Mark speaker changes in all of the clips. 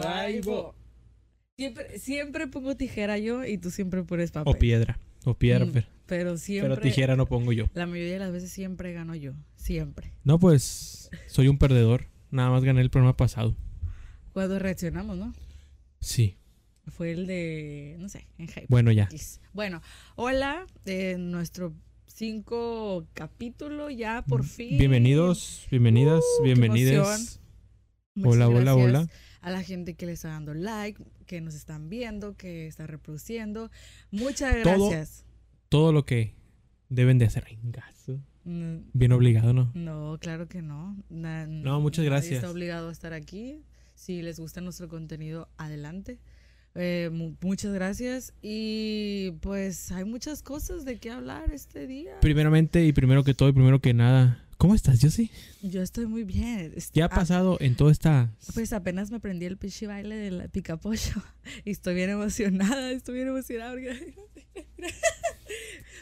Speaker 1: caigo.
Speaker 2: Siempre, siempre pongo tijera yo y tú siempre pones papel.
Speaker 1: O piedra. O piedra,
Speaker 2: Mm,
Speaker 1: pero,
Speaker 2: Pero siempre.
Speaker 1: pero tijera no pongo yo.
Speaker 2: La mayoría de las veces siempre gano yo. Siempre.
Speaker 1: No, pues soy un perdedor. Nada más gané el programa pasado.
Speaker 2: Cuando reaccionamos, ¿no?
Speaker 1: Sí.
Speaker 2: Fue el de. No sé, en hype.
Speaker 1: Bueno, ya.
Speaker 2: X. Bueno, hola. eh, nuestro cinco capítulo ya por fin.
Speaker 1: Mm, Bienvenidos, bienvenidas,
Speaker 2: Uh, qué
Speaker 1: bienvenidas.
Speaker 2: emoción. Muchas
Speaker 1: Hola, hola,
Speaker 2: gracias
Speaker 1: hola.
Speaker 2: A la gente que le está dando like, que nos están viendo, que está reproduciendo. Muchas
Speaker 1: Todo-
Speaker 2: gracias.
Speaker 1: Todo lo que deben de hacer. Ingazo.
Speaker 2: Mm,
Speaker 1: Bien obligado, ¿no?
Speaker 2: No, claro que no. Na-
Speaker 1: No, muchas
Speaker 2: nadie
Speaker 1: gracias.
Speaker 2: Está obligado a estar aquí. Si les gusta nuestro contenido, adelante. Eh, mu- muchas gracias. Y pues hay muchas cosas de qué hablar este día.
Speaker 1: Primeramente y primero que todo y primero que nada, ¿cómo estás, Josie?
Speaker 2: Yo estoy muy bien. Es-
Speaker 1: ¿Qué ha
Speaker 2: ah,
Speaker 1: pasado en toda esta...
Speaker 2: Pues apenas me aprendí el pichi baile de la picapollo y estoy bien emocionada, estoy bien emocionada porque,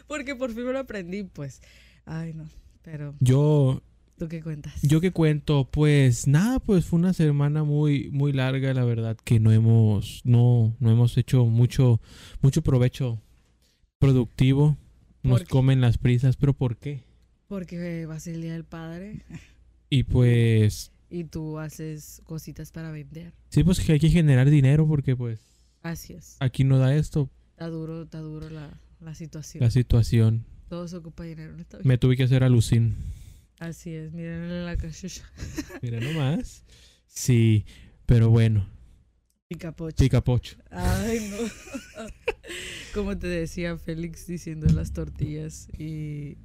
Speaker 2: porque por fin me lo aprendí, pues. Ay, no, pero
Speaker 1: Yo,
Speaker 2: ¿tú qué cuentas?
Speaker 1: yo que cuento, pues nada, pues fue una semana muy, muy larga, la verdad, que no hemos, no, no hemos hecho mucho, mucho provecho productivo. Nos
Speaker 2: ¿Por qué?
Speaker 1: comen las prisas, pero ¿por qué?
Speaker 2: Porque va a ser el Día del Padre.
Speaker 1: Y pues,
Speaker 2: y tú haces cositas para vender.
Speaker 1: sí, pues que hay que generar dinero porque pues
Speaker 2: Así es.
Speaker 1: aquí no da esto,
Speaker 2: Está duro, está duro la, la situación.
Speaker 1: la situación.
Speaker 2: Todo se ocupa dinero en esta vida.
Speaker 1: Me tuve que hacer alucin.
Speaker 2: Así es, miren la cachucha.
Speaker 1: Mira nomás. Sí, pero bueno,
Speaker 2: Picapocho.
Speaker 1: picapocho.
Speaker 2: Ay, no. Como te decía Félix diciendo las tortillas y,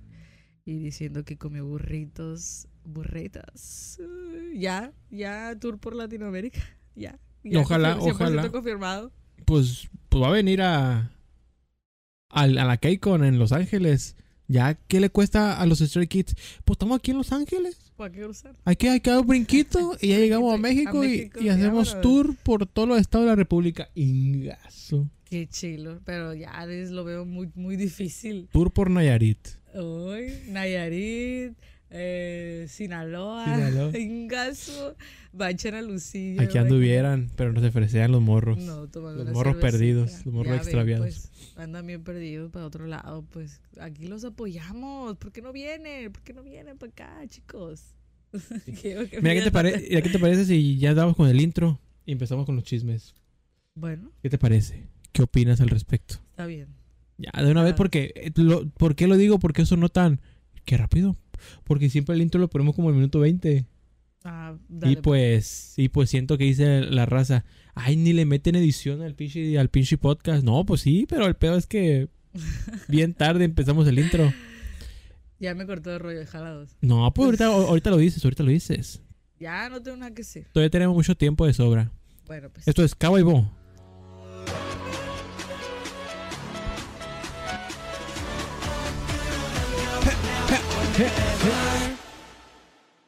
Speaker 2: y diciendo que comió burritos, burritas. Uh, Ya, ya, tour por Latinoamérica. Ya. ya
Speaker 1: Ojalá,
Speaker 2: confir- 100%
Speaker 1: ojalá.
Speaker 2: confirmado.
Speaker 1: pues, pues va a venir a, al- a la KCON en Los Ángeles. Ya, ¿qué le cuesta a los Stray Kids? Pues estamos aquí en Los Ángeles.
Speaker 2: ¿Para qué usar?
Speaker 1: Hay que, hay que dar un brinquito y ya llegamos a
Speaker 2: A
Speaker 1: México, y-
Speaker 2: México,
Speaker 1: y,
Speaker 2: ya
Speaker 1: hacemos
Speaker 2: vámonos.
Speaker 1: tour por todos los estados de la República. Ingazo.
Speaker 2: Qué chilo. Pero ya es- lo veo muy, muy difícil.
Speaker 1: Tour por Nayarit.
Speaker 2: Uy, Nayarit, eh, Sinaloa,
Speaker 1: Sinaloa.
Speaker 2: Ingaso, Bachana Lucilla.
Speaker 1: Aquí anduvieran, pero nos ofrecían los morros.
Speaker 2: No, tomando
Speaker 1: Los
Speaker 2: una
Speaker 1: morros
Speaker 2: cervecita.
Speaker 1: perdidos, los morros
Speaker 2: Ya ven,
Speaker 1: extraviados.
Speaker 2: pues, andan bien perdidos para otro lado, pues aquí los apoyamos. ¿Por qué no vienen? ¿Por qué no vienen para acá, chicos? Quiero que
Speaker 1: Mira, ¿qué te,
Speaker 2: vengan
Speaker 1: pare-
Speaker 2: para acá.
Speaker 1: mira, ¿qué te parece si ya damos con el intro y empezamos con los chismes?
Speaker 2: Bueno,
Speaker 1: ¿Qué te parece? ¿Qué opinas al respecto?
Speaker 2: está bien.
Speaker 1: Ya, de una
Speaker 2: Ah.
Speaker 1: vez, porque eh, lo, ¿por qué lo digo? Porque eso no tan. Qué rápido. Porque siempre el intro lo ponemos como el minuto 20.
Speaker 2: Ah, dale,
Speaker 1: y pues, y pues siento que dice la raza. Ay, ni le meten edición al pinche, al pinche podcast. No, pues sí, pero el pedo es que bien tarde empezamos el intro.
Speaker 2: ya me cortó el rollo de jalados.
Speaker 1: No, pues ahorita, ahorita lo dices, ahorita lo dices.
Speaker 2: Ya no tengo nada que decir.
Speaker 1: Todavía tenemos mucho tiempo de sobra.
Speaker 2: Bueno, pues.
Speaker 1: Esto es Cabo y Bo.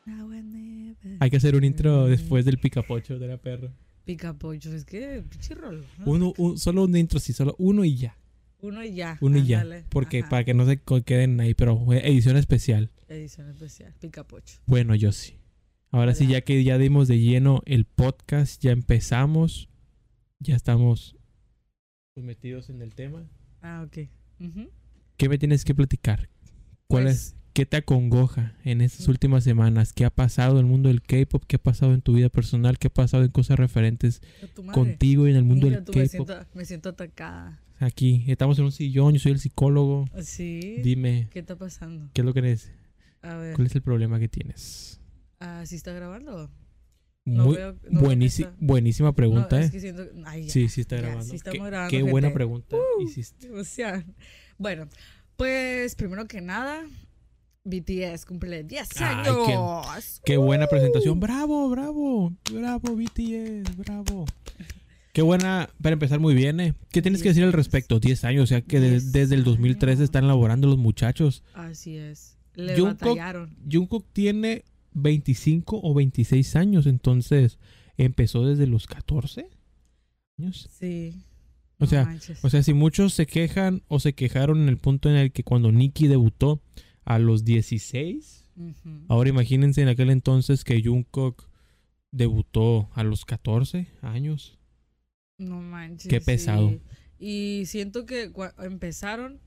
Speaker 2: Now and never.
Speaker 1: Hay que hacer un intro después del picapocho de la perra.
Speaker 2: Picapocho, es que pinche rollo. ¿no?
Speaker 1: Uno, un- solo un intro, sí, solo uno y ya.
Speaker 2: Uno y ya.
Speaker 1: Uno y ya.
Speaker 2: ándale,
Speaker 1: Porque
Speaker 2: ajá.
Speaker 1: para que no se co- queden ahí, pero fue edición especial.
Speaker 2: Edición especial, picapocho.
Speaker 1: Bueno, yo sí. Ahora sí,
Speaker 2: Hola.
Speaker 1: ya que ya dimos de lleno el podcast, ya empezamos, ya estamos pues, metidos en el tema.
Speaker 2: Ah, ok. Ujú.
Speaker 1: ¿Qué me tienes que platicar? ¿Cuál
Speaker 2: Pues-
Speaker 1: es? ¿Qué te acongoja en estas últimas semanas? ¿Qué ha pasado en el mundo del K-pop? ¿Qué ha pasado en tu vida personal? ¿Qué ha pasado en cosas referentes
Speaker 2: A tu madre.
Speaker 1: contigo y en el mundo
Speaker 2: Mira
Speaker 1: del
Speaker 2: tú, me
Speaker 1: K-pop?
Speaker 2: siento, me siento atacada.
Speaker 1: Aquí, estamos en un sillón, yo soy el psicólogo.
Speaker 2: Sí.
Speaker 1: Dime, Pues,
Speaker 2: ¿Qué está pasando?
Speaker 1: ¿qué es lo que eres?
Speaker 2: A ver.
Speaker 1: ¿Cuál es el problema que tienes?
Speaker 2: Ah, ¿sí está grabando? No
Speaker 1: Muy
Speaker 2: veo- no veo que
Speaker 1: buenisi-
Speaker 2: está.
Speaker 1: buenísima pregunta,
Speaker 2: no,
Speaker 1: ¿eh?
Speaker 2: Es que siento... Ay, ya.
Speaker 1: sí, sí está
Speaker 2: ya,
Speaker 1: grabando.
Speaker 2: sí estamos
Speaker 1: qué
Speaker 2: grabando,
Speaker 1: qué
Speaker 2: gente. Uh.
Speaker 1: buena pregunta hiciste.
Speaker 2: O sea, bueno, pues primero que nada, BTS cumple 10
Speaker 1: Ay,
Speaker 2: años.
Speaker 1: qué- Qué buena
Speaker 2: Uh.
Speaker 1: presentación. Bravo, bravo. Bravo, BTS, bravo. Qué buena, para empezar muy bien, ¿eh? ¿Qué tienes que
Speaker 2: Diez
Speaker 1: decir al
Speaker 2: años.
Speaker 1: respecto? 10 años, o sea que de-
Speaker 2: Diez
Speaker 1: desde el 2003
Speaker 2: años.
Speaker 1: están laborando los muchachos.
Speaker 2: Así es. Le
Speaker 1: Jungkook-
Speaker 2: batallaron.
Speaker 1: Jungkook tiene 25 o 26 años, entonces empezó desde los 14 años.
Speaker 2: Sí.
Speaker 1: O
Speaker 2: no
Speaker 1: sea,
Speaker 2: manches.
Speaker 1: O sea, si muchos se quejan o se quejaron en el punto en el que cuando Nicky debutó a los 16,
Speaker 2: Ujú.
Speaker 1: ahora imagínense en aquel entonces que Jungkook debutó a los 14 años.
Speaker 2: No manches.
Speaker 1: Qué pesado.
Speaker 2: sí. Y siento que cua- empezaron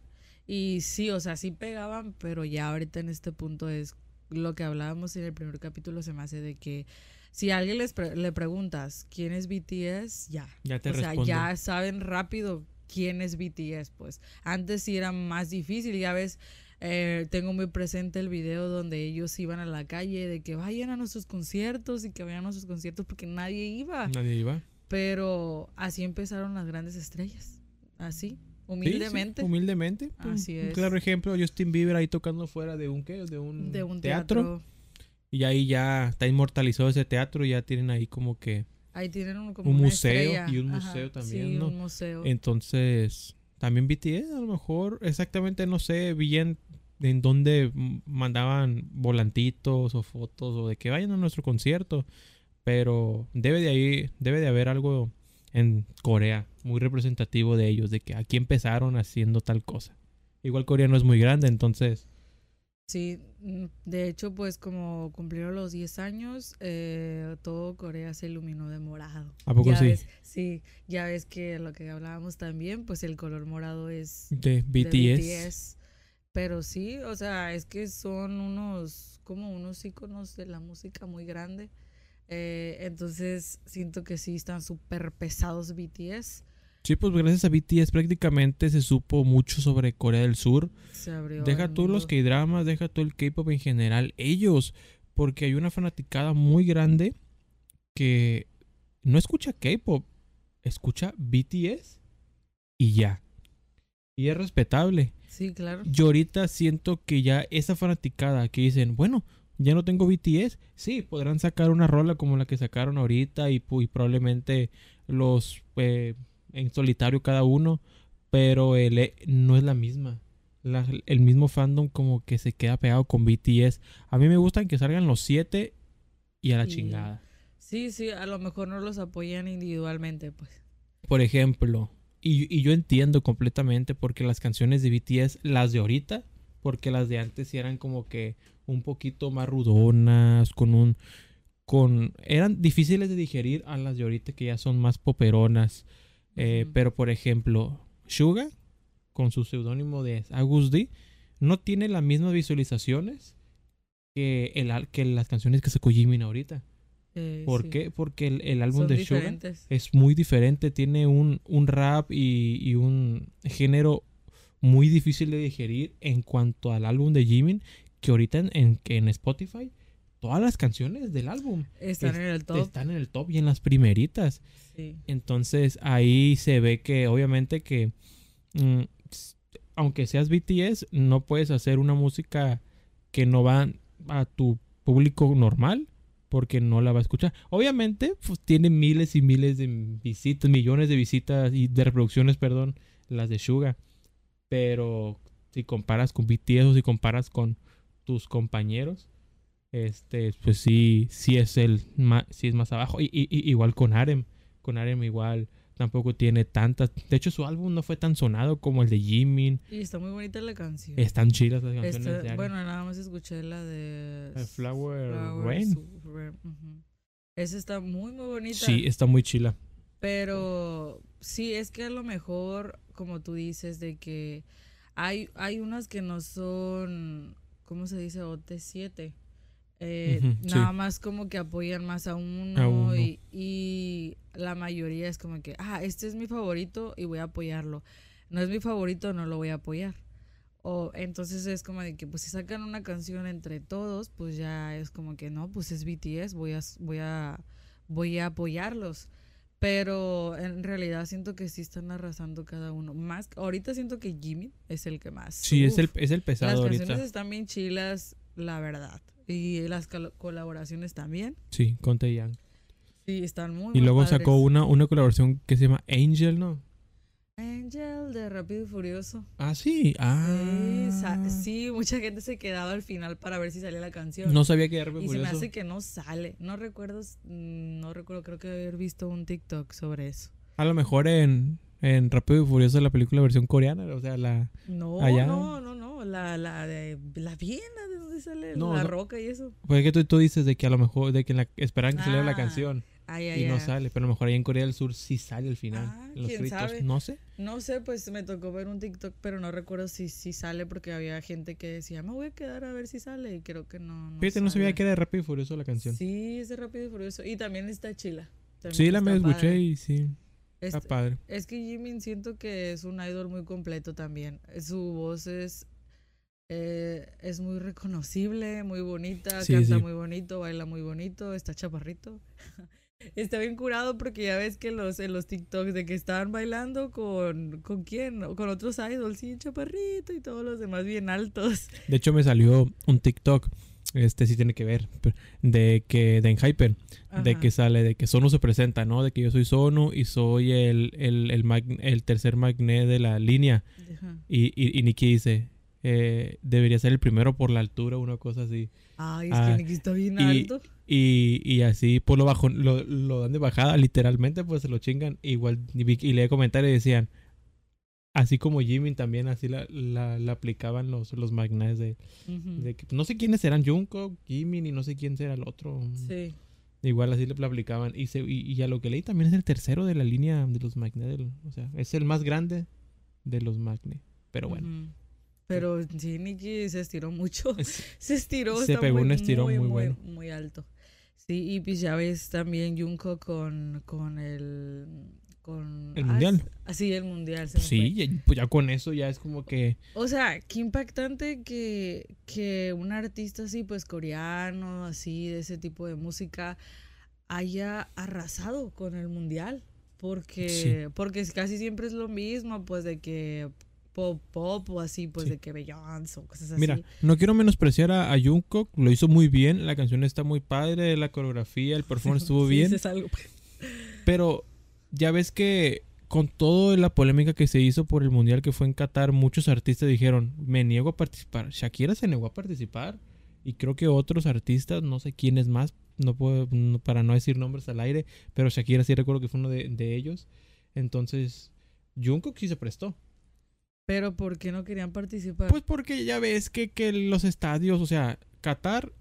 Speaker 2: y sí, o sea, sí pegaban, pero ya ahorita en este punto es lo que hablábamos en el primer capítulo, se me hace de que si a alguien les pre- le preguntas quién es BTS, ya.
Speaker 1: Ya te
Speaker 2: o sea,
Speaker 1: respondo.
Speaker 2: ya saben rápido quién es BTS, pues. Antes sí era más difícil, ya ves. eh, tengo muy presente el video donde ellos iban a la calle de que vayan a nuestros conciertos y que vayan a nuestros conciertos porque nadie iba.
Speaker 1: Nadie iba.
Speaker 2: Pero así empezaron las grandes estrellas. Así,
Speaker 1: Sí, sí,
Speaker 2: humildemente.
Speaker 1: humildemente. pues,
Speaker 2: Así
Speaker 1: un
Speaker 2: es.
Speaker 1: Claro ejemplo, Justin Bieber ahí tocando fuera de un qué, de un,
Speaker 2: de un
Speaker 1: teatro.
Speaker 2: teatro.
Speaker 1: Y ahí ya está inmortalizado ese teatro y ya tienen ahí como que...
Speaker 2: Ahí tienen un, como
Speaker 1: Un
Speaker 2: una
Speaker 1: museo,
Speaker 2: estrella.
Speaker 1: y un museo también,
Speaker 2: sí,
Speaker 1: ¿no?
Speaker 2: un museo.
Speaker 1: Entonces, también BTS a lo mejor, exactamente no sé bien en dónde mm, mandaban volantitos o fotos o de que vayan a nuestro concierto. Pero debe de ahí, debe de haber algo en Corea muy representativo de ellos, de que aquí empezaron haciendo tal cosa. Igual Corea no es muy grande, entonces
Speaker 2: Sí, mm, de hecho, pues como cumplieron los 10 años, eh, todo Corea se iluminó de morado.
Speaker 1: ¿A poco
Speaker 2: Ya
Speaker 1: sí?
Speaker 2: ves- sí, ya ves que lo que hablábamos también, pues el color morado es de
Speaker 1: de BTS.
Speaker 2: BTS. Pero sí, o sea, es que son unos, como unos iconos de la música muy grande. Eh, entonces siento que sí están súper pesados BTS.
Speaker 1: Sí, pues gracias a BTS prácticamente se supo mucho sobre Corea del Sur.
Speaker 2: Se abrió.
Speaker 1: Deja
Speaker 2: el
Speaker 1: tú
Speaker 2: mundo.
Speaker 1: los K-dramas, deja tú el K-pop en general, ellos, porque hay una fanaticada muy grande que no escucha K-pop, escucha BTS y ya. Y es respetable.
Speaker 2: Sí, claro.
Speaker 1: Yo ahorita siento que ya esa fanaticada que dicen, bueno, ya no tengo BTS, sí, podrán sacar una rola como la que sacaron ahorita y, pu- y probablemente los eh, en solitario cada uno, pero el, eh, no es la misma. La- el mismo fandom como que se queda pegado con BTS. A mí me gustan que salgan los siete y a la
Speaker 2: Y-
Speaker 1: chingada.
Speaker 2: Sí, sí, a lo mejor no los apoyan individualmente, pues.
Speaker 1: Por ejemplo, y, y yo entiendo completamente porque las canciones de BTS, las de ahorita, porque las de antes sí eran como que un poquito más rudonas, con un... con Eran difíciles de digerir a las de ahorita que ya son más poperonas. Eh,
Speaker 2: Ujú.
Speaker 1: Pero por ejemplo, Suga, con su seudónimo de Agus D, no tiene las mismas visualizaciones que, el, al- que las canciones que sacó Jimin ahorita.
Speaker 2: Eh,
Speaker 1: ¿Por
Speaker 2: sí.
Speaker 1: qué? Porque el, el álbum
Speaker 2: Son
Speaker 1: de Suga
Speaker 2: diferentes.
Speaker 1: es muy diferente. Tiene un, un rap y, y un género muy difícil de digerir en cuanto al álbum de Jimin, que ahorita en, en, que en Spotify todas las canciones del álbum
Speaker 2: Están
Speaker 1: es- este.
Speaker 2: en el top.
Speaker 1: están en el top y en las primeritas.
Speaker 2: Sí.
Speaker 1: Entonces ahí se ve que obviamente que mm, s- aunque seas BTS no puedes hacer una música que no va a tu público normal porque no la va a escuchar. Obviamente pues, tiene miles y miles de visitas, millones de visitas y de reproducciones, perdón, las de Suga. Pero si comparas con BTS o si comparas con tus compañeros, este, pues sí, sí es el ma- sí es más abajo. Y, y- y- igual con Arem. Con Arem igual tampoco tiene tantas. De hecho, su álbum no fue tan sonado como el de Jimin.
Speaker 2: Y está muy bonita la canción.
Speaker 1: Están chidas las canciones
Speaker 2: Está-
Speaker 1: de Arem.
Speaker 2: Este, bueno, nada más escuché la de
Speaker 1: Eh,
Speaker 2: S-
Speaker 1: Flower
Speaker 2: Flower
Speaker 1: Rain.
Speaker 2: Su- Rain, ujú. Esa está muy, muy bonita.
Speaker 1: sí, está muy chila.
Speaker 2: Pero sí, es que a lo mejor, como tú dices, de que hay, hay unas que no son, ¿cómo se dice? OT7. Eh,
Speaker 1: Ujú,
Speaker 2: nada
Speaker 1: sí.
Speaker 2: más como que apoyan más a uno,
Speaker 1: uno.
Speaker 2: Y, y la mayoría es como que, ah, este es mi favorito y voy a apoyarlo. No es mi favorito, no lo voy a apoyar. O entonces es como de que, pues si sacan una canción entre todos, pues ya es como que no, pues es BTS, voy a, voy a, voy a apoyarlos. Pero en realidad siento que sí están arrasando cada uno. Más, ahorita siento que Jimmy es el que más.
Speaker 1: Sí, es
Speaker 2: Uf,
Speaker 1: el, es el
Speaker 2: Las
Speaker 1: pesado
Speaker 2: canciones
Speaker 1: ahorita.
Speaker 2: están bien chilas, la verdad. Y las col- colaboraciones también.
Speaker 1: Sí, con Taeyang.
Speaker 2: Sí, están muy
Speaker 1: Y
Speaker 2: muy
Speaker 1: luego
Speaker 2: padres.
Speaker 1: sacó una, una colaboración que se llama Angel, ¿no?
Speaker 2: Angel de Rápido y Furioso.
Speaker 1: Ah, sí. Ah.
Speaker 2: Sí, sa- sí, mucha gente se quedaba al final para ver si salía la canción.
Speaker 1: No sabía que era Rápido y
Speaker 2: y se me
Speaker 1: Furioso.
Speaker 2: hace que no sale. No recuerdo, s- mm, no recuerdo, creo que haber visto un TikTok sobre eso.
Speaker 1: A lo mejor en, en Rápido y Furioso la película versión coreana, o sea, la...
Speaker 2: No,
Speaker 1: Allá.
Speaker 2: no, no, no. La, la de la Viena, de donde sale
Speaker 1: No,
Speaker 2: la
Speaker 1: no.
Speaker 2: roca y eso.
Speaker 1: Pues es que tú, tú dices de que a lo mejor, de que en la, esperaban que saliera la
Speaker 2: Ah.
Speaker 1: canción.
Speaker 2: Ay,
Speaker 1: y
Speaker 2: ay,
Speaker 1: no
Speaker 2: ay.
Speaker 1: sale. Pero a lo mejor ahí en Corea del Sur sí sale al final.
Speaker 2: Ah,
Speaker 1: en los
Speaker 2: ¿quién
Speaker 1: créditos.
Speaker 2: sabe?
Speaker 1: No sé.
Speaker 2: No sé, pues me tocó ver un TikTok, pero no recuerdo si, si sale porque había gente que decía, me voy a quedar a ver si sale. Y creo que no. no
Speaker 1: Fíjate, no sabía
Speaker 2: sale.
Speaker 1: que era de Rápido y Furioso la canción. Sí,
Speaker 2: Sí, es de Rápido y Furioso. Y también está chila. También
Speaker 1: la
Speaker 2: está
Speaker 1: me escuché
Speaker 2: padre. Este
Speaker 1: y sí.
Speaker 2: Es,
Speaker 1: Está padre.
Speaker 2: es que Jimin siento que es un idol muy completo también. Su voz es, eh, es muy reconocible, muy bonita,
Speaker 1: Sí,
Speaker 2: canta
Speaker 1: sí.
Speaker 2: muy bonito, baila muy bonito, está chaparrito. Está bien curado porque ya ves que los, en los TikToks de que estaban bailando con, ¿con quién? Con otros idols, sí, chaparrito y todos los demás bien altos.
Speaker 1: De hecho, me salió un TikTok. Este sí tiene que ver. pero- De que, de Enhypen. De
Speaker 2: Ajá.
Speaker 1: que sale, de que Sonu se presenta, ¿no? De que yo soy Sonu y soy el, el, el, mag- el tercer magné de la línea.
Speaker 2: Ajá.
Speaker 1: Y, y, y Nicky dice, eh, debería ser el primero por la altura, una cosa así.
Speaker 2: Ay, es
Speaker 1: Ah,
Speaker 2: que Nicky está bien
Speaker 1: y-
Speaker 2: alto.
Speaker 1: Y, y así, pues lo, bajo, lo, lo dan de bajada, literalmente, pues se lo chingan. Igual, y, vi- y leía comentarios y decían, así como Jimin también, así la, la, la aplicaban los, los magnates de,
Speaker 2: Ujú.
Speaker 1: de que, no sé quiénes eran, Jungkook, Jimin y no sé quién será el otro.
Speaker 2: Sí.
Speaker 1: Igual así le la aplicaban. Y, se, y, y a lo que leí también es el tercero de la línea de los magnates, o sea, es el más grande de los magnates. Pero bueno.
Speaker 2: Ujú. Pero sí, Nicky se estiró mucho. Se estiró.
Speaker 1: Se
Speaker 2: está
Speaker 1: pegó
Speaker 2: muy-
Speaker 1: un estirón muy bueno.
Speaker 2: Muy alto. Sí, y pues ya ves también Junko con, con el... Con,
Speaker 1: El
Speaker 2: ah,
Speaker 1: mundial.
Speaker 2: s- ah, sí, el mundial. se me
Speaker 1: Sí, ya, pues ya con eso ya es como que...
Speaker 2: fue. O sea, qué impactante que, que un artista así, pues coreano, así, de ese tipo de música, haya arrasado con el mundial. Porque,
Speaker 1: Sí.
Speaker 2: porque es- casi siempre es lo mismo, pues de que pop, pop o así, pues
Speaker 1: Sí.
Speaker 2: de que Beyoncé o cosas así.
Speaker 1: Mira, no quiero menospreciar a, a Jungkook, lo hizo muy bien, la canción está muy padre, la coreografía, el performance estuvo
Speaker 2: Sí,
Speaker 1: bien,
Speaker 2: ese es algo. pues.
Speaker 1: pero ya ves que con toda la polémica que se hizo por el mundial que fue en Qatar, muchos artistas dijeron, me niego a participar. Shakira se negó a participar y creo que otros artistas, no sé quiénes más, no puedo, no- para no decir nombres al aire, pero Shakira sí recuerdo que fue uno de, de ellos. Entonces, Jungkook sí se prestó.
Speaker 2: Pero ¿por qué no querían participar?
Speaker 1: Pues porque ya ves que, que los estadios, o sea, Qatar,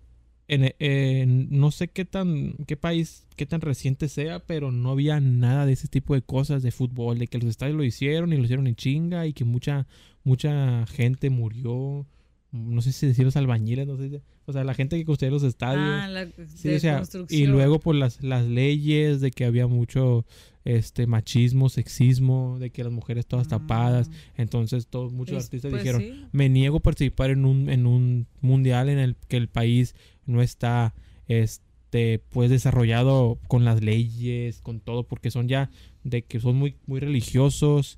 Speaker 1: en, en no sé qué tan, qué país, qué tan reciente sea, pero no había nada de ese tipo de cosas de fútbol, de que los estadios lo hicieron y lo hicieron en chinga y que mucha, mucha gente murió. No sé si decir los albañiles, no sé si- O sea, la gente que construía los estadios.
Speaker 2: ah, la
Speaker 1: Sí,
Speaker 2: de
Speaker 1: o sea,
Speaker 2: construcción.
Speaker 1: y luego por las, las leyes de que había mucho este machismo, sexismo, de que las mujeres todas tapadas.
Speaker 2: Ah.
Speaker 1: Entonces, todos, muchos
Speaker 2: Es-
Speaker 1: artistas
Speaker 2: pues
Speaker 1: dijeron,
Speaker 2: sí.
Speaker 1: me niego a participar en un, en un mundial en el que el país no está este pues desarrollado con las leyes, con todo, porque son ya de que son muy, muy religiosos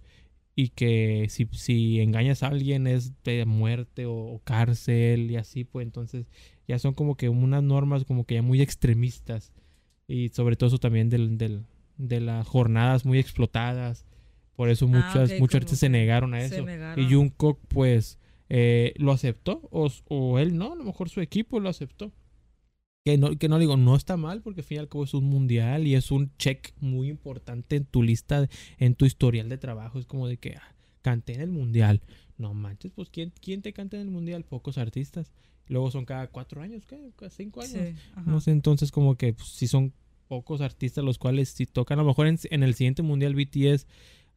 Speaker 1: y que si, si engañas a alguien es de muerte o, o cárcel y así, pues entonces ya son como que unas normas como que ya muy extremistas y sobre todo eso también del, del- de las jornadas muy explotadas. Por eso
Speaker 2: Ah,
Speaker 1: muchas,
Speaker 2: ok,
Speaker 1: muchos
Speaker 2: como
Speaker 1: artistas se
Speaker 2: que
Speaker 1: negaron a eso.
Speaker 2: Se negaron.
Speaker 1: Y Jungkook, pues, eh, lo aceptó. O, o él no, a lo mejor su equipo lo aceptó. Que no, que no le digo, no está mal, porque al fin y al cabo es un mundial y es un check muy importante en tu lista, en tu historial de trabajo. Es como de que ah, canté en el mundial. No manches, pues, ¿quién, quién te canta en el mundial? Pocos artistas. Luego son cada cuatro años, ¿qué? Cada cinco años.
Speaker 2: Sí, ajá.
Speaker 1: No sé, entonces como que pues, si son pocos artistas los cuales si tocan, a lo mejor en, en el siguiente mundial BTS,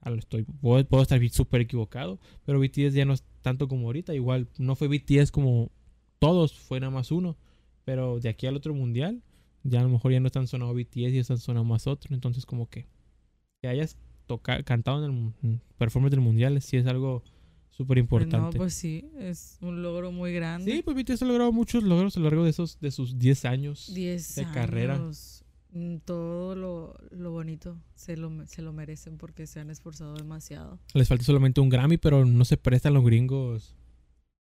Speaker 1: a lo estoy, puedo, puedo estar bi- súper equivocado, pero BTS ya no es tanto como ahorita, igual no fue BTS como todos, fue nada más uno, pero de aquí al otro mundial, ya a lo mejor ya no están sonando BTS, ya están sonando más otro, entonces como que que hayas toca- cantado en el mu- en performance del mundial, sí es algo súper
Speaker 2: Pues
Speaker 1: importante.
Speaker 2: no, pues sí, es un logro muy grande.
Speaker 1: Sí, pues BTS ha logrado muchos logros a lo largo de esos de sus 10 años.
Speaker 2: 10
Speaker 1: de carrera.
Speaker 2: años. Mm, Todo lo, lo bonito se lo, me- se lo merecen porque se han esforzado demasiado.
Speaker 1: Les falta solamente un Grammy, pero no se prestan los gringos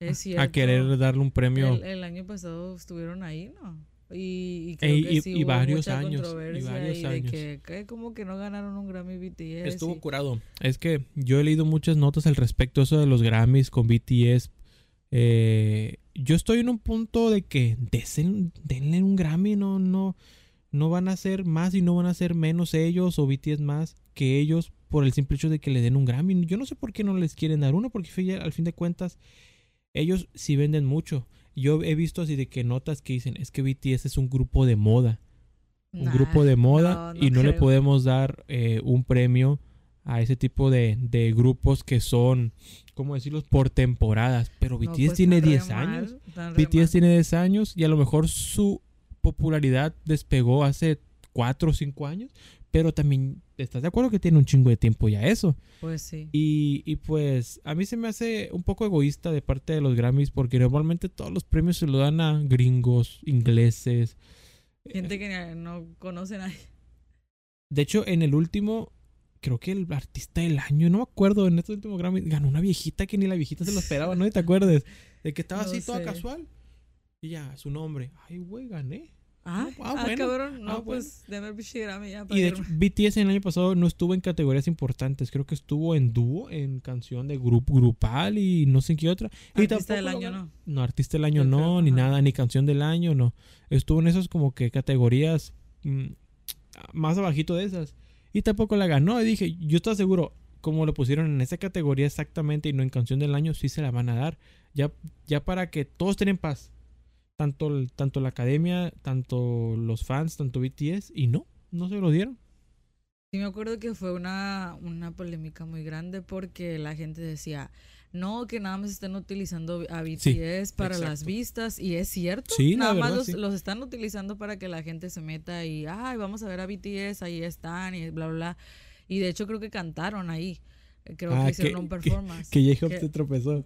Speaker 2: Es cierto.
Speaker 1: a querer darle un premio.
Speaker 2: El, el año pasado estuvieron ahí, ¿no? Y, y
Speaker 1: Ey,
Speaker 2: creo que
Speaker 1: y-
Speaker 2: sí
Speaker 1: y
Speaker 2: hubo
Speaker 1: varios
Speaker 2: mucha
Speaker 1: años, y
Speaker 2: controversia
Speaker 1: varios
Speaker 2: y de
Speaker 1: años.
Speaker 2: que, que como que no ganaron un Grammy BTS.
Speaker 1: Estuvo
Speaker 2: y-
Speaker 1: curado. Es que yo he leído muchas notas al respecto eso de los Grammys con BTS. Eh, yo estoy en un punto de que desen- denle un Grammy, no, no, no van a ser más y no van a ser menos ellos o BTS más que ellos por el simple hecho de que le den un Grammy. Yo no sé por qué no les quieren dar uno, porque fíjate, al fin de cuentas ellos sí venden mucho. Yo he visto así de que notas que dicen es que BTS es un grupo de moda. un
Speaker 2: Nah,
Speaker 1: grupo de moda
Speaker 2: no, no
Speaker 1: y no le
Speaker 2: creo.
Speaker 1: podemos dar eh, un premio a ese tipo de, de grupos que son, ¿cómo decirlos?, por temporadas. Pero BTS
Speaker 2: No, pues,
Speaker 1: tiene
Speaker 2: tan re
Speaker 1: 10
Speaker 2: mal,
Speaker 1: años.
Speaker 2: tan re
Speaker 1: BTS
Speaker 2: mal.
Speaker 1: tiene 10 años y a lo mejor su popularidad despegó hace 4 o 5 años, pero también, ¿estás de acuerdo que tiene un chingo de tiempo ya eso?
Speaker 2: Pues sí.
Speaker 1: Y, y pues a mí se me hace un poco egoísta de parte de los Grammys porque normalmente todos los premios se lo dan a gringos, ingleses.
Speaker 2: Gente que ni- no conoce a nadie.
Speaker 1: De hecho, en el último, creo que el artista del año, no me acuerdo, en este último Grammy, ganó una viejita que ni la viejita se lo esperaba, ¿no? ¿Te acuerdas? De que estaba
Speaker 2: No
Speaker 1: así toda
Speaker 2: sé.
Speaker 1: casual. Y ya, su nombre. Ay, güey, gané.
Speaker 2: Ah,
Speaker 1: ah,
Speaker 2: ah,
Speaker 1: bueno.
Speaker 2: cabrón. No,
Speaker 1: Ah, bueno.
Speaker 2: pues dame el pinche Grammy ya. para
Speaker 1: Y de hecho,
Speaker 2: irme.
Speaker 1: BTS en el año pasado no estuvo en categorías importantes. Creo que estuvo en dúo, en canción de grupo grupal y no sé en qué otra. Y tampoco
Speaker 2: Artista del
Speaker 1: lo
Speaker 2: año,
Speaker 1: ganó.
Speaker 2: ¿no?
Speaker 1: No, artista del año
Speaker 2: Yo
Speaker 1: no,
Speaker 2: creo,
Speaker 1: ni
Speaker 2: ajá.
Speaker 1: nada, ni canción del año, no. Estuvo en esas como que categorías mm, más abajito de esas. Y tampoco la ganó. Y dije, yo estaba seguro, como lo pusieron en esa categoría exactamente y no en canción del año, sí se la van a dar. Ya, ya para que todos tengan paz. Tanto, el- tanto la academia, tanto los fans, tanto BTS. Y no, no se lo dieron.
Speaker 2: Sí, me acuerdo que fue una, una polémica muy grande porque la gente decía, no, que nada más están utilizando a BTS para las
Speaker 1: exacto.
Speaker 2: vistas, y es cierto,
Speaker 1: Sí, la
Speaker 2: nada más
Speaker 1: verdad,
Speaker 2: los,
Speaker 1: sí.
Speaker 2: los están utilizando para que la gente se meta y, ay, vamos a ver a BTS, ahí están, y bla, bla, bla. Y de hecho creo que cantaron ahí, creo
Speaker 1: Ah,
Speaker 2: que
Speaker 1: que-
Speaker 2: hicieron un
Speaker 1: que-
Speaker 2: performance.
Speaker 1: Que J-Hope
Speaker 2: ¿Qué?
Speaker 1: se tropezó.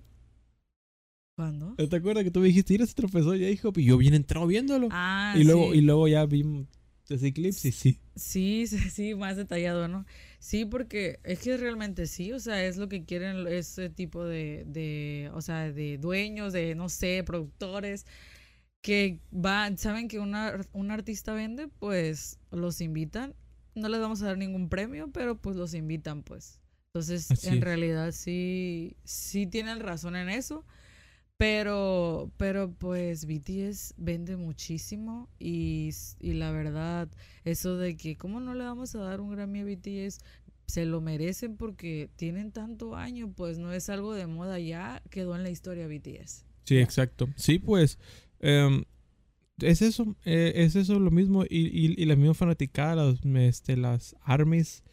Speaker 2: ¿Cuándo?
Speaker 1: ¿Te acuerdas que tú me dijiste, mira, se tropezó J-Hope? Y yo bien entrado viéndolo.
Speaker 2: Ah,
Speaker 1: y, luego,
Speaker 2: sí.
Speaker 1: y luego ya vi ese clip. Sí, sí.
Speaker 2: Sí, sí, sí, más detallado, ¿no? Sí, porque es que realmente sí, o sea, es lo que quieren lo- ese tipo de, de, o sea, de dueños, de, no sé, productores, que van, saben que una, ar- un artista vende, pues los invitan, no les vamos a dar ningún premio, pero pues los invitan, pues. Entonces,
Speaker 1: Así
Speaker 2: en
Speaker 1: es.
Speaker 2: realidad sí, sí tienen razón en eso. Pero, pero pues BTS vende muchísimo y, s- y la verdad, eso de que cómo no le vamos a dar un Grammy a BTS, se lo merecen porque tienen tanto año, pues no es algo de moda ya, quedó en la historia BTS.
Speaker 1: Sí, exacto. Sí, pues. em, es eso. eh, es eso lo mismo. Y, y, y la misma fanaticada, las, este, las armies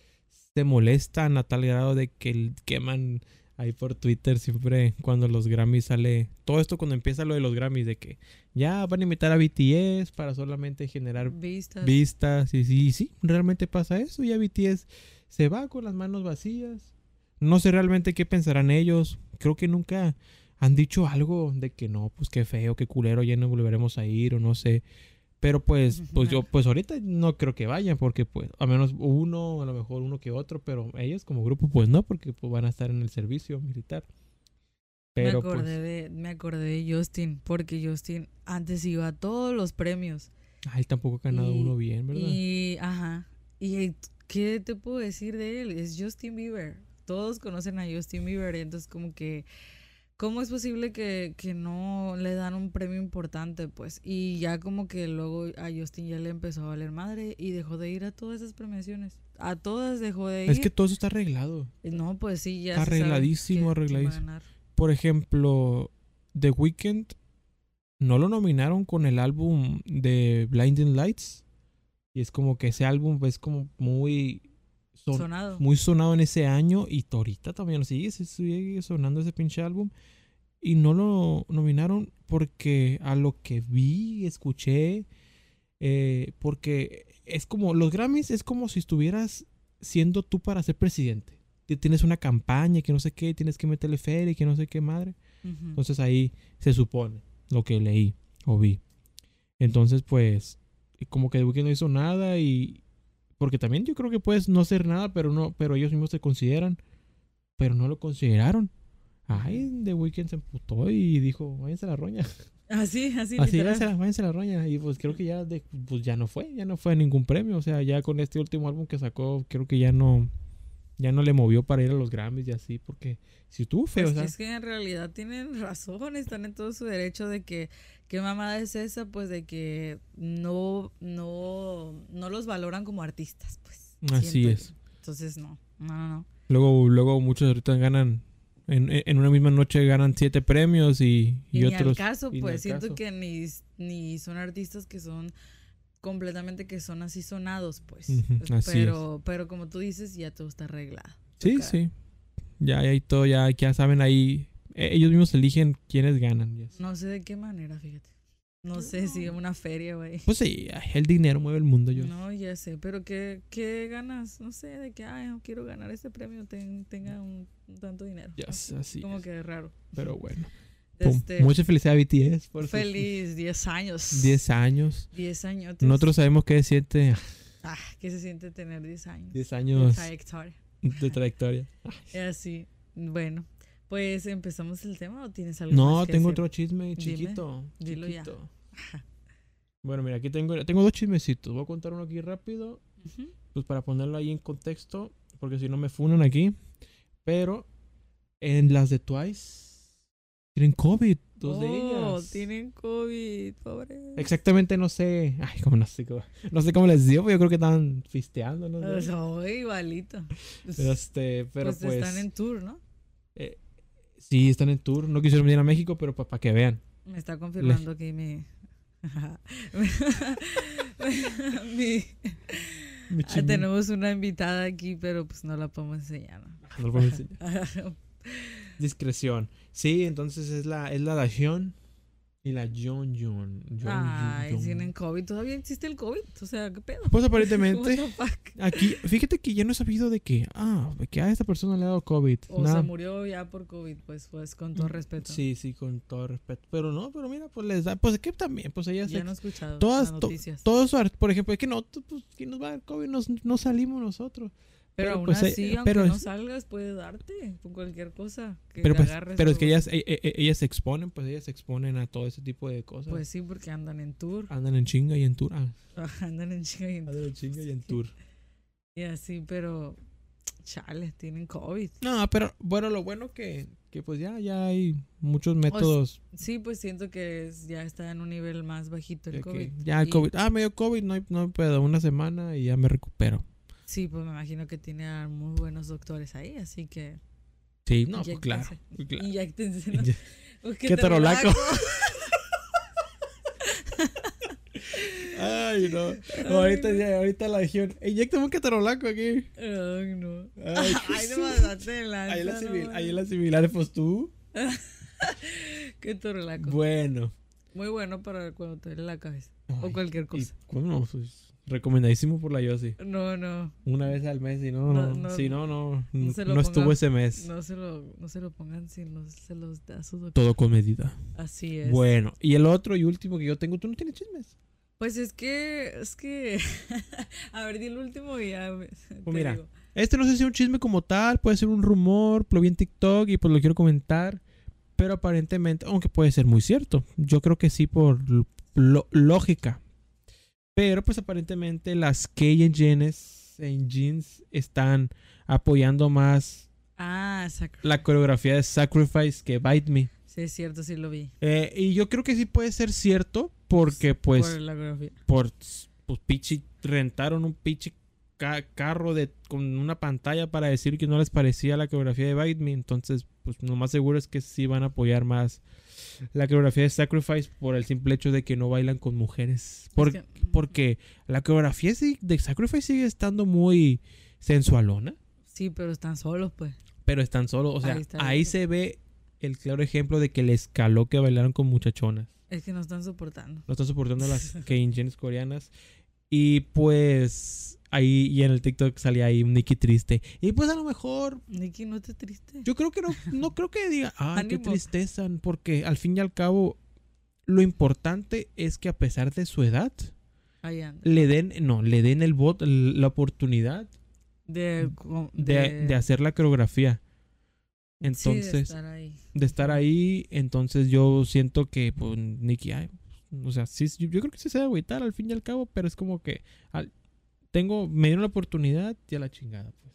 Speaker 1: se molestan a tal grado de que el- queman ahí por Twitter siempre cuando los Grammys sale. Todo esto cuando empieza lo de los Grammys, de que ya van a invitar a BTS para solamente generar
Speaker 2: Vistas.
Speaker 1: vistas. Y sí, y sí, realmente pasa eso. Ya BTS se va con las manos vacías. No sé realmente qué pensarán ellos. Creo que nunca han dicho algo de que no, pues qué feo, qué culero, ya no volveremos a ir o no sé. Pero pues, pues yo, pues ahorita no creo que vayan porque pues, a menos uno, a lo mejor uno que otro, pero ellos como grupo pues no, porque pues van a estar en el servicio militar. Pero
Speaker 2: me acordé
Speaker 1: pues,
Speaker 2: de, me acordé de Justin, porque Justin antes iba a todos los premios.
Speaker 1: pues, ay, tampoco ha ganado
Speaker 2: Y-
Speaker 1: uno bien, ¿verdad?
Speaker 2: Y, ajá. ¿Y qué te puedo decir de él? Es Justin Bieber. Todos conocen a Justin Bieber, entonces como que, ¿cómo es posible que, que no le dan un premio importante? Pues, y ya como que luego a Justin ya le empezó a valer madre y dejó de ir a todas esas premiaciones. A todas dejó de ir.
Speaker 1: es que todo eso está arreglado.
Speaker 2: no, pues sí, ya.
Speaker 1: está
Speaker 2: se sabe
Speaker 1: arregladísimo,
Speaker 2: quién- quién va a
Speaker 1: arregladísimo.
Speaker 2: ganar.
Speaker 1: Por ejemplo, The Weeknd no lo nominaron con el álbum de Blinding Lights. Y es como que ese álbum es como muy, son-
Speaker 2: Sonado.
Speaker 1: muy sonado en ese año. Y Torita también sigue, se sigue sonando ese pinche álbum. Y no lo nominaron porque a lo que vi, escuché. eh, porque es como, los Grammys es como si estuvieras siendo tú para ser presidente. Ti- Tienes una campaña que no sé qué, tienes que meterle feria y que no sé qué madre.
Speaker 2: Ujú.
Speaker 1: Entonces ahí se supone lo que leí o vi. Entonces, pues, como que The Weeknd no hizo nada y. Porque también yo creo que puedes no hacer nada, pero no, pero ellos mismos se consideran. Pero no lo consideraron. Ay, The Weeknd se emputó y dijo, váyanse a la roña.
Speaker 2: Así, así,
Speaker 1: Así,
Speaker 2: literal.
Speaker 1: váyanse a la, váyanse a la roña. Y pues creo que ya, de- pues, ya no fue, ya no fue a ningún premio. O sea, ya con este último álbum que sacó, creo que ya no, ya no le movió para ir a los Grammys y así, porque si estuvo feo,
Speaker 2: Pues
Speaker 1: o sea,
Speaker 2: es que en realidad tienen razón, están en todo su derecho de que qué mamada es esa, pues de que no, no, no los valoran como artistas, pues.
Speaker 1: Así
Speaker 2: siento
Speaker 1: es.
Speaker 2: yo. Entonces no, no, no, no.
Speaker 1: Luego, luego muchos ahorita ganan, en, en- en una misma noche ganan siete premios y,
Speaker 2: Y,
Speaker 1: y
Speaker 2: ni
Speaker 1: otros.
Speaker 2: al caso,
Speaker 1: y ni
Speaker 2: pues
Speaker 1: al
Speaker 2: siento
Speaker 1: caso.
Speaker 2: que ni, ni son artistas que son completamente que son así sonados, pues.
Speaker 1: Ujú, así
Speaker 2: pero, pero como tú dices, ya todo está arreglado.
Speaker 1: Sí,
Speaker 2: Ok.
Speaker 1: sí. Ya hay todo, ya, ya saben ahí. eh, ellos mismos eligen quiénes ganan. yes.
Speaker 2: No sé de qué manera, fíjate. No sé si en una feria, güey.
Speaker 1: Pues sí, ay, el dinero mueve el mundo, yo.
Speaker 2: No, ya sé, pero ¿qué, qué ganas? No sé, de que, ay, no quiero ganar este premio, ten- tenga un, un tanto dinero.
Speaker 1: Yes,
Speaker 2: No sé,
Speaker 1: así
Speaker 2: Como
Speaker 1: es.
Speaker 2: que raro.
Speaker 1: Pero bueno. Pum.
Speaker 2: Este,
Speaker 1: Mucha felicidad a BTS por sus
Speaker 2: feliz, 10 años.
Speaker 1: 10 años.
Speaker 2: 10 años.
Speaker 1: Nosotros sabemos que es 7,
Speaker 2: Ah, ¿qué se siente tener 10 años?
Speaker 1: 10
Speaker 2: de
Speaker 1: años
Speaker 2: trayectoria.
Speaker 1: de trayectoria.
Speaker 2: Así. Bueno, pues empezamos el tema o tienes algo
Speaker 1: No,
Speaker 2: más que
Speaker 1: tengo
Speaker 2: hacer?
Speaker 1: otro chisme chiquito.
Speaker 2: dilo ya.
Speaker 1: chiquito. Bueno, mira, aquí tengo, tengo dos chismecitos. Voy a contar uno aquí rápido,
Speaker 2: Ujú.
Speaker 1: pues para ponerlo ahí en contexto, porque si no me funan aquí. Pero en las de Twice tienen COVID, dos de
Speaker 2: Oh,
Speaker 1: ellas.
Speaker 2: tienen COVID, pobre.
Speaker 1: Exactamente, no sé. Ay, como no sé cómo, no sé cómo les dio, pero yo creo que estaban fisteando, no sé.
Speaker 2: Soy igualito.
Speaker 1: Este, pero
Speaker 2: pues,
Speaker 1: pues.
Speaker 2: están en tour, ¿no?
Speaker 1: Sí, están en tour. No quisieron venir a México, pero pues, para que vean.
Speaker 2: Me está confirmando que mi... mi-
Speaker 1: Mi
Speaker 2: Ah,
Speaker 1: chisme.
Speaker 2: tenemos una invitada aquí, pero pues no la podemos enseñar. ¿no?
Speaker 1: No lo puedo enseñar. Discreción. Sí, entonces es la, es la Dación y la John John.
Speaker 2: Ay, tienen COVID. ¿Todavía existe el COVID? O sea, ¿qué pedo?
Speaker 1: Pues
Speaker 2: What
Speaker 1: aparentemente,
Speaker 2: the fuck?
Speaker 1: aquí, fíjate que ya no he sabido de que, ah, de que a esta persona le ha dado COVID.
Speaker 2: O
Speaker 1: Nada.
Speaker 2: se murió ya por COVID, pues, pues con todo respeto.
Speaker 1: Sí, sí, con todo respeto. Pero no, pero mira, pues les da, pues que también, pues ella
Speaker 2: Ya
Speaker 1: se...
Speaker 2: no he escuchado
Speaker 1: todas,
Speaker 2: las
Speaker 1: to-
Speaker 2: noticias.
Speaker 1: Todos, su ar- por ejemplo, es que no, tú, pues, ¿quién nos va a dar COVID? Nos- no salimos nosotros.
Speaker 2: pero,
Speaker 1: pero,
Speaker 2: aún
Speaker 1: pues, eh,
Speaker 2: así, aunque
Speaker 1: pero
Speaker 2: no
Speaker 1: es-
Speaker 2: salgas, puede darte con cualquier cosa. Que
Speaker 1: Pero,
Speaker 2: te
Speaker 1: pues,
Speaker 2: agarres
Speaker 1: pero es que
Speaker 2: algo.
Speaker 1: ellas, e- e- e- ellas se exponen, pues ellas se exponen a todo ese tipo de cosas.
Speaker 2: Pues sí, porque andan en tour.
Speaker 1: Andan en chinga y en tour. Ah,
Speaker 2: Andan en chica y en
Speaker 1: andan en chinga y en tour.
Speaker 2: Y así, pero chales, tienen COVID.
Speaker 1: No, pero bueno, lo bueno que, que pues ya, ya hay muchos métodos.
Speaker 2: Sí, pues siento que es- ya está en un nivel más bajito el
Speaker 1: de que
Speaker 2: COVID.
Speaker 1: ya el
Speaker 2: Y-
Speaker 1: COVID. Ah, medio COVID, no hay, no hay pedo, una semana y ya me recupero.
Speaker 2: Sí, pues me imagino que tiene a muy buenos doctores ahí, así que
Speaker 1: Sí, no, pues claro.
Speaker 2: Inyéctense.
Speaker 1: pues, claro.
Speaker 2: inyectense. ¿no?
Speaker 1: Inye-
Speaker 2: Pues,
Speaker 1: ¿Qué
Speaker 2: terolaco?
Speaker 1: Ay, no.
Speaker 2: Ay,
Speaker 1: ahorita,
Speaker 2: no.
Speaker 1: ya, ahorita la dijeron, inyectame un catarolaco aquí.
Speaker 2: Ay, no.
Speaker 1: Ay,
Speaker 2: Ay, no pasaste de lanza,
Speaker 1: ahí la
Speaker 2: no
Speaker 1: civil, ahí
Speaker 2: mames.
Speaker 1: la similar, pues tú.
Speaker 2: Qué terolaco.
Speaker 1: Bueno.
Speaker 2: Muy bueno para cuando te duele la cabeza o
Speaker 1: Ay,
Speaker 2: cualquier
Speaker 1: y,
Speaker 2: cosa.
Speaker 1: bueno, pues, recomendadísimo por la Yossi.
Speaker 2: No, no,
Speaker 1: Una vez al mes, si no,
Speaker 2: No,
Speaker 1: no,
Speaker 2: no,
Speaker 1: si no, no,
Speaker 2: no
Speaker 1: no,
Speaker 2: se lo
Speaker 1: estuvo
Speaker 2: ponga-
Speaker 1: ese mes.
Speaker 2: no se lo, no se lo pongan si no se los da su doctor.
Speaker 1: Todo con medida.
Speaker 2: Así es.
Speaker 1: Bueno, y el otro y último que yo tengo, tú no tienes chismes.
Speaker 2: Pues es que, es que, a ver, di el último y ya. me- te
Speaker 1: mira,
Speaker 2: digo.
Speaker 1: Este no sé si es un chisme como tal, puede ser un rumor, lo vi en TikTok y pues lo quiero comentar, pero aparentemente, aunque puede ser muy cierto, yo creo que sí por lo- lógica. Pero pues aparentemente las K&J's en jeans están apoyando más
Speaker 2: Ah, sacro.
Speaker 1: la coreografía de Sacrifice que Bite Me.
Speaker 2: Sí, es cierto, sí lo vi.
Speaker 1: Eh, y yo creo que sí puede ser cierto porque pues...
Speaker 2: por la coreografía.
Speaker 1: por pues pinche rentaron un pinche ca- carro de con una pantalla para decir que no les parecía la coreografía de Bite Me, entonces pues lo más seguro es que sí van a apoyar más la coreografía de Sacrifice por el simple hecho de que no bailan con mujeres, Por-
Speaker 2: Es que-
Speaker 1: porque la coreografía sí- de Sacrifice sigue estando muy sensualona,
Speaker 2: Sí, pero están solos, pues.
Speaker 1: pero están solos, o sea,
Speaker 2: Ahí
Speaker 1: ahí,
Speaker 2: está.
Speaker 1: se ve el claro ejemplo de que les caló que bailaron con muchachonas.
Speaker 2: Es que no están soportando.
Speaker 1: No están soportando las K-Engines coreanas. Y pues ahí, y en el TikTok salía ahí un Nicky triste. Y pues a lo mejor,
Speaker 2: Nicky, no te triste.
Speaker 1: yo creo que no, no creo que diga, ah, qué
Speaker 2: Ánimo".
Speaker 1: tristeza, porque al fin y al cabo, lo importante es que a pesar de su edad,
Speaker 2: Ahí anda.
Speaker 1: le den, no, le den el bot, la oportunidad
Speaker 2: De, co-
Speaker 1: de, de hacer la coreografía.
Speaker 2: sí, de
Speaker 1: Entonces,
Speaker 2: estar ahí.
Speaker 1: de estar ahí. Entonces yo siento que, pues, Nicky, ay, o sea, sí, yo, yo creo que sí se debe agüitar al fin y al cabo, pero es como que al- tengo, me dieron la oportunidad y a la chingada, pues.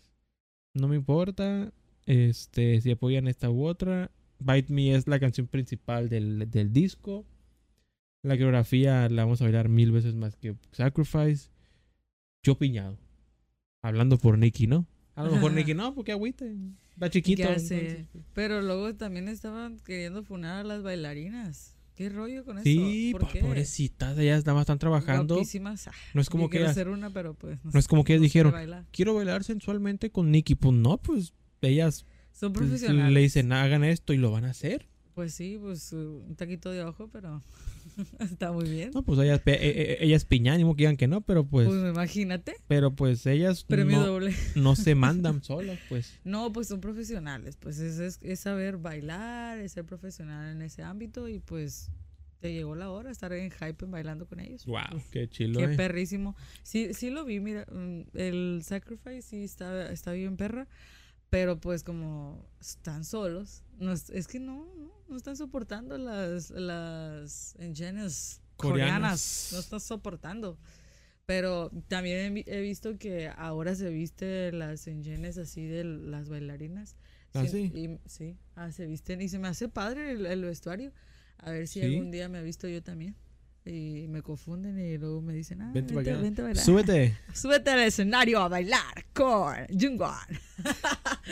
Speaker 1: No me importa este, si apoyan esta u otra. Bite Me es la canción principal del, del disco. La coreografía la vamos a bailar mil veces más que Sacrifice. Yo piñado. Hablando por Nicky, ¿no? A lo mejor Nicky, no, porque agüite. Está chiquito.
Speaker 2: Ya sé.
Speaker 1: entonces, pues.
Speaker 2: Pero luego también estaban queriendo funar a las bailarinas. ¿Qué rollo con
Speaker 1: Sí,
Speaker 2: eso? ¿Por
Speaker 1: po-
Speaker 2: qué?
Speaker 1: pobrecitas, ellas nada más están trabajando.
Speaker 2: Guapísimas. Ah,
Speaker 1: No es como
Speaker 2: yo
Speaker 1: que
Speaker 2: quiero
Speaker 1: ellas,
Speaker 2: hacer una, pero pues
Speaker 1: no es como que ellas
Speaker 2: sé
Speaker 1: dijeron,
Speaker 2: bailar.
Speaker 1: quiero bailar sensualmente con Nicky. Pues no, pues ellas
Speaker 2: Son
Speaker 1: pues,
Speaker 2: profesionales.
Speaker 1: le dicen, hagan esto y lo van a hacer.
Speaker 2: Pues sí, pues uh, un taquito de ojo, pero está muy bien.
Speaker 1: No, pues ellas, pe- e- e- ellas piñan, ni modo que digan que no, pero pues,
Speaker 2: Pues, imagínate,
Speaker 1: pero pues ellas
Speaker 2: premio
Speaker 1: no,
Speaker 2: doble.
Speaker 1: no se mandan solas, pues.
Speaker 2: No, pues son profesionales, pues es, es, es saber bailar, es ser profesional en ese ámbito y pues te llegó la hora estar en hype bailando con ellos.
Speaker 1: Wow, qué chilo.
Speaker 2: Qué
Speaker 1: eh.
Speaker 2: perrísimo. Sí, sí lo vi, mira, mm, el Sacrifice sí está, está bien perra, pero pues como están solos, no, es es que no, no, no están soportando las, las engenes
Speaker 1: Coreanas.
Speaker 2: coreanas, no están soportando. Pero también he vi- he, visto que ahora se viste las engenes así de las bailarinas.
Speaker 1: ¿Ah, sí?
Speaker 2: y- sí, ah, se visten y se me hace padre el, el vestuario. A ver si
Speaker 1: Sí.
Speaker 2: algún día me he visto yo también. Y me confunden y luego me dicen, ah,
Speaker 1: Vente
Speaker 2: vente,
Speaker 1: pa'
Speaker 2: vente,
Speaker 1: acá.
Speaker 2: a bailar.
Speaker 1: Súbete.
Speaker 2: Súbete al escenario a bailar con Jungwon.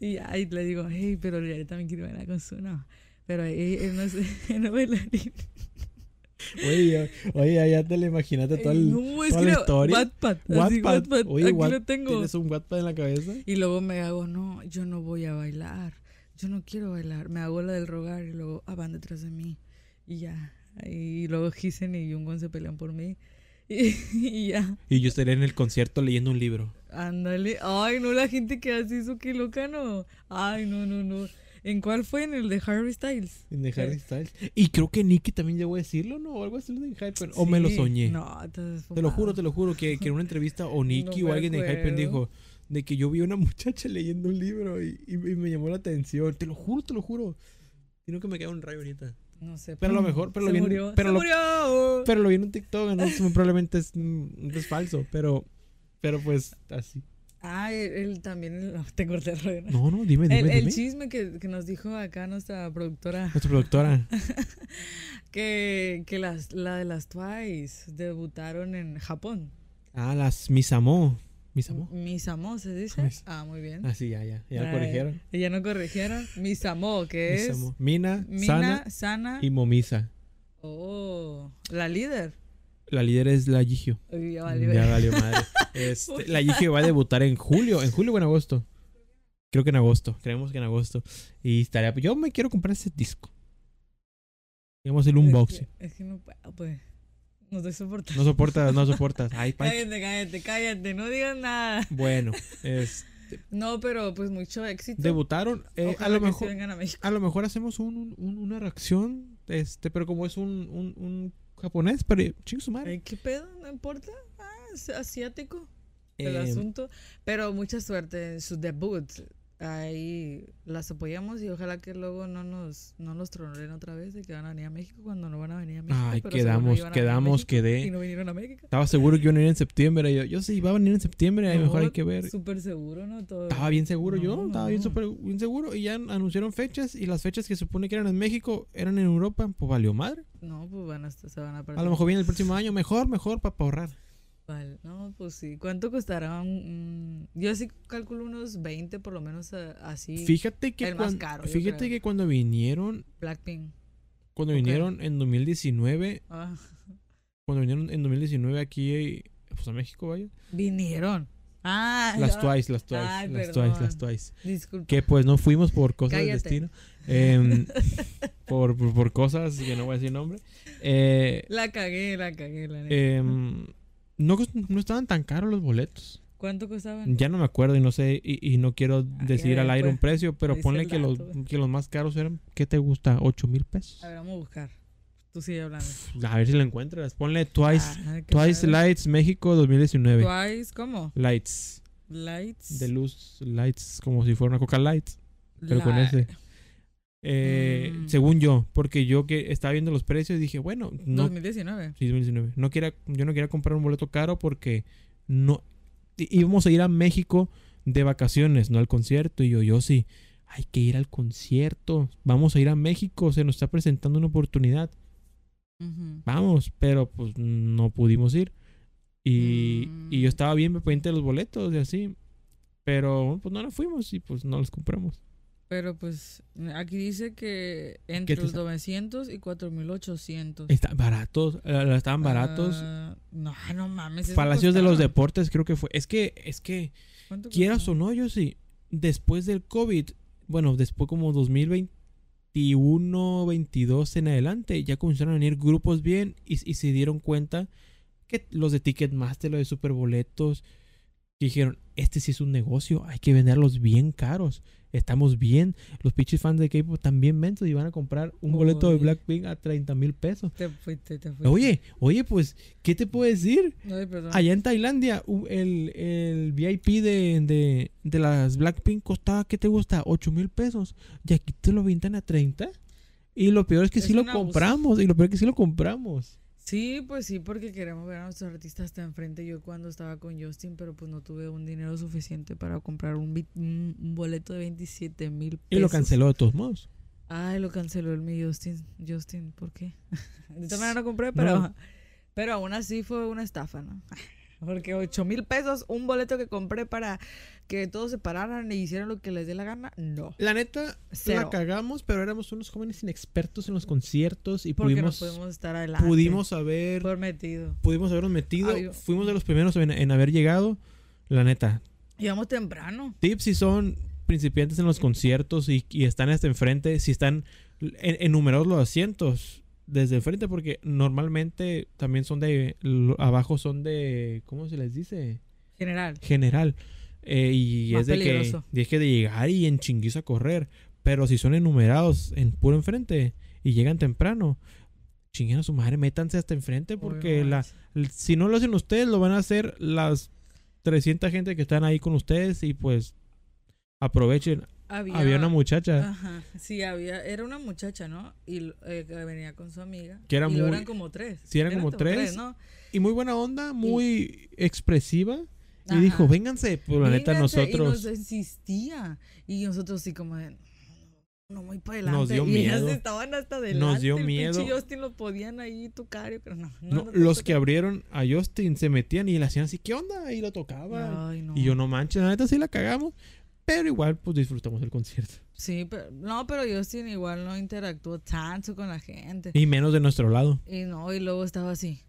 Speaker 2: y ahí le digo, hey, pero yo también quiero bailar con Suna. Pero él, él no es, él no es bailarín.
Speaker 1: Oye, ya- oye, ya- ya te lo imaginaste todo el.
Speaker 2: no, es
Speaker 1: toda
Speaker 2: que
Speaker 1: la
Speaker 2: era
Speaker 1: historia.
Speaker 2: Wattpad, así,
Speaker 1: Wattpad.
Speaker 2: Wattpad,
Speaker 1: Oye,
Speaker 2: aquí
Speaker 1: Watt-
Speaker 2: lo tengo.
Speaker 1: ¿Tienes un Wattpad en la cabeza?
Speaker 2: Y luego me hago, no, yo no voy a bailar. Yo no quiero bailar. Me hago la del rogar y luego ah, van detrás de mí. Y ya. Y luego Gisen y Jungon se pelean por mí. Y, y ya.
Speaker 1: Y yo estaría en el concierto leyendo un libro.
Speaker 2: Ándale. Ay, no, la gente que hace eso, qué loca, no. Ay, no, no, no. ¿En cuál fue? En el de Harry Styles.
Speaker 1: En de
Speaker 2: Sí.
Speaker 1: Harry Styles. Y creo que Nicky también llegó a decirlo, ¿no? O algo así de Hypen. O me lo
Speaker 2: Sí.
Speaker 1: soñé.
Speaker 2: No, te, has
Speaker 1: Te
Speaker 2: fumado.
Speaker 1: lo juro, te lo juro, que, que en una entrevista o Nicky
Speaker 2: me
Speaker 1: o alguien de Hypen
Speaker 2: acuerdo.
Speaker 1: dijo de que yo vi a una muchacha leyendo un libro y, y- y me llamó la atención. Te lo juro, te lo juro. Sino que me queda un rayo ahorita.
Speaker 2: No sé.
Speaker 1: Pero a lo
Speaker 2: pum,
Speaker 1: mejor, pero lo
Speaker 2: se
Speaker 1: vi en-
Speaker 2: murió.
Speaker 1: pero
Speaker 2: ¡Se
Speaker 1: lo-
Speaker 2: murió!
Speaker 1: Pero lo vi en un TikTok, entonces muy probablemente es, mm, es falso, pero, pero pues así.
Speaker 2: Ay, él también. No, te corté el rollo, ¿no?
Speaker 1: No, no, dime, dime,
Speaker 2: El, el
Speaker 1: dime.
Speaker 2: chisme que, que nos dijo acá nuestra productora
Speaker 1: Nuestra productora.
Speaker 2: que, que las, la de las Twice debutaron en Japón.
Speaker 1: Ah, las Misamo. Misamo.
Speaker 2: Misamo se dice.
Speaker 1: Mis-
Speaker 2: Ah, muy bien.
Speaker 1: Ah, sí, ya, ya. Ya
Speaker 2: Ah,
Speaker 1: lo corrigieron.
Speaker 2: Y ya no corrigieron. Misamo, que es
Speaker 1: Misamo. Mina,
Speaker 2: Mina
Speaker 1: Sana
Speaker 2: Sana.
Speaker 1: y Momisa.
Speaker 2: Oh, la líder.
Speaker 1: La líder es la Yigio.
Speaker 2: Uy, ya valió.
Speaker 1: Ya valió madre. Este, la Yigio va a debutar en julio. ¿En julio o en agosto? Creo que en agosto. Creemos que en agosto. Y estaría. Yo me quiero comprar ese disco. Digamos el
Speaker 2: Es que-
Speaker 1: unboxing.
Speaker 2: Es que, no puedo, pues. No estoy soportando.
Speaker 1: No soportas, no soportas. Ay, pa-
Speaker 2: Cállate, cállate, cállate. No digas nada.
Speaker 1: Bueno, es-
Speaker 2: No, pero pues mucho éxito.
Speaker 1: debutaron. eh, a
Speaker 2: Ojalá
Speaker 1: lo
Speaker 2: que sí
Speaker 1: mejor.
Speaker 2: vengan a México.
Speaker 1: A lo mejor hacemos un, un- un- una reacción. Este, pero como es un, un, un japonés, pero chingue su madre.
Speaker 2: Ay, ¿Qué pedo? No importa. Ah, es asiático. el
Speaker 1: Eh,
Speaker 2: asunto. Pero mucha suerte en su debut. Ahí las apoyamos y ojalá que luego no nos no los tronen otra vez de que van a venir a México cuando no van a venir a México.
Speaker 1: Ay,
Speaker 2: pero según
Speaker 1: quedamos,
Speaker 2: ahí van a venir a
Speaker 1: quedamos,
Speaker 2: México Y
Speaker 1: quedé.
Speaker 2: no vinieron a México.
Speaker 1: Estaba seguro que iban a venir en septiembre. Yo, yo sí, iba a venir en septiembre. Ahí mejor hay que ver.
Speaker 2: Súper seguro, ¿no? Todo.
Speaker 1: Estaba bien seguro yo,
Speaker 2: No,
Speaker 1: estaba bien,
Speaker 2: no.
Speaker 1: súper bien seguro. Y ya anunciaron fechas. Y las fechas que se supone que eran en México eran en Europa. Pues valió madre.
Speaker 2: No, pues van a, estar- se van a perder.
Speaker 1: A lo mejor viene el próximo año. Mejor, mejor para ahorrar.
Speaker 2: Vale, No, pues sí. ¿Cuánto costará? un- un- yo sí calculo unos 20 por lo menos a- así.
Speaker 1: Fíjate que,
Speaker 2: el más
Speaker 1: cuan-
Speaker 2: caro, yo
Speaker 1: fíjate
Speaker 2: creo.
Speaker 1: que cuando vinieron,
Speaker 2: Blackpink.
Speaker 1: cuando
Speaker 2: Ok.
Speaker 1: vinieron en 2019,
Speaker 2: Ah,
Speaker 1: cuando vinieron en 2019 aquí, eh, pues a México, vaya.
Speaker 2: vinieron. Ah,
Speaker 1: Las
Speaker 2: ah,
Speaker 1: Twice, las Twice,
Speaker 2: Ay,
Speaker 1: las
Speaker 2: perdón.
Speaker 1: Twice, las Twice.
Speaker 2: Disculpa.
Speaker 1: Que pues no fuimos por cosas del
Speaker 2: Cállate.
Speaker 1: destino. em, por, por, por cosas que no voy a decir nombre. Eh,
Speaker 2: La cagué, la cagué, la neta.
Speaker 1: em, no, cos- no estaban tan caros los boletos.
Speaker 2: ¿Cuánto costaban?
Speaker 1: Ya no me acuerdo y no sé, y, y no quiero decir
Speaker 2: ya,
Speaker 1: al aire
Speaker 2: pues,
Speaker 1: un precio, pero
Speaker 2: dice
Speaker 1: ponle
Speaker 2: el
Speaker 1: que los,
Speaker 2: dato.
Speaker 1: que los más caros eran, ¿qué te gusta? ¿8 mil pesos? Pues,
Speaker 2: A ver, vamos a buscar. Tú sigue hablando.
Speaker 1: A ver si lo encuentras. Ponle Twice,
Speaker 2: Ah, qué
Speaker 1: Twice
Speaker 2: padre.
Speaker 1: Lights México 2019.
Speaker 2: Twice, ¿cómo?
Speaker 1: Lights.
Speaker 2: Lights.
Speaker 1: De luz, lights, como si fuera una coca light. Pero con
Speaker 2: Li-
Speaker 1: ese. Eh,
Speaker 2: Mm.
Speaker 1: Según yo, porque yo que estaba viendo los precios y dije, bueno, no,
Speaker 2: 2019.
Speaker 1: sí, 2019. no quiera, yo no quería comprar un boleto caro porque no í- íbamos a ir a México de vacaciones, no al concierto. Y yo, yo sí, hay que ir al concierto, vamos a ir a México, se nos está presentando una oportunidad,
Speaker 2: Ujú.
Speaker 1: vamos, pero pues no pudimos ir. Y, y
Speaker 2: Mm.
Speaker 1: yo estaba bien pendiente de los boletos y así, pero pues no nos fuimos y pues no los compramos.
Speaker 2: Pero pues aquí dice que entre
Speaker 1: te
Speaker 2: los
Speaker 1: sa-
Speaker 2: 900 y 4800.
Speaker 1: Está- baratos, la- la- estaban baratos.
Speaker 2: Ah, no, no mames. eso
Speaker 1: Palacios de los
Speaker 2: costaba.
Speaker 1: Deportes creo que fue. Es que, es que,
Speaker 2: ¿Cuánto
Speaker 1: quieras
Speaker 2: costaba?
Speaker 1: o no, yo sí, después del COVID, bueno, después como 2021, 22 en adelante, ya comenzaron a venir grupos bien y, y se dieron cuenta que los de Ticketmaster, los de Superboletos, que dijeron, este sí es un negocio, hay que venderlos bien caros. Estamos bien. Los pinches fans de K-pop también mentos y van a comprar un boleto de
Speaker 2: Oye.
Speaker 1: Blackpink a 30 mil pesos.
Speaker 2: Te fuiste, te fuiste.
Speaker 1: Oye, oye, pues, ¿qué te puedo decir?
Speaker 2: Ay, perdón.
Speaker 1: Allá en Tailandia, u- el, el VIP de, de, de las Blackpink costaba, ¿qué te gusta? 8 mil pesos. Y aquí te lo vintan a 30. Y lo peor es que
Speaker 2: Es
Speaker 1: sí lo
Speaker 2: un abuso.
Speaker 1: compramos. Y lo peor es que sí lo compramos.
Speaker 2: Sí, pues sí, porque queremos ver a nuestros artistas hasta enfrente. Yo cuando estaba con Justin, pero pues no tuve un dinero suficiente para comprar un, bit- un un boleto de 27 mil pesos.
Speaker 1: Y lo canceló de todos modos.
Speaker 2: Ay, lo canceló el mi Justin. Justin, ¿por qué? De todas maneras no compré, pero,
Speaker 1: No.
Speaker 2: pero aún así fue una estafa, ¿no? Porque 8 mil pesos, un boleto que compré para que todos se pararan e hicieran lo que les dé la gana, no.
Speaker 1: La neta,
Speaker 2: Cero.
Speaker 1: la cagamos, pero éramos unos jóvenes inexpertos en los conciertos y
Speaker 2: Porque
Speaker 1: pudimos,
Speaker 2: no pudimos estar adelante.
Speaker 1: pudimos haber
Speaker 2: Por metido.
Speaker 1: pudimos habernos metido.
Speaker 2: Ay,
Speaker 1: Fuimos de los primeros en, en haber llegado. La neta,
Speaker 2: Llegamos temprano.
Speaker 1: tips si son principiantes en los conciertos y, y están hasta enfrente, si están en, enumerados los asientos desde enfrente, porque normalmente también son de, lo- abajo son de, ¿cómo se les dice?
Speaker 2: General.
Speaker 1: General. Eh, y
Speaker 2: Más
Speaker 1: es de
Speaker 2: peligroso.
Speaker 1: que, y es que de llegar y en chinguiza correr, pero si son enumerados en puro enfrente y llegan temprano, chinguen a su madre, métanse hasta enfrente porque
Speaker 2: Uy, no
Speaker 1: la,
Speaker 2: manches.
Speaker 1: si no lo hacen ustedes, lo van a hacer las 300 gente que están ahí con ustedes y pues aprovechen.
Speaker 2: Había,
Speaker 1: Había una muchacha
Speaker 2: Ajá, sí, había, era una muchacha, ¿no? Y lo- eh, que venía con su amiga.
Speaker 1: Que era
Speaker 2: y luego
Speaker 1: muy-
Speaker 2: eran como tres.
Speaker 1: sí, eran como tres.
Speaker 2: ¿no?
Speaker 1: y muy buena onda, muy expresiva y
Speaker 2: Ajá.
Speaker 1: dijo, vénganse, pues la neta
Speaker 2: Vénganse,
Speaker 1: nosotros...
Speaker 2: Y nos insistía. Y nosotros sí como de, no, muy para adelante.
Speaker 1: Nos dio
Speaker 2: y ellas
Speaker 1: miedo.
Speaker 2: estaban hasta adelante.
Speaker 1: dio
Speaker 2: el
Speaker 1: miedo.
Speaker 2: pinche Justin lo podían ahí tocar. Yo creo, no, no,
Speaker 1: no,
Speaker 2: no te
Speaker 1: los
Speaker 2: toques.
Speaker 1: que abrieron a Justin se metían y le hacían así, ¿qué onda? Y lo tocaban.
Speaker 2: Ay, no.
Speaker 1: Y yo no manches, la neta sí la cagamos, pero igual pues disfrutamos el concierto.
Speaker 2: Sí, pero, no, pero Justin igual no interactuó tanto con la gente.
Speaker 1: Y menos de nuestro lado.
Speaker 2: Y no, y luego estaba así.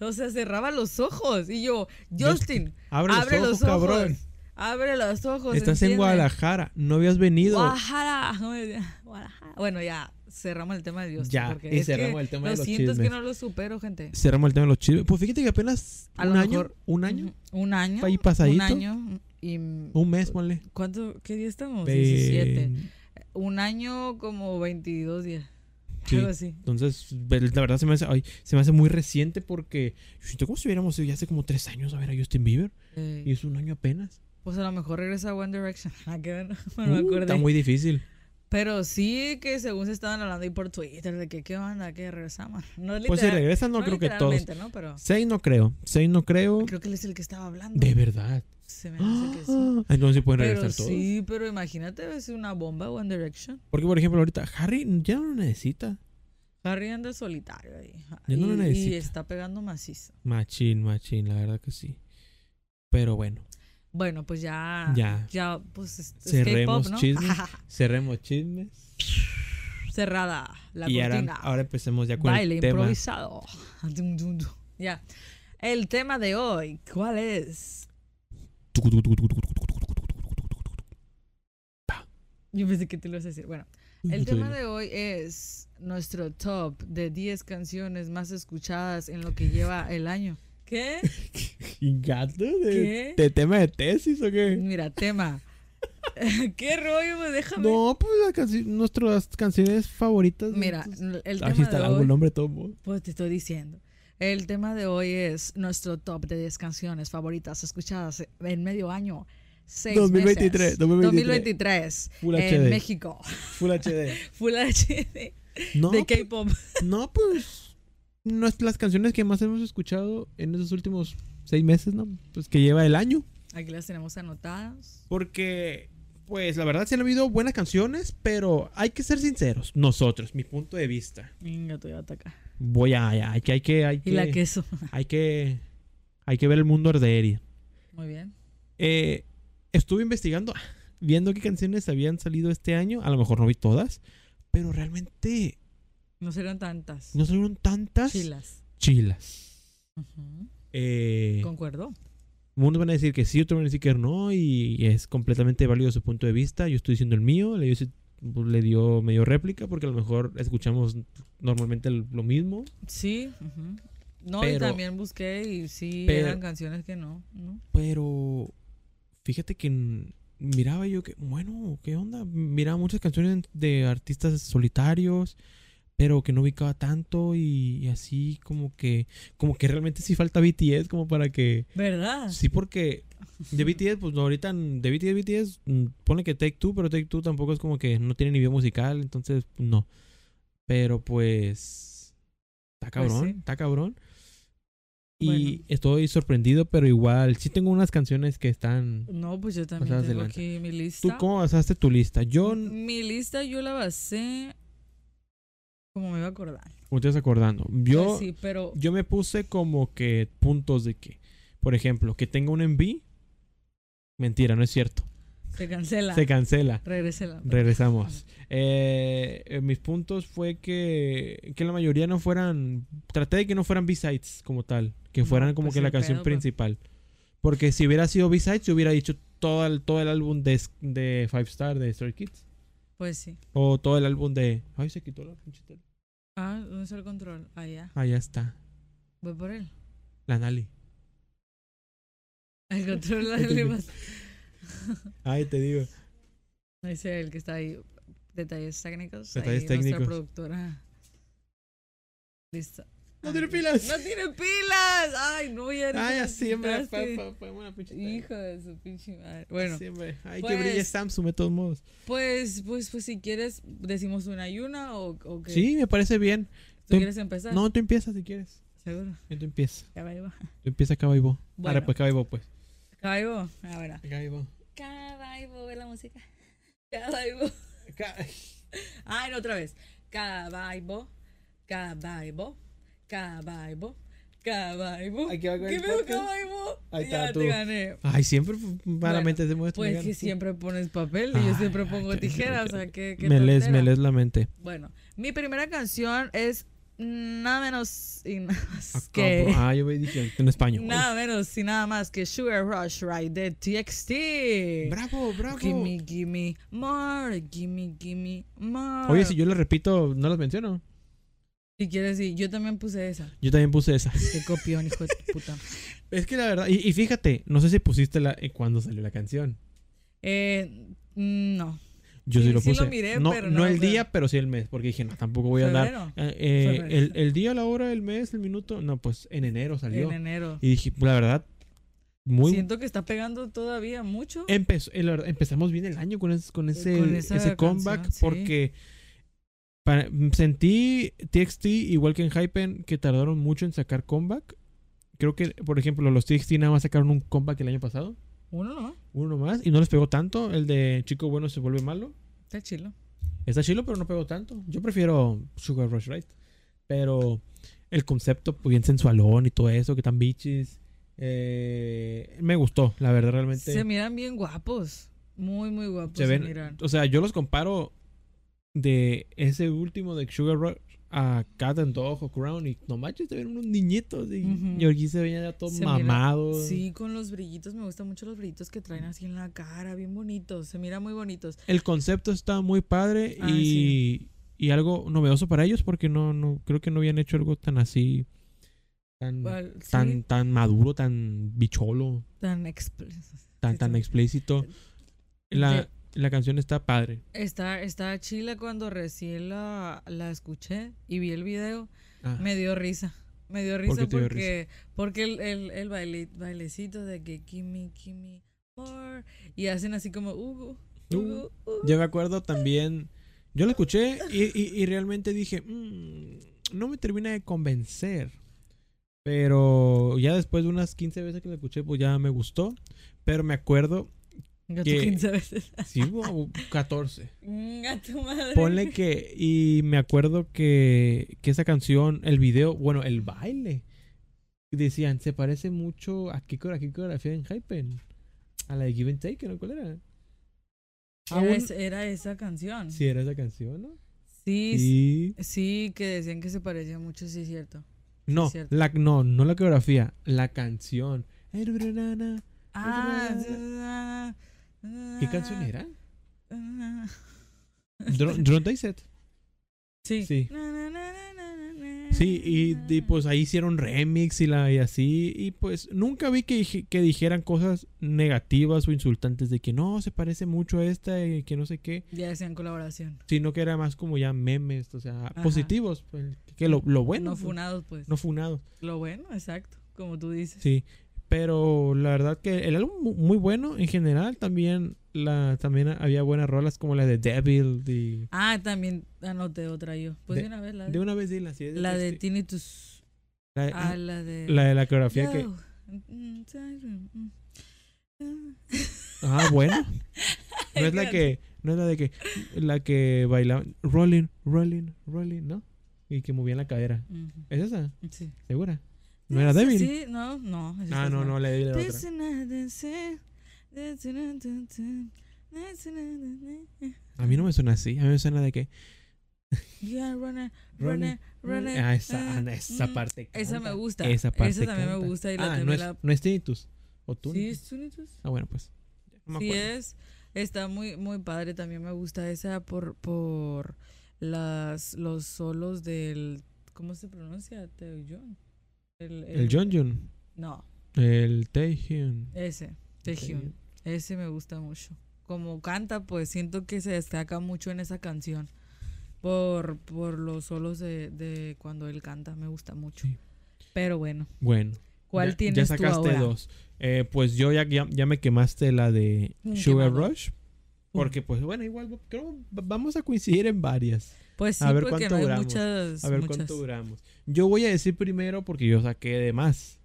Speaker 2: O sea, cerraba los ojos. Y yo, Justin,
Speaker 1: Abre los
Speaker 2: abre
Speaker 1: ojos,
Speaker 2: los ojos.
Speaker 1: cabrón.
Speaker 2: Abre los ojos.
Speaker 1: Estás en
Speaker 2: ¿entiendes?
Speaker 1: Guadalajara, no habías venido.
Speaker 2: Guajara, ¿cómo decía? Guadalajara. Bueno, ya cerramos el tema de Justin.
Speaker 1: Ya,
Speaker 2: porque
Speaker 1: y
Speaker 2: es que
Speaker 1: cerramos el tema de
Speaker 2: lo
Speaker 1: los
Speaker 2: siento, es
Speaker 1: chismes.
Speaker 2: que no lo supero, gente.
Speaker 1: cerramos el tema de los chismes. Pues fíjate que apenas
Speaker 2: A
Speaker 1: un
Speaker 2: lo
Speaker 1: año,
Speaker 2: mejor-
Speaker 1: un año,
Speaker 2: Ujú, Un año.
Speaker 1: Pa' ahí pasadito.
Speaker 2: Un año y...
Speaker 1: un mes, ponle. Em,
Speaker 2: ¿Cuánto? ¿Qué día estamos?
Speaker 1: Ve-
Speaker 2: 17. Un año como 22 días.
Speaker 1: Sí.
Speaker 2: Algo así.
Speaker 1: Entonces, ve- la verdad se me hace, ay, se me hace muy reciente porque yo siento como si hubiéramos ido ya hace como tres años a ver a Justin Bieber
Speaker 2: Eh,
Speaker 1: y es un año apenas.
Speaker 2: Pues a lo mejor regresa a One Direction. Ah, qué bueno, me
Speaker 1: Uh,
Speaker 2: acordé.
Speaker 1: está muy difícil.
Speaker 2: Pero sí que según se estaban hablando ahí por Twitter de que qué onda, que regresamos. No
Speaker 1: pues si
Speaker 2: literal-
Speaker 1: regresan, no, creo que todos.
Speaker 2: literalmente, ¿no? Pero
Speaker 1: Seis no creo, seis no creo.
Speaker 2: creo que él es el que estaba hablando.
Speaker 1: De verdad.
Speaker 2: Se me hace que sí.
Speaker 1: Ah, Entonces sí pueden
Speaker 2: Pero
Speaker 1: regresar todos.
Speaker 2: sí, pero imagínate, es una bomba One Direction.
Speaker 1: Porque, por ejemplo, ahorita Harry ya no lo necesita.
Speaker 2: Harry anda solitario ahí.
Speaker 1: Ya no
Speaker 2: y,
Speaker 1: lo
Speaker 2: y
Speaker 1: necesita.
Speaker 2: está pegando macizo.
Speaker 1: Machín, machín, la verdad que sí. Pero bueno,
Speaker 2: Bueno, pues ya.
Speaker 1: Ya.
Speaker 2: Ya, pues es, es
Speaker 1: Cerremos
Speaker 2: K-pop, ¿no?
Speaker 1: chismes. cerremos chismes.
Speaker 2: Cerrada la
Speaker 1: y ahora,
Speaker 2: cortina.
Speaker 1: ahora empecemos ya con
Speaker 2: Baile
Speaker 1: el tema.
Speaker 2: improvisado. Dum, dum, dum. Ya. El tema de hoy, ¿cuál es? Yo pensé que te lo ibas a decir. Bueno, el tema de hoy es nuestro top de 10 canciones más escuchadas en lo que lleva el año. ¿Qué?
Speaker 1: ¿Y gato
Speaker 2: ¿Qué?
Speaker 1: de, de tema de tesis o qué?
Speaker 2: Mira, tema. ¿Qué rollo? Pues Déjame.
Speaker 1: No, pues la canci- nuestras canciones favoritas.
Speaker 2: Mira,
Speaker 1: Entonces,
Speaker 2: el
Speaker 1: así
Speaker 2: tema
Speaker 1: está
Speaker 2: de
Speaker 1: largo el
Speaker 2: hoy,
Speaker 1: nombre todo. mo-
Speaker 2: pues te estoy diciendo. El tema de hoy es nuestro top de 10 canciones favoritas escuchadas en medio año. Seis
Speaker 1: 2023,
Speaker 2: meses. 2023.
Speaker 1: 2023. Full
Speaker 2: en
Speaker 1: HD.
Speaker 2: México.
Speaker 1: Full HD.
Speaker 2: Full HD
Speaker 1: No,
Speaker 2: de K-pop.
Speaker 1: no, pues. nues- las canciones que más hemos escuchado en esos últimos seis meses, ¿no? Pues que lleva el año.
Speaker 2: Aquí las tenemos anotadas.
Speaker 1: Porque, pues, la verdad sí han habido buenas canciones, pero hay que ser sinceros. Nosotros, mi punto de vista.
Speaker 2: Venga, te voy a atacar.
Speaker 1: Voy a, hay que, hay que, hay
Speaker 2: Y la
Speaker 1: que,
Speaker 2: queso.
Speaker 1: hay que, hay que ver el mundo arder.
Speaker 2: Muy bien.
Speaker 1: Eh, estuve investigando, viendo qué canciones habían salido este año. A lo mejor no vi todas, pero realmente
Speaker 2: No serán tantas.
Speaker 1: no salieron tantas
Speaker 2: Chilas.
Speaker 1: chilas.
Speaker 2: Ujú.
Speaker 1: Eh,
Speaker 2: Concuerdo.
Speaker 1: unos van a decir que sí, otros van a decir que no, y es completamente válido su punto de vista. Yo estoy diciendo el mío, le dio, ese- pues, le dio medio réplica, porque a lo mejor escuchamos normalmente el- lo mismo.
Speaker 2: Sí. ujú. No, y
Speaker 1: Pero-
Speaker 2: también busqué y sí
Speaker 1: pero-
Speaker 2: eran canciones que no. ¿no?
Speaker 1: Pero fíjate que n- miraba yo que, bueno, ¿qué onda? Miraba muchas canciones de artistas solitarios, pero que no ubicaba tanto y, y así como que, como que realmente sí falta BTS como para que...
Speaker 2: ¿Verdad?
Speaker 1: Sí, porque de BTS, pues no, ahorita n- de BTS, BTS, mm, pone que Take Two, pero Take Two tampoco es como que no tiene ni video musical, entonces no. Pero pues.
Speaker 2: Pues
Speaker 1: Está cabrón,
Speaker 2: sí.
Speaker 1: está cabrón. Y
Speaker 2: Bueno.
Speaker 1: estoy sorprendido, pero igual, sí tengo unas canciones que están.
Speaker 2: No, pues yo también
Speaker 1: Pasabas
Speaker 2: tengo
Speaker 1: adelante.
Speaker 2: aquí mi
Speaker 1: ¿Tú
Speaker 2: lista.
Speaker 1: cómo basaste tu lista? Yo n-
Speaker 2: Mi lista yo la basé como me iba a acordar.
Speaker 1: me estás acordando. Yo,
Speaker 2: Pues sí, pero
Speaker 1: yo me puse como que puntos de que, por ejemplo, que tenga un enví. Mentira, no es cierto.
Speaker 2: se cancela.
Speaker 1: Se cancela.
Speaker 2: Regrésela.
Speaker 1: Regresamos. Eh, eh, mis puntos fue que, que la mayoría no fueran. Traté de que no fueran B-sides como tal. Que
Speaker 2: No,
Speaker 1: fueran como
Speaker 2: pues
Speaker 1: que la
Speaker 2: el
Speaker 1: canción
Speaker 2: pedo, pa.
Speaker 1: principal. Porque si hubiera sido B-sides, yo hubiera dicho todo el, todo el álbum de, de Five Star de Stray Kids.
Speaker 2: Pues sí.
Speaker 1: O todo el álbum de. Ay, se quitó la pinche tele.
Speaker 2: Ah, ¿dónde está el control? Allá.
Speaker 1: Ah, ya está.
Speaker 2: Voy por él.
Speaker 1: La Nali.
Speaker 2: El control
Speaker 1: Ahí te
Speaker 2: dale
Speaker 1: digo.
Speaker 2: más.
Speaker 1: Ay, te digo.
Speaker 2: Es el que está ahí. Detalles técnicos.
Speaker 1: Detalles
Speaker 2: ahí
Speaker 1: técnicos.
Speaker 2: Nuestra productora. Listo.
Speaker 1: ¡No tiene pilas!
Speaker 2: ¡No tiene pilas! ¡Ay, no! Ya no
Speaker 1: Ay,
Speaker 2: me
Speaker 1: así, hombre. Pa,
Speaker 2: quitaste.
Speaker 1: pa, pa, una pinche tele.
Speaker 2: Hijo de su pinche madre. Bueno,
Speaker 1: Así, hombre. Ay, que
Speaker 2: pues-
Speaker 1: brille Samsung de todos modos.
Speaker 2: pues, pues, pues si quieres, decimos una y una o, o qué.
Speaker 1: Sí, me parece bien.
Speaker 2: ¿Tú
Speaker 1: tú-
Speaker 2: quieres empezar?
Speaker 1: No, tú empiezas si quieres.
Speaker 2: Seguro.
Speaker 1: Tú empiezas.
Speaker 2: Ya va, ahí va.
Speaker 1: Tú Empieza Cabaibo.
Speaker 2: Bueno.
Speaker 1: Ahora pues Cabaibo, pues.
Speaker 2: Caibo. Ahora.
Speaker 1: Cabaibo.
Speaker 2: Cabaibo, ve la música. Cabaibo. Ay, no, Ah, otra vez. Cabaibo, cabaibo, cabaibo, cabaibo.
Speaker 1: Aquí va con
Speaker 2: ¿Qué
Speaker 1: el
Speaker 2: veo
Speaker 1: podcast.
Speaker 2: cabaibo?
Speaker 1: Ahí
Speaker 2: ya
Speaker 1: está, tú. Pues
Speaker 2: te gané.
Speaker 1: Ay, siempre malamente hacemos esto.
Speaker 2: Pues
Speaker 1: Miguel.
Speaker 2: que siempre pones papel y yo
Speaker 1: Ay,
Speaker 2: siempre
Speaker 1: ay,
Speaker 2: pongo
Speaker 1: ay,
Speaker 2: tijera,
Speaker 1: ay,
Speaker 2: o sea, que...
Speaker 1: Me lees, me lees la mente.
Speaker 2: Bueno, mi primera canción es nada menos y nada más
Speaker 1: Acá,
Speaker 2: que...
Speaker 1: bro. Ah, yo voy diciendo en español.
Speaker 2: Nada menos y nada más que Sugar Rush Ride de TXT.
Speaker 1: Bravo, bravo.
Speaker 2: Gimme, gimme more, gimme, gimme more.
Speaker 1: Oye, si yo las repito, no las menciono.
Speaker 2: Si quieres, sí, yo también puse esa.
Speaker 1: Yo también puse esa.
Speaker 2: Qué copión, hijo de tu puta.
Speaker 1: Es que la verdad, y, y fíjate, no sé si pusiste la eh, cuando salió la canción.
Speaker 2: Eh, no.
Speaker 1: Yo sí,
Speaker 2: Sí,
Speaker 1: lo
Speaker 2: sí
Speaker 1: puse.
Speaker 2: lo miré,
Speaker 1: no,
Speaker 2: pero
Speaker 1: no
Speaker 2: no,
Speaker 1: el
Speaker 2: o sea-
Speaker 1: día, pero sí el mes, porque dije, no, tampoco voy a andar.
Speaker 2: Febrero.
Speaker 1: Eh, eh,
Speaker 2: Febrero.
Speaker 1: el, el día, la hora, el mes, el minuto. No, pues en enero salió.
Speaker 2: En enero.
Speaker 1: Y dije, la verdad, muy,
Speaker 2: Siento que está pegando todavía mucho.
Speaker 1: Empezó, eh, la verdad, empezamos bien el año con, es- con ese,
Speaker 2: Eh, con esa
Speaker 1: ese comeback
Speaker 2: canción, sí.
Speaker 1: porque para- sentí TXT igual que en Hypen que tardaron mucho en sacar comeback. Creo que, por ejemplo, los TXT nada más sacaron un comeback el año pasado,
Speaker 2: Uno no.
Speaker 1: uno más, y no les pegó tanto. El de Chico Bueno se vuelve malo.
Speaker 2: Está chilo.
Speaker 1: Está chilo, pero no pegó tanto. Yo prefiero Sugar Rush Right. Pero el concepto pues, bien sensualón y todo eso, que tan bitches. eh, me gustó, la verdad, realmente.
Speaker 2: Se miran bien guapos. Muy, muy guapos.
Speaker 1: Se
Speaker 2: Se,
Speaker 1: ven-
Speaker 2: miran.
Speaker 1: O sea, yo los comparo de ese último de Sugar Rush a Cat and Dog o Crown y no manches, se ven unos niñitos y,
Speaker 2: Ujú.
Speaker 1: y aquí se veía ya todo
Speaker 2: Se mira-
Speaker 1: mamado.
Speaker 2: Sí, con los brillitos. Me gustan mucho los brillitos que traen así en la cara. Bien bonitos. Se miran muy bonitos.
Speaker 1: El concepto está muy padre
Speaker 2: Ah,
Speaker 1: y, y algo novedoso para ellos porque no, no creo que no habían hecho algo tan así, tan,
Speaker 2: Cual- sí,
Speaker 1: Mm, tan, tan maduro, tan bicholo,
Speaker 2: tan explícitos.
Speaker 1: tan,
Speaker 2: Sí,
Speaker 1: tan
Speaker 2: sí.
Speaker 1: explícito. La,
Speaker 2: De-
Speaker 1: la canción está padre.
Speaker 2: Está, está chila cuando recién la, la escuché y vi el video.
Speaker 1: Ah,
Speaker 2: Me dio risa. Me dio
Speaker 1: ¿Por
Speaker 2: risa
Speaker 1: qué te dio
Speaker 2: porque, porque el, el, el baile- bailecito de que Kimi, Kimi, more. Y hacen así como Hugo,
Speaker 1: Uh.
Speaker 2: Hugo, Hugo.
Speaker 1: Yo me acuerdo también, yo lo escuché y, y- y realmente dije, "Mm, no me termina de convencer. Pero ya después de unas 15 veces que lo escuché, pues ya me gustó. Pero me acuerdo,
Speaker 2: Gato
Speaker 1: que-
Speaker 2: 15 veces.
Speaker 1: sí, hubo 14.
Speaker 2: Gato madre.
Speaker 1: Ponle que, y me acuerdo que, que esa canción, el video, bueno, el baile, decían, se parece mucho a qué, core- a qué coreografía en Hypen. A la de Give and Take, ¿no? ¿Cuál era? Ah,
Speaker 2: Era,
Speaker 1: un-
Speaker 2: es- era esa canción.
Speaker 1: Sí, era esa canción, ¿no?
Speaker 2: Sí, sí,
Speaker 1: Sí.
Speaker 2: que decían que se parecía mucho, sí es cierto.
Speaker 1: No,
Speaker 2: cierto.
Speaker 1: la, no, no la coreografía, la canción. ¿Qué
Speaker 2: Ah,
Speaker 1: canción era?
Speaker 2: Ah.
Speaker 1: Dr- Drone Day Set.
Speaker 2: Sí.
Speaker 1: Sí.
Speaker 2: Na, na, na, na, na, na,
Speaker 1: Sí, y,
Speaker 2: na,
Speaker 1: y,
Speaker 2: na.
Speaker 1: pues ahí hicieron remix y, la, y así. Y pues nunca vi que, dij- que dijeran cosas negativas o insultantes de que no, se parece mucho a esta y que no sé qué.
Speaker 2: Ya hacían colaboración.
Speaker 1: Sino que era más como ya memes, o sea,
Speaker 2: Ajá.
Speaker 1: positivos. pues, que lo, lo
Speaker 2: no
Speaker 1: bueno. pues,
Speaker 2: funados, pues.
Speaker 1: No funado.
Speaker 2: Lo bueno, exacto. Como tú dices.
Speaker 1: Sí. Pero la verdad que el álbum mu- muy bueno en general. También la también había buenas rolas como la de Devil. y-
Speaker 2: Ah, también anoté otra yo. Pues
Speaker 1: De-
Speaker 2: de, una vez la de,
Speaker 1: de una vez dila, sí, es
Speaker 2: la de
Speaker 1: este-
Speaker 2: Tinnitus.
Speaker 1: la, de-
Speaker 2: Ah, la de.
Speaker 1: la de la coreografía que.
Speaker 2: Yo. Mm, sorry, mm.
Speaker 1: Ah, bueno. No es la que, no es la de que, la que bailaba rolling, rolling, rolling, ¿no? Y que movían la cadera.
Speaker 2: Ujú,
Speaker 1: ¿Es esa?
Speaker 2: Mm, Sí.
Speaker 1: ¿Segura? ¿No era débil?
Speaker 2: débil? Sí, no, no. esa
Speaker 1: Ah,
Speaker 2: es
Speaker 1: no,
Speaker 2: la-
Speaker 1: no, la débil era otra.
Speaker 2: Dancing and dancing, dancing and dancing, dancing and dancing.
Speaker 1: A mí no me suena así, a mí me suena de que.
Speaker 2: You are running,
Speaker 1: Running,
Speaker 2: running, running.
Speaker 1: Ah, esa,
Speaker 2: ah,
Speaker 1: ah, esa
Speaker 2: mm.
Speaker 1: parte.
Speaker 2: Esa me
Speaker 1: canta.
Speaker 2: gusta.
Speaker 1: Esa parte.
Speaker 2: también me
Speaker 1: canta.
Speaker 2: gusta y la
Speaker 1: ah,
Speaker 2: también
Speaker 1: no es,
Speaker 2: la-
Speaker 1: no es tinnitus. O tú.
Speaker 2: Sí, es Tinnitus.
Speaker 1: Ah, bueno, pues. No me
Speaker 2: Sí eh,
Speaker 1: acuerdo.
Speaker 2: es, está muy muy padre, también me gusta esa por por las los solos del ¿cómo se pronuncia? Teo John. El,
Speaker 1: El Jonjun.
Speaker 2: No,
Speaker 1: El Taehyun.
Speaker 2: ese, Taehyun. Ese me gusta mucho. Como canta, pues siento que se destaca mucho en esa canción. Por, por los solos de, de cuando él canta, me gusta mucho.
Speaker 1: Sí.
Speaker 2: Pero bueno,
Speaker 1: Bueno.
Speaker 2: ¿cuál
Speaker 1: ya,
Speaker 2: tienes
Speaker 1: Ya sacaste
Speaker 2: tú ahora?
Speaker 1: dos. Eh, pues yo ya, ya, ya me quemaste la de
Speaker 2: Mm,
Speaker 1: Sugar
Speaker 2: quemado.
Speaker 1: Rush. Porque, pues bueno, igual creo va- vamos a coincidir en varias.
Speaker 2: Pues sí,
Speaker 1: A ver
Speaker 2: porque
Speaker 1: cuánto
Speaker 2: no hay
Speaker 1: duramos.
Speaker 2: muchas.
Speaker 1: A ver
Speaker 2: muchas.
Speaker 1: cuánto duramos. Yo voy a decir primero porque yo saqué de más.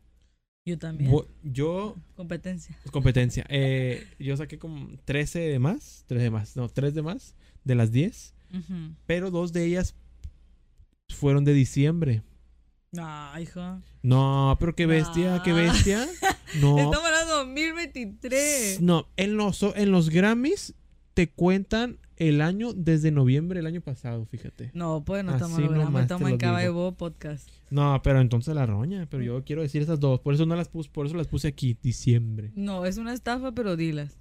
Speaker 2: Yo también.
Speaker 1: Vo- Yo,
Speaker 2: Competencia.
Speaker 1: competencia. Eh, yo saqué como 13 de más. 3 de más. No, 3 de más. De las 10.
Speaker 2: Ujú.
Speaker 1: Pero dos de ellas fueron de diciembre.
Speaker 2: No, hija.
Speaker 1: No, pero qué bestia, qué
Speaker 2: Ah.
Speaker 1: bestia. No,
Speaker 2: Estamos hablando de 2023.
Speaker 1: No, en los, en los Grammys te cuentan el año desde noviembre del año pasado, fíjate.
Speaker 2: No, pues no
Speaker 1: Así
Speaker 2: estamos hablando,
Speaker 1: nomás
Speaker 2: estamos
Speaker 1: te
Speaker 2: en
Speaker 1: lo digo.
Speaker 2: Caballo Podcast.
Speaker 1: No, pero entonces la roña, pero yo quiero decir esas dos, por eso no las puse, por eso las puse aquí, diciembre.
Speaker 2: No, es una estafa, pero dilas.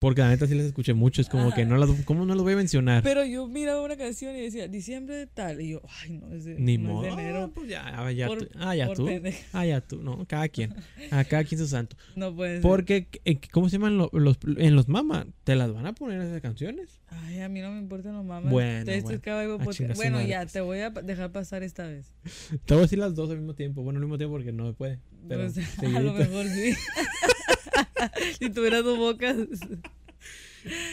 Speaker 1: Porque la neta sí las escuché mucho, es como que no las, ¿cómo no las voy a mencionar?
Speaker 2: Pero yo miraba una canción y decía, diciembre de tal. Y yo, ay, no, es de,
Speaker 1: Ni
Speaker 2: no
Speaker 1: modo.
Speaker 2: es de
Speaker 1: Ah,
Speaker 2: enero.
Speaker 1: pues ya, ah, ya
Speaker 2: Por-
Speaker 1: tú, ah, ya
Speaker 2: por
Speaker 1: tú,
Speaker 2: pendeja.
Speaker 1: ah, ya tú, no, cada quien, a cada quien su santo.
Speaker 2: No puede ser.
Speaker 1: Porque, eh, ¿cómo se llaman lo- los, en los mamas? ¿Te las van a poner esas canciones?
Speaker 2: Ay, a mí no me importan los mamas.
Speaker 1: Bueno,
Speaker 2: Esto
Speaker 1: bueno.
Speaker 2: es Caballo
Speaker 1: Ah, chinga
Speaker 2: Podcast.
Speaker 1: su
Speaker 2: Bueno,
Speaker 1: madre,
Speaker 2: ya,
Speaker 1: pues.
Speaker 2: te voy a pa- dejar pasar esta vez.
Speaker 1: Te voy a decir las dos al mismo tiempo, bueno, al mismo tiempo porque no se puede. Pero
Speaker 2: Pues, a lo
Speaker 1: seguidito.
Speaker 2: mejor sí. si tuviera dos bocas.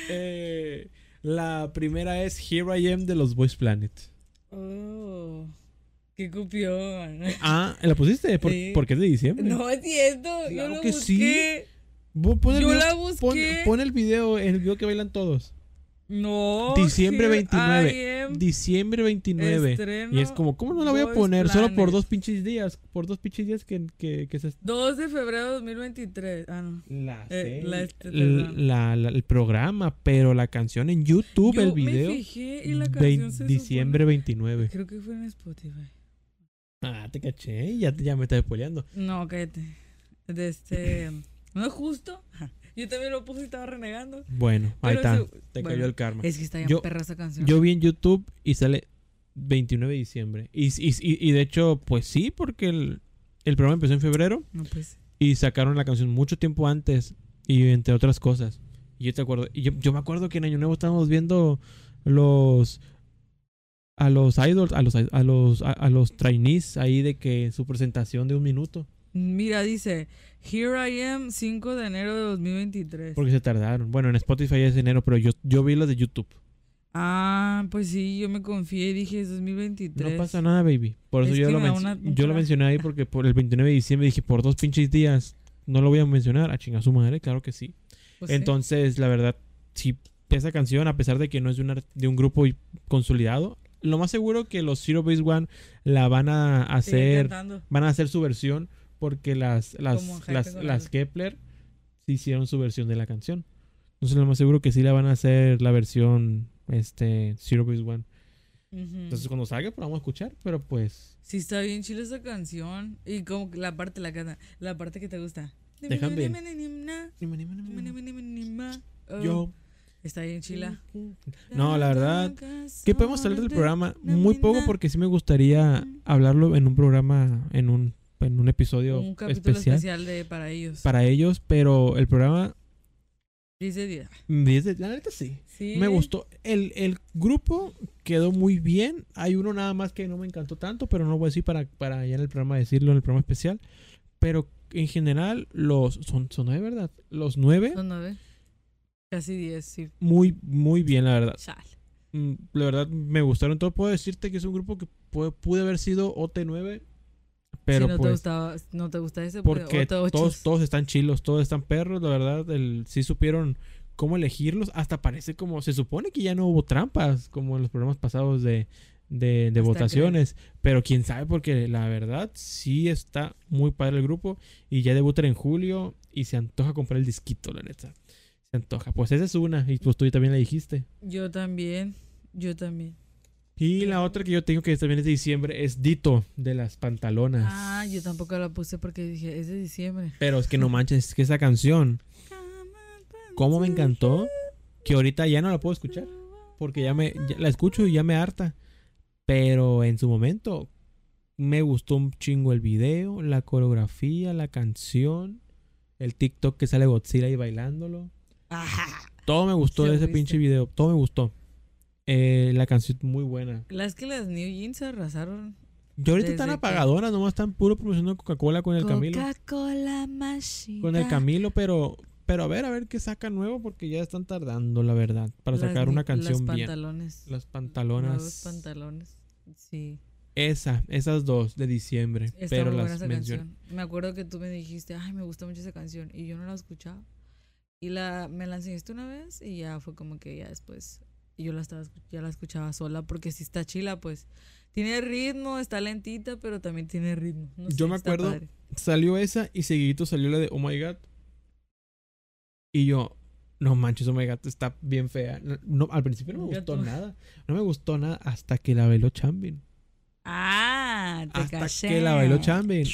Speaker 1: Eh, la primera es Here I Am de los Boys Planet.
Speaker 2: Oh, qué copión.
Speaker 1: Ah, ¿la pusiste? ¿Por,
Speaker 2: Sí.
Speaker 1: Porque es de diciembre.
Speaker 2: No es cierto, yo
Speaker 1: Claro
Speaker 2: lo
Speaker 1: que sí.
Speaker 2: busqué.
Speaker 1: Bo- Pon el
Speaker 2: Yo
Speaker 1: video,
Speaker 2: la
Speaker 1: pon-
Speaker 2: busqué.
Speaker 1: pon el video, el video que bailan todos.
Speaker 2: No.
Speaker 1: Diciembre
Speaker 2: here
Speaker 1: 29.
Speaker 2: I am,
Speaker 1: Diciembre 29.
Speaker 2: Em, estreno,
Speaker 1: y es como, ¿cómo no la voy a
Speaker 2: Boys
Speaker 1: poner? Solo por
Speaker 2: Planet.
Speaker 1: dos pinches días. Por dos pinches días que, que, que se...
Speaker 2: 2 de febrero de 2023. Ah, no.
Speaker 1: La,
Speaker 2: Eh, la- este
Speaker 1: l- la- la- el programa, pero la canción en YouTube,
Speaker 2: Yo
Speaker 1: el
Speaker 2: Me
Speaker 1: video.
Speaker 2: fijé y la
Speaker 1: vein-
Speaker 2: canción se
Speaker 1: diciembre 29.
Speaker 2: supone- Creo que fue en Spotify.
Speaker 1: Ah, te caché, ya, te- ya me estás espoleando.
Speaker 2: No, cállate. De este. no es justo. Yo también lo puse y estaba renegando.
Speaker 1: Bueno, ahí
Speaker 2: Pero
Speaker 1: está.
Speaker 2: eso-
Speaker 1: te
Speaker 2: bueno,
Speaker 1: cayó el karma.
Speaker 2: Es que está bien
Speaker 1: Yo-
Speaker 2: perra esa canción.
Speaker 1: Yo vi en YouTube y sale 29 de diciembre. Y, y- y- y de hecho, pues sí, porque el, el programa empezó en febrero
Speaker 2: no, pues.
Speaker 1: y sacaron la canción mucho tiempo antes y entre otras cosas. Y yo te acuerdo, y yo, yo me acuerdo que en Año Nuevo estábamos viendo los a los idols, a los a los a, a los trainees ahí de que su presentación de un minuto,
Speaker 2: Mira, dice. Here I am, 5 de enero de 2023.
Speaker 1: porque se tardaron. Bueno, en Spotify es enero, pero yo yo vi las de YouTube.
Speaker 2: Ah, pues sí, yo me confié y dije, es 2023.
Speaker 1: No pasa nada, baby. Por eso
Speaker 2: Es
Speaker 1: yo
Speaker 2: que
Speaker 1: lo,
Speaker 2: me da
Speaker 1: menc-
Speaker 2: una- un
Speaker 1: yo lo
Speaker 2: coraje.
Speaker 1: mencioné ahí porque por el 29 de diciembre dije, por dos pinches días, no lo voy a mencionar. A chingar su madre, claro que sí.
Speaker 2: Pues sí.
Speaker 1: Entonces, la verdad, sí, esa canción, a pesar de que no es de, un ar- de un grupo y- consolidado, lo más seguro que los Zero Base One la van a
Speaker 2: Sigue
Speaker 1: hacer,
Speaker 2: cantando.
Speaker 1: van a hacer su versión porque las,
Speaker 2: Como en
Speaker 1: las,
Speaker 2: Hype
Speaker 1: las,
Speaker 2: Colorado.
Speaker 1: las Kepler sí hicieron su versión de la canción. Entonces lo más seguro que sí la van a hacer la versión este Zero Base One.
Speaker 2: Ujú.
Speaker 1: Entonces cuando salga pues la vamos a escuchar, pero pues
Speaker 2: Sí, está bien chila esa canción. Y como que la parte la canta, la parte que te gusta.
Speaker 1: Dejan bien.
Speaker 2: Yo.
Speaker 1: yo
Speaker 2: Oh, Está bien chila.
Speaker 1: No, la verdad, que podemos hablar del programa muy poco porque sí me gustaría hablarlo en un programa en un en un episodio
Speaker 2: Un capítulo especial,
Speaker 1: especial
Speaker 2: de para ellos.
Speaker 1: para ellos, pero el programa
Speaker 2: Dice Dida.
Speaker 1: desde la neta sí.
Speaker 2: Sí.
Speaker 1: Me gustó. El, el grupo quedó muy bien. Hay uno nada más que no me encantó tanto, pero no lo voy a decir para, para ya en el programa decirlo, en el programa especial. Pero en general, los son, son nueve, ¿verdad? Los nueve,
Speaker 2: Son nueve. Casi diez, sí.
Speaker 1: muy, muy bien, la verdad.
Speaker 2: Chale.
Speaker 1: Mm, La verdad, me gustaron. Todo puedo decirte que es un grupo que puede, pudo haber sido OT9, pero
Speaker 2: si no te
Speaker 1: pues.
Speaker 2: gustaba, no te gusta ese, pues,
Speaker 1: Porque
Speaker 2: otro ocho.
Speaker 1: todos, todos están chilos, todos están perros, la verdad, el, sí supieron cómo elegirlos, hasta parece como, se supone que ya no hubo trampas, como en los programas pasados de, de, de
Speaker 2: Hasta
Speaker 1: votaciones, pero quién sabe, porque la verdad sí está muy padre el grupo y ya debutan en julio y se antoja comprar el disquito, la neta. Se antoja, pues esa es una, y pues tú también la dijiste.
Speaker 2: Yo también. Yo también.
Speaker 1: Y la otra que yo tengo que también es de diciembre es Dito de las pantalonas.
Speaker 2: Ah, yo tampoco la puse porque dije, es de diciembre.
Speaker 1: Pero es que no manches, es que esa canción... cómo me encantó que ahorita ya no la puedo escuchar porque ya me ya la escucho y ya me harta pero en su momento me gustó un chingo el video la coreografía la canción el TikTok que sale Godzilla ahí bailándolo
Speaker 2: Ajá.
Speaker 1: todo me gustó
Speaker 2: Sí, lo
Speaker 1: de ese
Speaker 2: viste.
Speaker 1: pinche video todo me gustó Eh, la canción muy buena
Speaker 2: Las que las New Jeans se arrasaron.
Speaker 1: yo ahorita
Speaker 2: Desde
Speaker 1: están
Speaker 2: que-
Speaker 1: apagadoras nomás están puro promocionando Coca-Cola con el Camilo
Speaker 2: Coca-Cola Machine.
Speaker 1: con el Camilo pero pero a ver a ver qué saca nuevo porque ya están tardando la verdad para
Speaker 2: Las
Speaker 1: sacar
Speaker 2: ni-
Speaker 1: una canción
Speaker 2: las
Speaker 1: bien
Speaker 2: pantalones.
Speaker 1: Las
Speaker 2: Nuevos
Speaker 1: pantalonas.
Speaker 2: pantalones. Sí.
Speaker 1: Esa, esas dos de diciembre.
Speaker 2: Está
Speaker 1: pero
Speaker 2: muy buena
Speaker 1: las
Speaker 2: esa
Speaker 1: mencioné.
Speaker 2: canción. Me acuerdo que tú me dijiste, ay, me gusta mucho esa canción. Y yo no la escuchaba. Y la, me la enseñaste una vez y ya fue como que ya después. Y yo la estaba, escu- ya la escuchaba sola porque sí está chila, pues. Tiene ritmo, está lentita, pero también tiene ritmo. No
Speaker 1: Yo
Speaker 2: sé,
Speaker 1: me
Speaker 2: está
Speaker 1: acuerdo-
Speaker 2: padre.
Speaker 1: Salió esa y seguidito salió la de Oh My God. Y yo, no manches, Oh My God está bien fea. No, no, al principio no me
Speaker 2: Ya
Speaker 1: gustó
Speaker 2: tú.
Speaker 1: nada. No me gustó nada hasta que la bailó Chambin.
Speaker 2: Ah, te
Speaker 1: Hasta
Speaker 2: caché.
Speaker 1: que la bailó Chambin.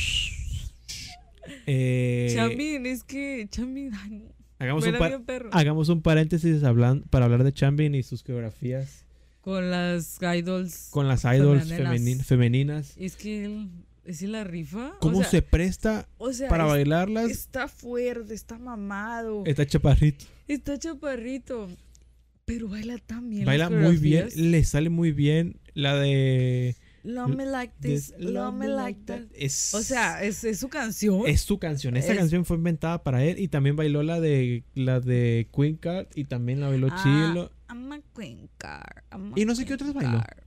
Speaker 1: Eh,
Speaker 2: Chambin, es que Chambin, ay, no,
Speaker 1: hagamos, un
Speaker 2: era
Speaker 1: par- Ah.
Speaker 2: bien perro.
Speaker 1: hagamos un paréntesis hablan- para hablar de Chambin y sus coreografías
Speaker 2: Con las idols.
Speaker 1: con las idols
Speaker 2: Femeninas.
Speaker 1: femenin- femeninas.
Speaker 2: Es que él, es la rifa. O
Speaker 1: ¿Cómo
Speaker 2: sea-
Speaker 1: se presta
Speaker 2: O sea,
Speaker 1: para
Speaker 2: es-
Speaker 1: bailarlas?
Speaker 2: está fuerte, está mamado,
Speaker 1: Está chaparrito.
Speaker 2: está chaparrito, pero baila tan bien. las
Speaker 1: Baila muy bien,
Speaker 2: coreografías.
Speaker 1: le sale muy bien la de...
Speaker 2: Love me like this,
Speaker 1: This
Speaker 2: love me like that.
Speaker 1: Es,
Speaker 2: O sea, es, es su canción.
Speaker 1: es su canción. Esa
Speaker 2: es-
Speaker 1: canción fue inventada para él y también bailó la de la de Queen Card y también la bailó
Speaker 2: Ah.
Speaker 1: Chilo.
Speaker 2: I'm a queen car. I'm a
Speaker 1: Y no sé qué
Speaker 2: queen
Speaker 1: otras bailó.
Speaker 2: car.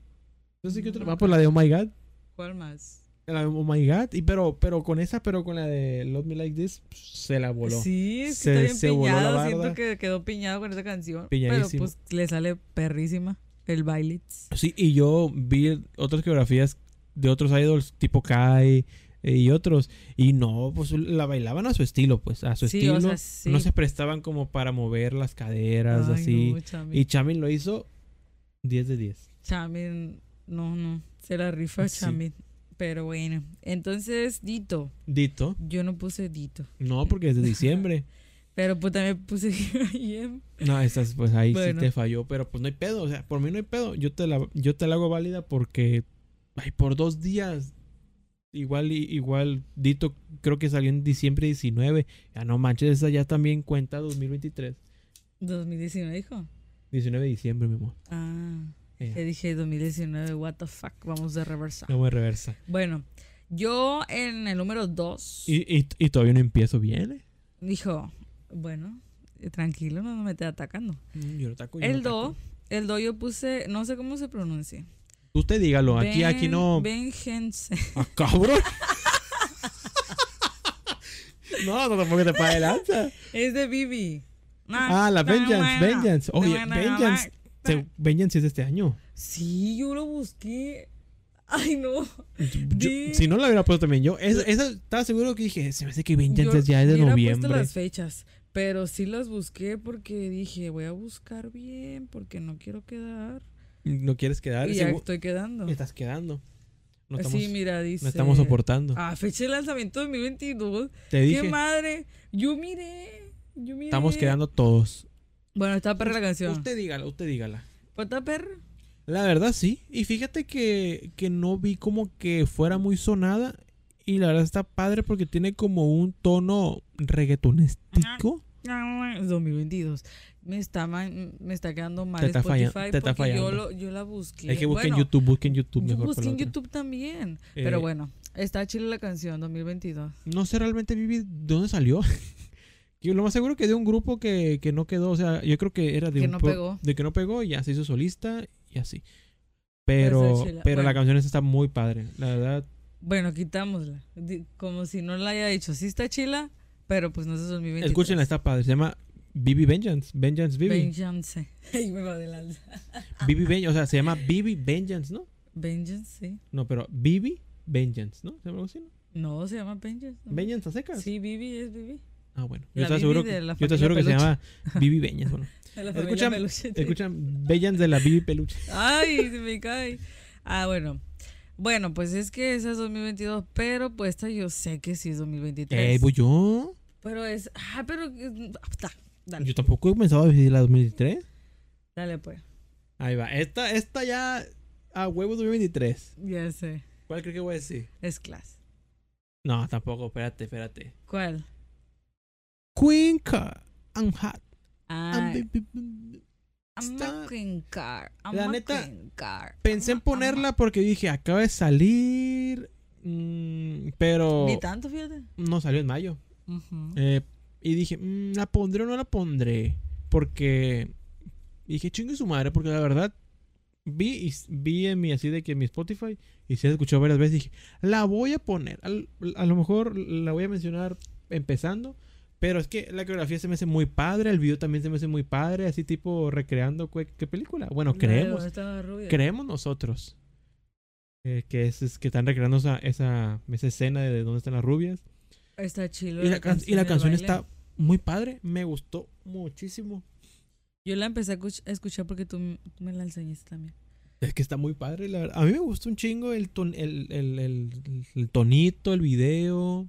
Speaker 1: No sé qué otra.
Speaker 2: No,
Speaker 1: Ah, pues la de Oh My God.
Speaker 2: ¿Cuál más?
Speaker 1: La de Oh My God. Y pero, pero con esa, pero con la de Love Me Like This, pff, se la voló.
Speaker 2: Sí, es que
Speaker 1: Se-
Speaker 2: está bien
Speaker 1: se voló la
Speaker 2: piñado. Siento
Speaker 1: barda.
Speaker 2: que quedó piñado con esa canción.
Speaker 1: Piñadísimo.
Speaker 2: Pero pues le sale perrísima el bailitz.
Speaker 1: Sí, y yo vi otras geografías de otros idols tipo Kai eh, y otros. Y no, pues la bailaban a su estilo, pues, a su
Speaker 2: Sí,
Speaker 1: estilo.
Speaker 2: o sea, sí.
Speaker 1: No se prestaban como para mover las caderas,
Speaker 2: Ay,
Speaker 1: así.
Speaker 2: No, Chami.
Speaker 1: y Chamin lo hizo 10 de 10.
Speaker 2: Chamin, no, no, se la rifa
Speaker 1: Sí.
Speaker 2: Chamin. Pero bueno, entonces Dito,
Speaker 1: Dito.
Speaker 2: yo no puse Dito,
Speaker 1: No, porque es de diciembre.
Speaker 2: pero pues también puse IM.
Speaker 1: No, estas, pues ahí
Speaker 2: Bueno.
Speaker 1: sí te falló. Pero pues no hay pedo. O sea, por mí no hay pedo. Yo te la, yo te la hago válida porque. Ay, por dos días. Igual, y- igual, Dito creo que salió en diciembre 19. Ya no manches, esa ya también cuenta 2023.
Speaker 2: 2019 dijo.
Speaker 1: 19 de diciembre, mi amor.
Speaker 2: Ah,
Speaker 1: Eh,
Speaker 2: le dije 2019, what the fuck, vamos de reversa.
Speaker 1: no me reversa.
Speaker 2: Bueno, yo en el número 2
Speaker 1: Y, y, y todavía no empiezo bien, ¿eh?
Speaker 2: dijo, bueno, eh, tranquilo, no, no me estés atacando.
Speaker 1: Mm, Yo no taco, yo no
Speaker 2: El
Speaker 1: taco.
Speaker 2: Do, el Do yo puse, no sé cómo se pronuncia.
Speaker 1: Usted dígalo, aquí, aquí
Speaker 2: Ben-
Speaker 1: no.
Speaker 2: Ben Jensen.
Speaker 1: ¡Ah, cabrón! no, no tampoco te pague lanza.
Speaker 2: Es de Bibi.
Speaker 1: Ah, la Vengeance, Vengeance. Oye, Vengeance. Se- Vengeance es de este año.
Speaker 2: Sí, yo lo busqué. Ay, no.
Speaker 1: Yo-
Speaker 2: Di-
Speaker 1: si no la hubiera puesto también yo. Esa, esa- estaba seguro que dije, se me hace que
Speaker 2: Yo
Speaker 1: Vengeance ya es de
Speaker 2: hubiera puesto
Speaker 1: noviembre.
Speaker 2: las fechas, Pero sí las busqué porque dije, voy a buscar bien porque no quiero quedar.
Speaker 1: No quieres quedar.
Speaker 2: y ya
Speaker 1: Segu-
Speaker 2: estoy quedando.
Speaker 1: Estás quedando. Ah, No estamos,
Speaker 2: sí, mira, dice.
Speaker 1: no estamos soportando.
Speaker 2: Ah, fecha de lanzamiento 2022.
Speaker 1: Te
Speaker 2: ¡Qué
Speaker 1: dije,
Speaker 2: madre! Yo miré. Yo miré.
Speaker 1: estamos quedando todos.
Speaker 2: Bueno, está perra la canción.
Speaker 1: Usted dígala, usted dígala.
Speaker 2: ¿Pues está perra?
Speaker 1: La verdad sí. Y fíjate que, que no vi como que fuera muy sonada. Y la verdad está padre porque tiene como un tono reggaetonístico.
Speaker 2: Ah, 2022. Me está, man- me está quedando mal
Speaker 1: Te está
Speaker 2: Spotify
Speaker 1: fallan- te está
Speaker 2: porque yo, lo-
Speaker 1: fallando.
Speaker 2: yo la busqué.
Speaker 1: Hay que buscar
Speaker 2: Bueno,
Speaker 1: en YouTube, busquen en YouTube
Speaker 2: yo
Speaker 1: mejor. por
Speaker 2: busqué
Speaker 1: la
Speaker 2: en
Speaker 1: otra.
Speaker 2: YouTube también.
Speaker 1: Eh,
Speaker 2: Pero bueno, está chile la canción 2022.
Speaker 1: No sé realmente, Vivi, de dónde salió. Yo lo más seguro que de un grupo que, que no quedó. O sea, yo creo que era de
Speaker 2: Que
Speaker 1: un
Speaker 2: no
Speaker 1: pro-
Speaker 2: pegó.
Speaker 1: De que no pegó y ya se hizo solista y así.
Speaker 2: Puede
Speaker 1: Pero,
Speaker 2: ser chila.
Speaker 1: pero la
Speaker 2: Bueno.
Speaker 1: canción esa está muy padre. La verdad,
Speaker 2: Bueno, quitámosla. Di- Como si no la haya dicho. Sí está chila, pero pues no es 2022.
Speaker 1: escúchenla, está padre. Se llama Vivi Vengeance. Vengeance Vivi.
Speaker 2: Vengeance. Ahí me va de lanza.
Speaker 1: Vivi Vengeance. O sea, se llama Vivi Vengeance, ¿no?
Speaker 2: Vengeance, sí.
Speaker 1: No, pero Vivi Vengeance, ¿no? ¿Se llama algo así? no?
Speaker 2: No, se llama Vengeance. ¿no?
Speaker 1: ¿Vengeance a secas?
Speaker 2: Mm. Sí, Vivi es Vivi.
Speaker 1: Ah, bueno.
Speaker 2: La
Speaker 1: Yo te
Speaker 2: Vivi
Speaker 1: aseguro,
Speaker 2: de
Speaker 1: que,
Speaker 2: la
Speaker 1: yo
Speaker 2: familia
Speaker 1: te aseguro que se
Speaker 2: Peluche.
Speaker 1: llama Vivi Vengeance.
Speaker 2: De
Speaker 1: Bueno,
Speaker 2: la familia
Speaker 1: Escucha-
Speaker 2: Peluche.
Speaker 1: escuchan Vengeance de la Vivi Peluche.
Speaker 2: Ay, se me cae. Ah, bueno. Bueno, pues es que esa es 2022, pero pues esta yo sé que sí es 2023.
Speaker 1: Eh, voy yo.
Speaker 2: Pero es. Ah, pero. ah, da, Dale,
Speaker 1: Yo tampoco he pensado decir la 2003.
Speaker 2: dale, pues.
Speaker 1: Ahí va. Esta, esta ya a huevo 2023.
Speaker 2: Ya sé.
Speaker 1: ¿Cuál creo que voy a decir?
Speaker 2: Es clase.
Speaker 1: No, tampoco. Espérate, espérate.
Speaker 2: ¿Cuál?
Speaker 1: Queen Car and Hot.
Speaker 2: Ah,
Speaker 1: and baby- baby-
Speaker 2: I'm
Speaker 1: está-
Speaker 2: a queen car. I'm
Speaker 1: La
Speaker 2: a
Speaker 1: neta,
Speaker 2: queen car. I'm a-
Speaker 1: Pensé en
Speaker 2: I'm a-
Speaker 1: ponerla porque dije, acaba de salir. mm, pero
Speaker 2: Ni tanto, fíjate.
Speaker 1: no salió en mayo.
Speaker 2: Ujú.
Speaker 1: Eh, y dije, "Mm, ¿la pondré o no la pondré? Porque dije, chingue su madre, porque la verdad vi, y s- vi en mi así de que en mi Spotify y se escuchó varias veces. Dije, la voy a poner. Al- a lo mejor la voy a mencionar empezando, pero es que la coreografía se me hace muy padre, el video también se me hace muy padre, así tipo recreando cue- qué película. Bueno,
Speaker 2: La de
Speaker 1: creemos,
Speaker 2: ¿Dónde están las rubias?
Speaker 1: creemos nosotros eh, que es, es que están recreando esa, esa, esa escena de dónde están las rubias.
Speaker 2: Está chilo.
Speaker 1: Y la, can- y la
Speaker 2: del
Speaker 1: canción
Speaker 2: baile.
Speaker 1: está muy padre, me gustó muchísimo.
Speaker 2: Yo la empecé a escuch- a escuchar porque tú m- tú me la enseñaste también.
Speaker 1: Es que está muy padre, la verdad. A mí me gustó un chingo el, ton- el, el- el- el tonito, el video.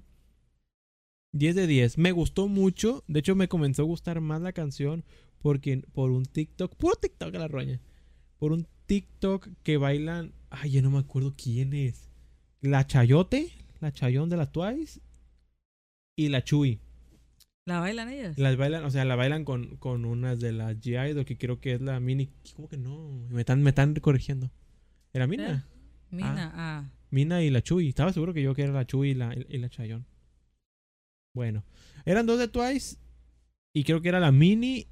Speaker 1: 10 de 10. Me gustó mucho. De hecho, me comenzó a gustar más la canción porque por un TikTok, puro TikTok a la roña. Por un TikTok que bailan, ay, ya no me acuerdo quién es. La Chayote, la Chayón de las Twice y la Chuy.
Speaker 2: ¿La bailan ellas?
Speaker 1: Las bailan, o sea, la bailan con, con unas de las G-Idol, que creo que es la Mini. ¿Cómo que no? Me están, me están corrigiendo. ¿Era Mina?
Speaker 2: Mina, ah.
Speaker 1: Mina y la Chuy. Estaba seguro que yo que era la Chuy y la, y la Chayón. Bueno, eran dos de Twice. Y creo que era la Mini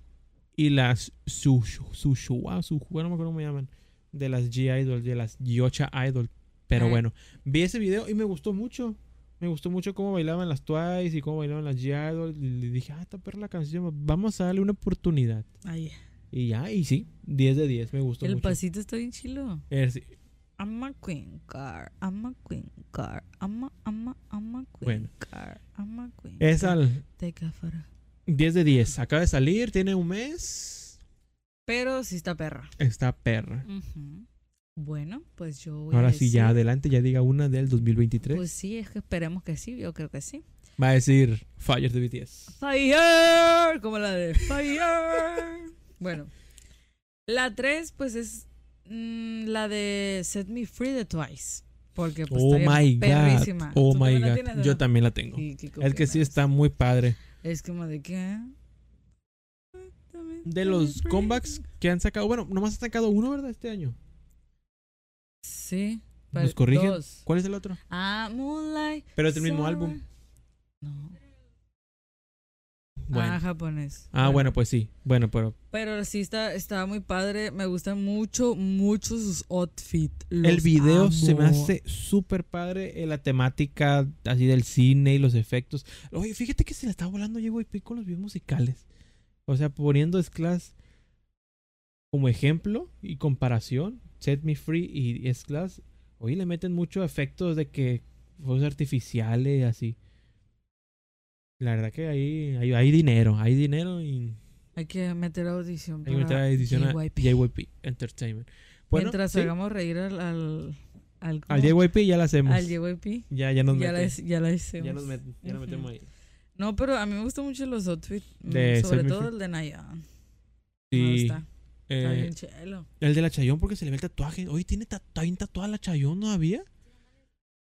Speaker 1: y las Sushua, Sushua, Sushua, no me acuerdo cómo me llaman. De las G-Idol, de las Yocha Idol. Pero
Speaker 2: Ah.
Speaker 1: bueno, vi ese video y me gustó mucho. Me gustó mucho cómo bailaban las Twice y cómo bailaban las G-Idol. Y le dije, ah, esta perra la canción, vamos a darle una oportunidad.
Speaker 2: Ay,
Speaker 1: Y ya, y sí, 10 de 10, me gustó
Speaker 2: el
Speaker 1: mucho.
Speaker 2: pasito está bien chilo.
Speaker 1: Eh, sí,
Speaker 2: I'm a queen car, I'm a queen car, I'm a, I'm a, I'm a queen
Speaker 1: Bueno.
Speaker 2: car, I'm a queen
Speaker 1: Es
Speaker 2: car.
Speaker 1: al
Speaker 2: Take a photo.
Speaker 1: 10 de 10. Acaba de salir, tiene un mes.
Speaker 2: Pero sí está perra.
Speaker 1: Está perra.
Speaker 2: Ujú. Bueno, pues yo voy a
Speaker 1: Ahora sí,
Speaker 2: decir-
Speaker 1: ya adelante, ya diga una del 2023.
Speaker 2: Pues sí, es que esperemos que sí, yo creo que sí.
Speaker 1: Va a decir Fire de BTS.
Speaker 2: Fire, como la de Fire. bueno, la 3 pues es mm, la de Set Me Free de Twice. Porque pues
Speaker 1: oh
Speaker 2: está bien
Speaker 1: my
Speaker 2: perrísima.
Speaker 1: god. Oh
Speaker 2: Ah, ¿Tú
Speaker 1: my
Speaker 2: también la
Speaker 1: god.
Speaker 2: tienes o
Speaker 1: Yo
Speaker 2: no?
Speaker 1: también la tengo.
Speaker 2: Sí, qué
Speaker 1: es que sí
Speaker 2: coqueta.
Speaker 1: está muy padre.
Speaker 2: Es como de ah, qué.
Speaker 1: De los comebacks que han sacado, bueno, nomás han sacado uno, ¿verdad? Este año.
Speaker 2: Sí.
Speaker 1: ¿Nos
Speaker 2: pero
Speaker 1: corrigen?
Speaker 2: dos.
Speaker 1: ¿Cuál es el otro?
Speaker 2: Ah, Moonlight.
Speaker 1: Pero es el mismo
Speaker 2: Summer.
Speaker 1: álbum.
Speaker 2: No.
Speaker 1: Bueno.
Speaker 2: Ah, japonés.
Speaker 1: Ah, bueno, pues sí. Bueno, pero
Speaker 2: Pero sí está, está muy padre. Me gustan mucho, mucho sus outfits.
Speaker 1: el video se me hace súper padre. eh, la temática así del cine y los efectos. Oye, fíjate que se la está volando Diego P con los videos musicales. O sea, poniendo Sclass como ejemplo y comparación. Set Me Free y Sclass. Oye, le meten muchos efectos de que fuegos artificiales y así. La verdad que ahí hay, hay dinero, hay dinero y
Speaker 2: Hay que meter audición
Speaker 1: hay que meter
Speaker 2: para
Speaker 1: edición a
Speaker 2: JYP.
Speaker 1: JYP Entertainment. Bueno,
Speaker 2: Mientras
Speaker 1: sí,
Speaker 2: hagamos reír al... Al, al,
Speaker 1: al JYP ya la hacemos.
Speaker 2: al JYP,
Speaker 1: ya, ya nos
Speaker 2: ya, la,
Speaker 1: meten.
Speaker 2: ya la hacemos.
Speaker 1: Ya nos, met- ya nos
Speaker 2: Ujú.
Speaker 1: metemos ahí.
Speaker 2: No, pero a mí me gustan mucho los outfits. mm,
Speaker 1: De
Speaker 2: sobre
Speaker 1: Semi
Speaker 2: todo
Speaker 1: Fit.
Speaker 2: el de Naya. Me
Speaker 1: Sí,
Speaker 2: gusta. Está
Speaker 1: eh,
Speaker 2: bien chelo.
Speaker 1: el de la Chayón porque se le ve el tatuaje. Oye, ¿tiene ta- está bien tatuada la Chayón todavía?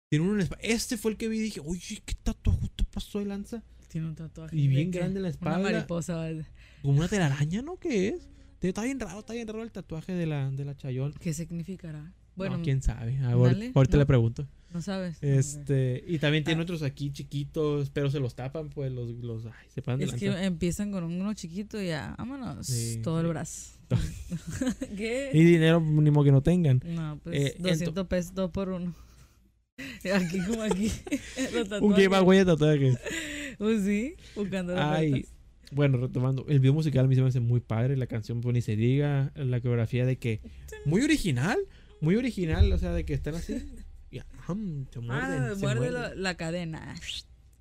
Speaker 1: Tiene uno en la espa- Este fue el que vi y dije, oye, ¿qué tatuaje justo pasó de lanza?
Speaker 2: Tiene un tatuaje.
Speaker 1: Y
Speaker 2: de
Speaker 1: bien
Speaker 2: que-
Speaker 1: grande en la
Speaker 2: Una
Speaker 1: espalda.
Speaker 2: mariposa.
Speaker 1: Como una telaraña, ¿no? ¿Qué es? Te- Está bien raro, está bien raro el tatuaje de la, de la Chayón.
Speaker 2: ¿Qué significará? Bueno,
Speaker 1: Bueno,
Speaker 2: no,
Speaker 1: quién sabe. Ah, ahor-
Speaker 2: dale,
Speaker 1: ahorita
Speaker 2: no.
Speaker 1: le pregunto.
Speaker 2: sabes. Ok.
Speaker 1: Este, y también tiene
Speaker 2: Ah.
Speaker 1: otros aquí chiquitos, pero se los tapan, pues los, los ay, se pasan de
Speaker 2: Es que
Speaker 1: lanza.
Speaker 2: empiezan con uno chiquito y ya, vámonos.
Speaker 1: Sí.
Speaker 2: Todo el brazo.
Speaker 1: Y
Speaker 2: ¿Qué?
Speaker 1: dinero mínimo que no tengan.
Speaker 2: No, pues
Speaker 1: Eh, ento-
Speaker 2: 200 pesos, dos por uno. Aquí como aquí. Los
Speaker 1: Un
Speaker 2: tatuajes.
Speaker 1: giveaway de tatuajes.
Speaker 2: Pues sí, buscando las
Speaker 1: Ay,
Speaker 2: vueltas.
Speaker 1: bueno, retomando, el video musical a mí se me hace muy padre, la canción pues ni se diga, la coreografía de que muy original, muy original, o sea, de que están así y ajam, se muerden,
Speaker 2: Ah,
Speaker 1: se
Speaker 2: muerde
Speaker 1: muerden.
Speaker 2: la, la cadena.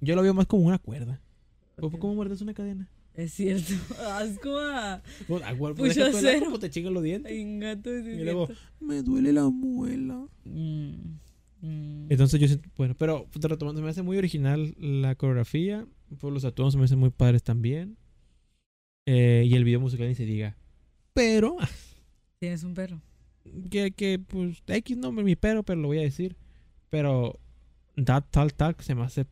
Speaker 1: Yo lo veo más como una cuerda. ¿Cómo-
Speaker 2: Ok.
Speaker 1: ¿Cómo muerdes una cadena?
Speaker 2: Es cierto. Asco a
Speaker 1: Pues, ah, bueno,
Speaker 2: Pues
Speaker 1: pues deja
Speaker 2: yo
Speaker 1: tú el
Speaker 2: sé.
Speaker 1: como te chingan los dientes.
Speaker 2: un gato. sí,
Speaker 1: Y luego,
Speaker 2: cierto.
Speaker 1: me duele la muela.
Speaker 2: Mm, mm.
Speaker 1: Entonces yo siento, bueno, pero pues, retomando, se me hace muy original la coreografía. Por los atuendos se me hacen muy padres también. Eh, y el video musical ni se diga. Pero,
Speaker 2: Tienes un perro.
Speaker 1: que, que pues, X no mi pero, pero lo voy a decir. Pero, That Tal Talk se me hace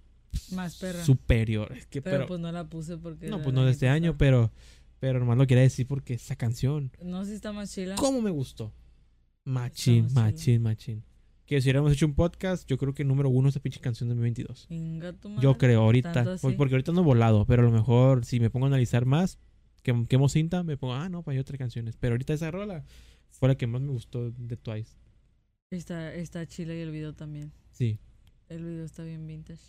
Speaker 2: Más perra.
Speaker 1: superior. Es que,
Speaker 2: pero,
Speaker 1: pero,
Speaker 2: pues no la puse porque.
Speaker 1: no,
Speaker 2: era
Speaker 1: pues
Speaker 2: la
Speaker 1: no de
Speaker 2: que
Speaker 1: este año,
Speaker 2: pasaba.
Speaker 1: pero, pero nomás lo quería decir porque esa canción,
Speaker 2: No, si está más chila.
Speaker 1: ¿cómo me gustó? Machín,
Speaker 2: Está más
Speaker 1: machín, machín. Que si hubiéramos hecho un podcast, yo creo que número uno esa pinche canción de 2022.
Speaker 2: Inga tu
Speaker 1: Yo
Speaker 2: madre.
Speaker 1: creo, ahorita.
Speaker 2: tanto
Speaker 1: por-
Speaker 2: así.
Speaker 1: Porque ahorita no he volado, pero a lo mejor si me pongo a analizar más, que quemo cinta, me pongo, ah, no, pues hay otras canciones. Pero ahorita esa rola fue la que más me gustó de Twice.
Speaker 2: Está, está chila y el video también.
Speaker 1: Sí,
Speaker 2: El video está bien vintage.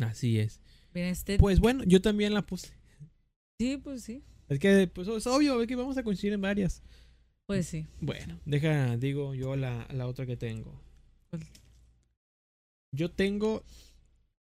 Speaker 1: así es.
Speaker 2: Bien este.
Speaker 1: Pues bueno, yo también la puse.
Speaker 2: sí, pues sí.
Speaker 1: Es que pues, es obvio, es que vamos a coincidir en varias.
Speaker 2: Pues sí.
Speaker 1: Bueno, deja, digo yo la, la otra que tengo.
Speaker 2: ¿Cuál?
Speaker 1: Yo tengo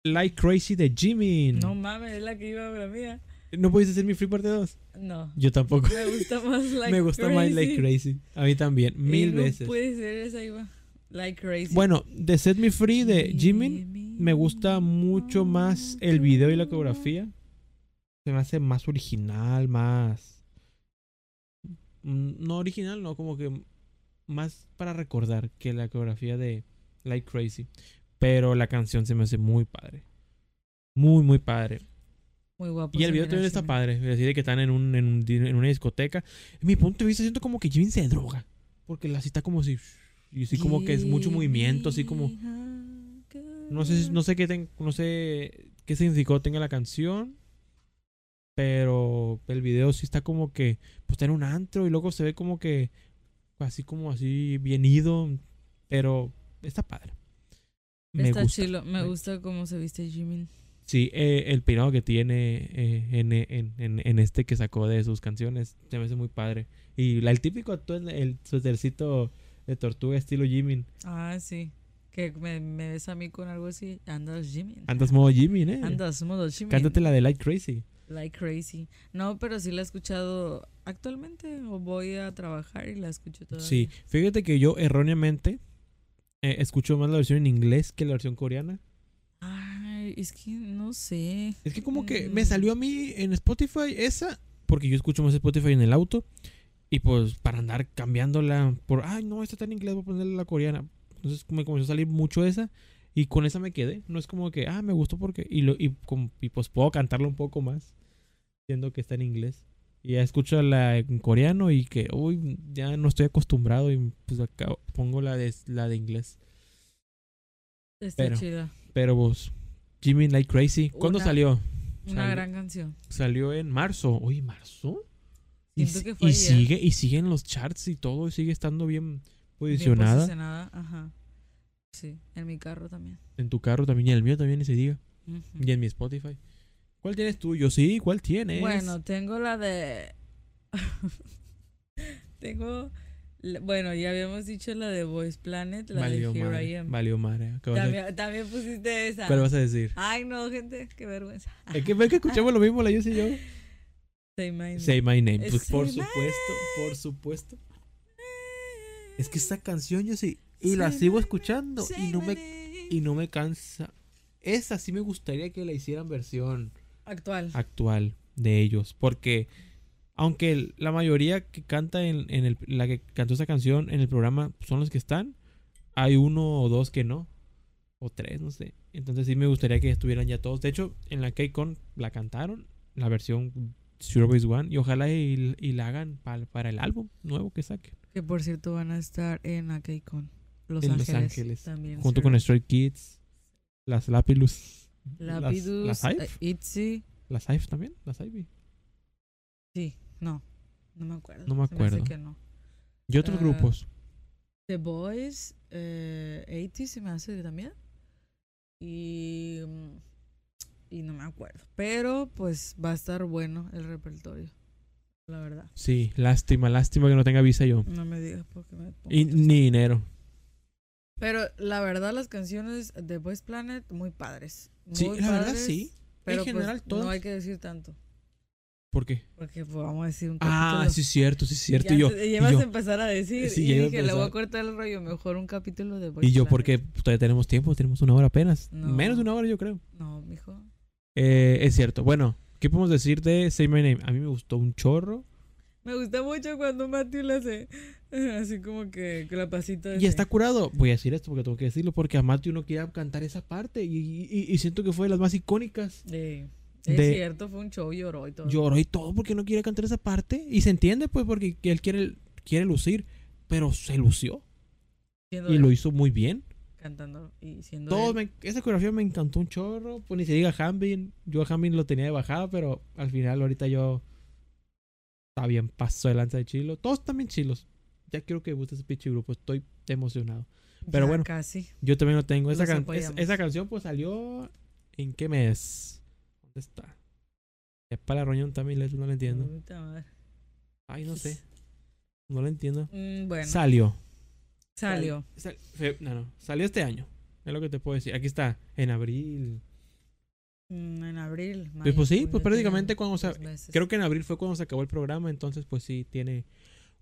Speaker 1: Like Crazy de Jimin.
Speaker 2: No
Speaker 1: No,
Speaker 2: mames, es la que iba a la mía.
Speaker 1: ¿No podéis hacer mi free parte 2.
Speaker 2: No.
Speaker 1: Yo tampoco.
Speaker 2: Me gusta más like
Speaker 1: me gusta más Like Crazy. A mí también,
Speaker 2: Eh,
Speaker 1: mil
Speaker 2: no
Speaker 1: veces.
Speaker 2: Puede ser esa iba. Like crazy.
Speaker 1: Bueno, de Set Me Free de Jimin me gusta mucho más el video y la coreografía. Se me hace más original, más mm, no original, no como que más para recordar que la coreografía de Like Crazy, pero la canción se me hace muy padre. Muy, muy padre.
Speaker 2: Muy guapo.
Speaker 1: Y el
Speaker 2: se
Speaker 1: video
Speaker 2: mira
Speaker 1: también está
Speaker 2: Jimin.
Speaker 1: padre. Así de que están en, un, en, un di- en una discoteca. En mi punto de vista, siento como que Jimin se droga. Porque la cita como si. Y así como que es mucho movimiento, así como. No sé, si- no sé qué ten- no sé qué significado tenga la canción, pero el video sí está como que pues está en un antro y luego se ve como que así como así bien ido, pero está padre. Me
Speaker 2: está
Speaker 1: gusta.
Speaker 2: chilo. Me
Speaker 1: Me-
Speaker 2: gusta cómo se viste Jimin.
Speaker 1: Sí, eh, el peinado que tiene eh, en, en- en- en este que sacó de sus canciones se me hace muy padre. Y la- el típico atuendo, el suétercito de tortuga estilo Jimin.
Speaker 2: Ah, sí. Que me, me ves a mí con algo así. Andas Jimin.
Speaker 1: Andas modo Jimin, ¿eh?
Speaker 2: Andas modo Jimin.
Speaker 1: Cántate la de Like Crazy.
Speaker 2: Like crazy. No, pero sí la he escuchado actualmente o voy a trabajar y la escucho todavía.
Speaker 1: Sí, fíjate que yo erróneamente eh, escucho más la versión en inglés que la versión coreana.
Speaker 2: Ay, es que no sé.
Speaker 1: Es que como que me
Speaker 2: Mm.
Speaker 1: salió a mí en Spotify esa, porque yo escucho más Spotify en el auto. Y pues para andar cambiándola por, ay no, esta está en inglés, voy a ponerle la coreana. Entonces me comenzó a salir mucho esa. Y con esa me quedé. No es como que, ah, me gustó porque... Y, lo, y, como- y, pues puedo cantarla un poco más, siendo que está en inglés. Y ya escucho la en coreano y que, uy, ya no estoy acostumbrado y pues acá pongo la de, la de inglés.
Speaker 2: Está
Speaker 1: Pero,
Speaker 2: chida.
Speaker 1: Pero vos, Jimmy Like Crazy, ¿cuándo
Speaker 2: Una-
Speaker 1: salió?
Speaker 2: Una
Speaker 1: sal-
Speaker 2: gran canción.
Speaker 1: Salió en marzo. Oye, ¿marzo? Y,
Speaker 2: Siento
Speaker 1: si-
Speaker 2: que fue
Speaker 1: y
Speaker 2: ayer.
Speaker 1: sigue, y sigue en los charts y todo, y sigue estando bien
Speaker 2: Bien
Speaker 1: posicionada.
Speaker 2: posicionada, Ajá. Sí, en mi carro también.
Speaker 1: en tu carro también, y en el mío también, ni se diga.
Speaker 2: Ujú.
Speaker 1: Y en mi Spotify. ¿Cuál tienes tú? Yo sí, ¿cuál tienes?
Speaker 2: Bueno, tengo la de. tengo La- Bueno, ya habíamos dicho la de Voice Planet, la
Speaker 1: valió
Speaker 2: de Here
Speaker 1: madre.
Speaker 2: I Am.
Speaker 1: Valió madre. ¿Qué vas a-
Speaker 2: También, también pusiste esa.
Speaker 1: ¿Cuál vas a decir?
Speaker 2: Ay, no, gente, qué vergüenza.
Speaker 1: Es que ven que escuchamos lo mismo la Yus y yo.
Speaker 2: Say my name.
Speaker 1: Say My Name. Pues,
Speaker 2: Say
Speaker 1: por
Speaker 2: my-
Speaker 1: supuesto, por supuesto. Es que esta canción yo sí. Y la
Speaker 2: Say
Speaker 1: sigo
Speaker 2: my-
Speaker 1: escuchando.
Speaker 2: Say
Speaker 1: Y no
Speaker 2: my
Speaker 1: me,
Speaker 2: name.
Speaker 1: y no me cansa. Esa sí me gustaría que la hicieran versión
Speaker 2: Actual.
Speaker 1: actual de ellos. Porque, aunque el- la mayoría que canta en, en el, la que cantó esa canción en el programa son los que están, hay uno o dos que no. O tres, no sé. Entonces sí me gustaría que estuvieran ya todos. De hecho, en la K-Con la cantaron, la versión Zero Base One. Y ojalá y, y la hagan pal- para el álbum nuevo que saque.
Speaker 2: Que por cierto van a estar en la K-Con. Los
Speaker 1: En Los
Speaker 2: Ángeles.
Speaker 1: Ángeles,
Speaker 2: También.
Speaker 1: Junto con Stray Kids, las Lapilus. las-
Speaker 2: Lapidus.
Speaker 1: Las Hive.
Speaker 2: eh, Itzy.
Speaker 1: Las Hive también, las Ivy.
Speaker 2: Sí, no. No me acuerdo.
Speaker 1: No me
Speaker 2: se hace
Speaker 1: acuerdo.
Speaker 2: que no.
Speaker 1: Y otros
Speaker 2: Ah,
Speaker 1: grupos.
Speaker 2: The Boys, eh, 80 se me hace que también. Y, mm, y no me acuerdo. Pero pues va a estar bueno el repertorio. La verdad.
Speaker 1: Sí, lástima, lástima que no tenga visa yo.
Speaker 2: No me digas porque me pongo
Speaker 1: Y
Speaker 2: triste.
Speaker 1: ni dinero.
Speaker 2: Pero la verdad, las canciones de Boys Planet, muy padres.
Speaker 1: Sí,
Speaker 2: muy
Speaker 1: la verdad
Speaker 2: padres,
Speaker 1: sí.
Speaker 2: Pero
Speaker 1: en
Speaker 2: pues,
Speaker 1: general todas.
Speaker 2: No hay que decir tanto.
Speaker 1: ¿Por qué?
Speaker 2: Porque pues, vamos a decir un
Speaker 1: Ah,
Speaker 2: capítulo.
Speaker 1: sí, cierto, sí, cierto.
Speaker 2: Ya
Speaker 1: Y yo,
Speaker 2: se-
Speaker 1: y
Speaker 2: ya vas
Speaker 1: yo,
Speaker 2: a empezar a decir.
Speaker 1: Sí,
Speaker 2: y
Speaker 1: ya iba a
Speaker 2: dije, le voy a
Speaker 1: empezar.
Speaker 2: cortar el rollo. Mejor un capítulo de Boys
Speaker 1: y yo
Speaker 2: Planet.
Speaker 1: porque todavía tenemos tiempo, tenemos una hora apenas.
Speaker 2: No.
Speaker 1: Menos de una hora, yo creo.
Speaker 2: No, mijo.
Speaker 1: Eh, es cierto. Bueno, ¿qué podemos decir de Say My Name? A mí me gustó un chorro.
Speaker 2: Me gusta mucho cuando Matthew la hace así como que con la pasita.
Speaker 1: Y está curado. Voy a decir esto porque tengo que decirlo, porque a Matthew no quería cantar esa parte. Y, y- y siento que fue de las más icónicas.
Speaker 2: De, es
Speaker 1: de-
Speaker 2: cierto, fue un show, lloró y todo.
Speaker 1: Lloró y todo porque no quería cantar esa parte. Y se entiende, pues, porque él quiere, quiere lucir. Pero se lució.
Speaker 2: Siendo
Speaker 1: Y
Speaker 2: él,
Speaker 1: lo hizo muy bien.
Speaker 2: cantando y siendo
Speaker 1: Todos
Speaker 2: él.
Speaker 1: me- esa coreografía me encantó un chorro. Pues ni se diga Hambin. Yo a Hambin lo tenía de bajada, pero al final ahorita yo. Está bien, paso de lanza de chilo. Todos también chilos. Ya quiero que guste ese pinche grupo. Estoy emocionado. pero
Speaker 2: Ya
Speaker 1: bueno.
Speaker 2: Casi.
Speaker 1: Yo también lo tengo. Esa,
Speaker 2: Los
Speaker 1: can-
Speaker 2: apoyamos.
Speaker 1: es- esa canción pues salió. ¿En qué mes? ¿Dónde está? Es para Roñón también, les- no la entiendo.
Speaker 2: Puta madre.
Speaker 1: Ay, no sé. No la entiendo.
Speaker 2: Mm, bueno,
Speaker 1: Salió.
Speaker 2: salió.
Speaker 1: Sal- fe- no, no. Salió este año. Es lo que te puedo decir. Aquí está. En abril.
Speaker 2: Mm, en abril.
Speaker 1: Pues,
Speaker 2: mayo,
Speaker 1: pues sí,
Speaker 2: junio,
Speaker 1: pues prácticamente
Speaker 2: tiene
Speaker 1: cuando, o sea,
Speaker 2: tres meses.
Speaker 1: Creo que en abril fue cuando se acabó el programa, entonces pues sí tiene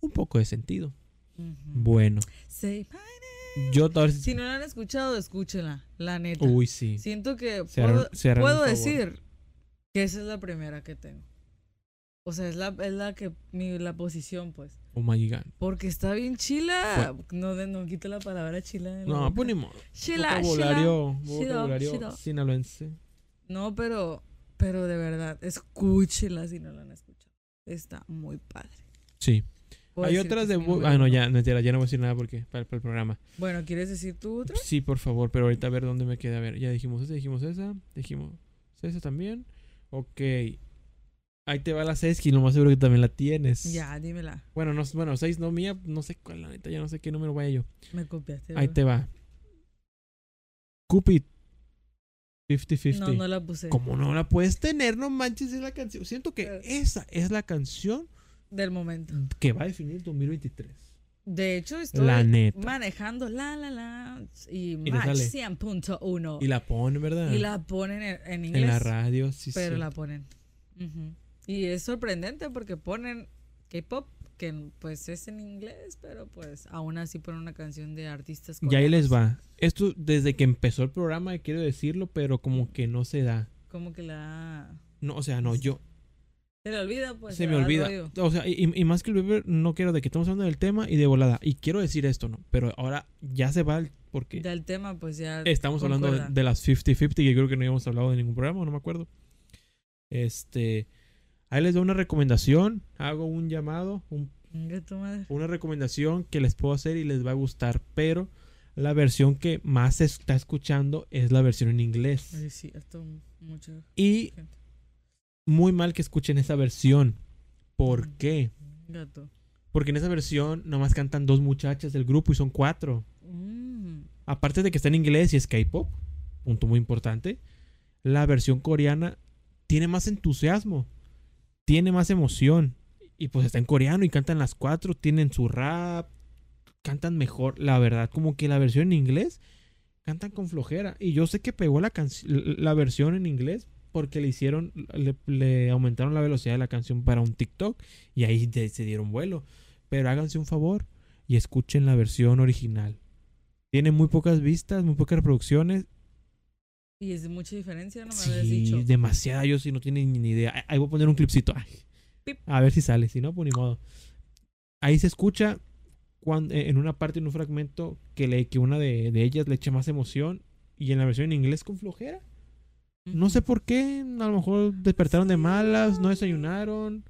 Speaker 1: un poco de sentido.
Speaker 2: Ujú.
Speaker 1: Bueno,
Speaker 2: Sí. Ay, ne-
Speaker 1: yo tal vez-
Speaker 2: Si no la han escuchado, escúchela, la neta.
Speaker 1: Uy, sí.
Speaker 2: Siento que
Speaker 1: Se harán-
Speaker 2: puedo,
Speaker 1: se harán un
Speaker 2: puedo
Speaker 1: favor.
Speaker 2: decir que esa es la primera que tengo. O sea, es la, es la que mi, la posición, pues.
Speaker 1: Oh my god.
Speaker 2: Porque está bien chila. No, de- no quito la palabra chila. de la
Speaker 1: Pues- No,
Speaker 2: boca.
Speaker 1: pues ni modo.
Speaker 2: chila, chila.
Speaker 1: vocabulario,
Speaker 2: Chila,
Speaker 1: vocabulario
Speaker 2: chila.
Speaker 1: sinaloense.
Speaker 2: No, pero, pero de verdad, escúchela si no la han escuchado. Está muy padre.
Speaker 1: Sí.
Speaker 2: Puedo
Speaker 1: Hay
Speaker 2: decir
Speaker 1: otras
Speaker 2: que
Speaker 1: de...
Speaker 2: es mi
Speaker 1: bu-
Speaker 2: número
Speaker 1: Ah, no,
Speaker 2: uno.
Speaker 1: ya, mentira, ya no voy a decir nada porque para, para el programa.
Speaker 2: Bueno, ¿quieres decir tú otra?
Speaker 1: Sí, por favor, pero ahorita a ver dónde me queda. A ver, ya dijimos esa, dijimos esa, dijimos esa también. Ok. Ahí te va la Sesky, lo más seguro que también la tienes.
Speaker 2: Ya, dímela.
Speaker 1: Bueno, no, bueno, seis no mía, no sé cuál, la neta, ya no sé qué número vaya yo.
Speaker 2: Me copiaste.
Speaker 1: Ahí
Speaker 2: bro.
Speaker 1: te va. Cupid. 50-50.
Speaker 2: No, no la puse.
Speaker 1: Como no la puedes tener, no manches, es la canción. Siento que
Speaker 2: Eh.
Speaker 1: esa es la canción
Speaker 2: Del momento.
Speaker 1: que va a definir 2023.
Speaker 2: De hecho, estoy
Speaker 1: La neta.
Speaker 2: manejando la la la y,
Speaker 1: le
Speaker 2: Match
Speaker 1: sale.
Speaker 2: 100.1
Speaker 1: Y
Speaker 2: y,
Speaker 1: la ponen, ¿verdad?
Speaker 2: la ponen en, en inglés,
Speaker 1: en la radio, sí,
Speaker 2: pero
Speaker 1: sí.
Speaker 2: la ponen. Ujú. Y es sorprendente porque ponen K-pop que pues es en inglés, pero pues aún así ponen una canción de artistas
Speaker 1: Y ahí les
Speaker 2: coreanos.
Speaker 1: va. Esto desde que empezó el programa, quiero decirlo, pero como que no se da.
Speaker 2: Como que la
Speaker 1: No, o sea, no, yo.
Speaker 2: se le olvida pues.
Speaker 1: se
Speaker 2: le
Speaker 1: me
Speaker 2: va el
Speaker 1: olvida.
Speaker 2: rollo.
Speaker 1: O sea, y, y más que el beber, no quiero de que estamos hablando del tema y de volada. Y quiero decir esto, ¿no? Pero ahora ya se va el- porque
Speaker 2: Ya el tema pues ya
Speaker 1: Estamos hablando
Speaker 2: concuerda.
Speaker 1: de, de las 50-50, que creo que no habíamos hablado de ningún programa, no me acuerdo. Este. Ahí les doy una recomendación. Hago un llamado, un-
Speaker 2: Chinga tu madre.
Speaker 1: una recomendación que les puedo hacer y les va a gustar, pero la versión que más se está escuchando es la versión en inglés.
Speaker 2: Ay, sí, esto mucho.
Speaker 1: Y
Speaker 2: gente.
Speaker 1: muy mal que escuchen esa versión. ¿Por qué?
Speaker 2: Gato.
Speaker 1: Porque en esa versión nomás cantan dos muchachas del grupo y son cuatro.
Speaker 2: Mm.
Speaker 1: aparte de que está en inglés y es K-pop, punto muy importante, la versión coreana tiene más entusiasmo, tiene más emoción. Y pues está en coreano y cantan las cuatro, tienen su rap, cantan mejor, la verdad. Como que la versión en inglés cantan con flojera. Y yo sé que pegó la, la versión en inglés porque le hicieron, le, le, aumentaron la velocidad de la canción para un TikTok y ahí de, se dieron vuelo. Pero háganse un favor y escuchen la versión original. Tiene muy pocas vistas, muy pocas reproducciones.
Speaker 2: Y es de mucha diferencia, no me
Speaker 1: sí,
Speaker 2: habías dicho.
Speaker 1: demasiada, yo sí no tienen ni idea. Ahí voy a poner un clipcito. Ay, a ver si sale, si no, pues ni modo. Ahí se escucha cuando, en una parte, en un fragmento, que, le, que una de, de ellas le echa más emoción y en la versión en inglés con flojera. No sé por qué, a lo mejor despertaron de malas, no desayunaron,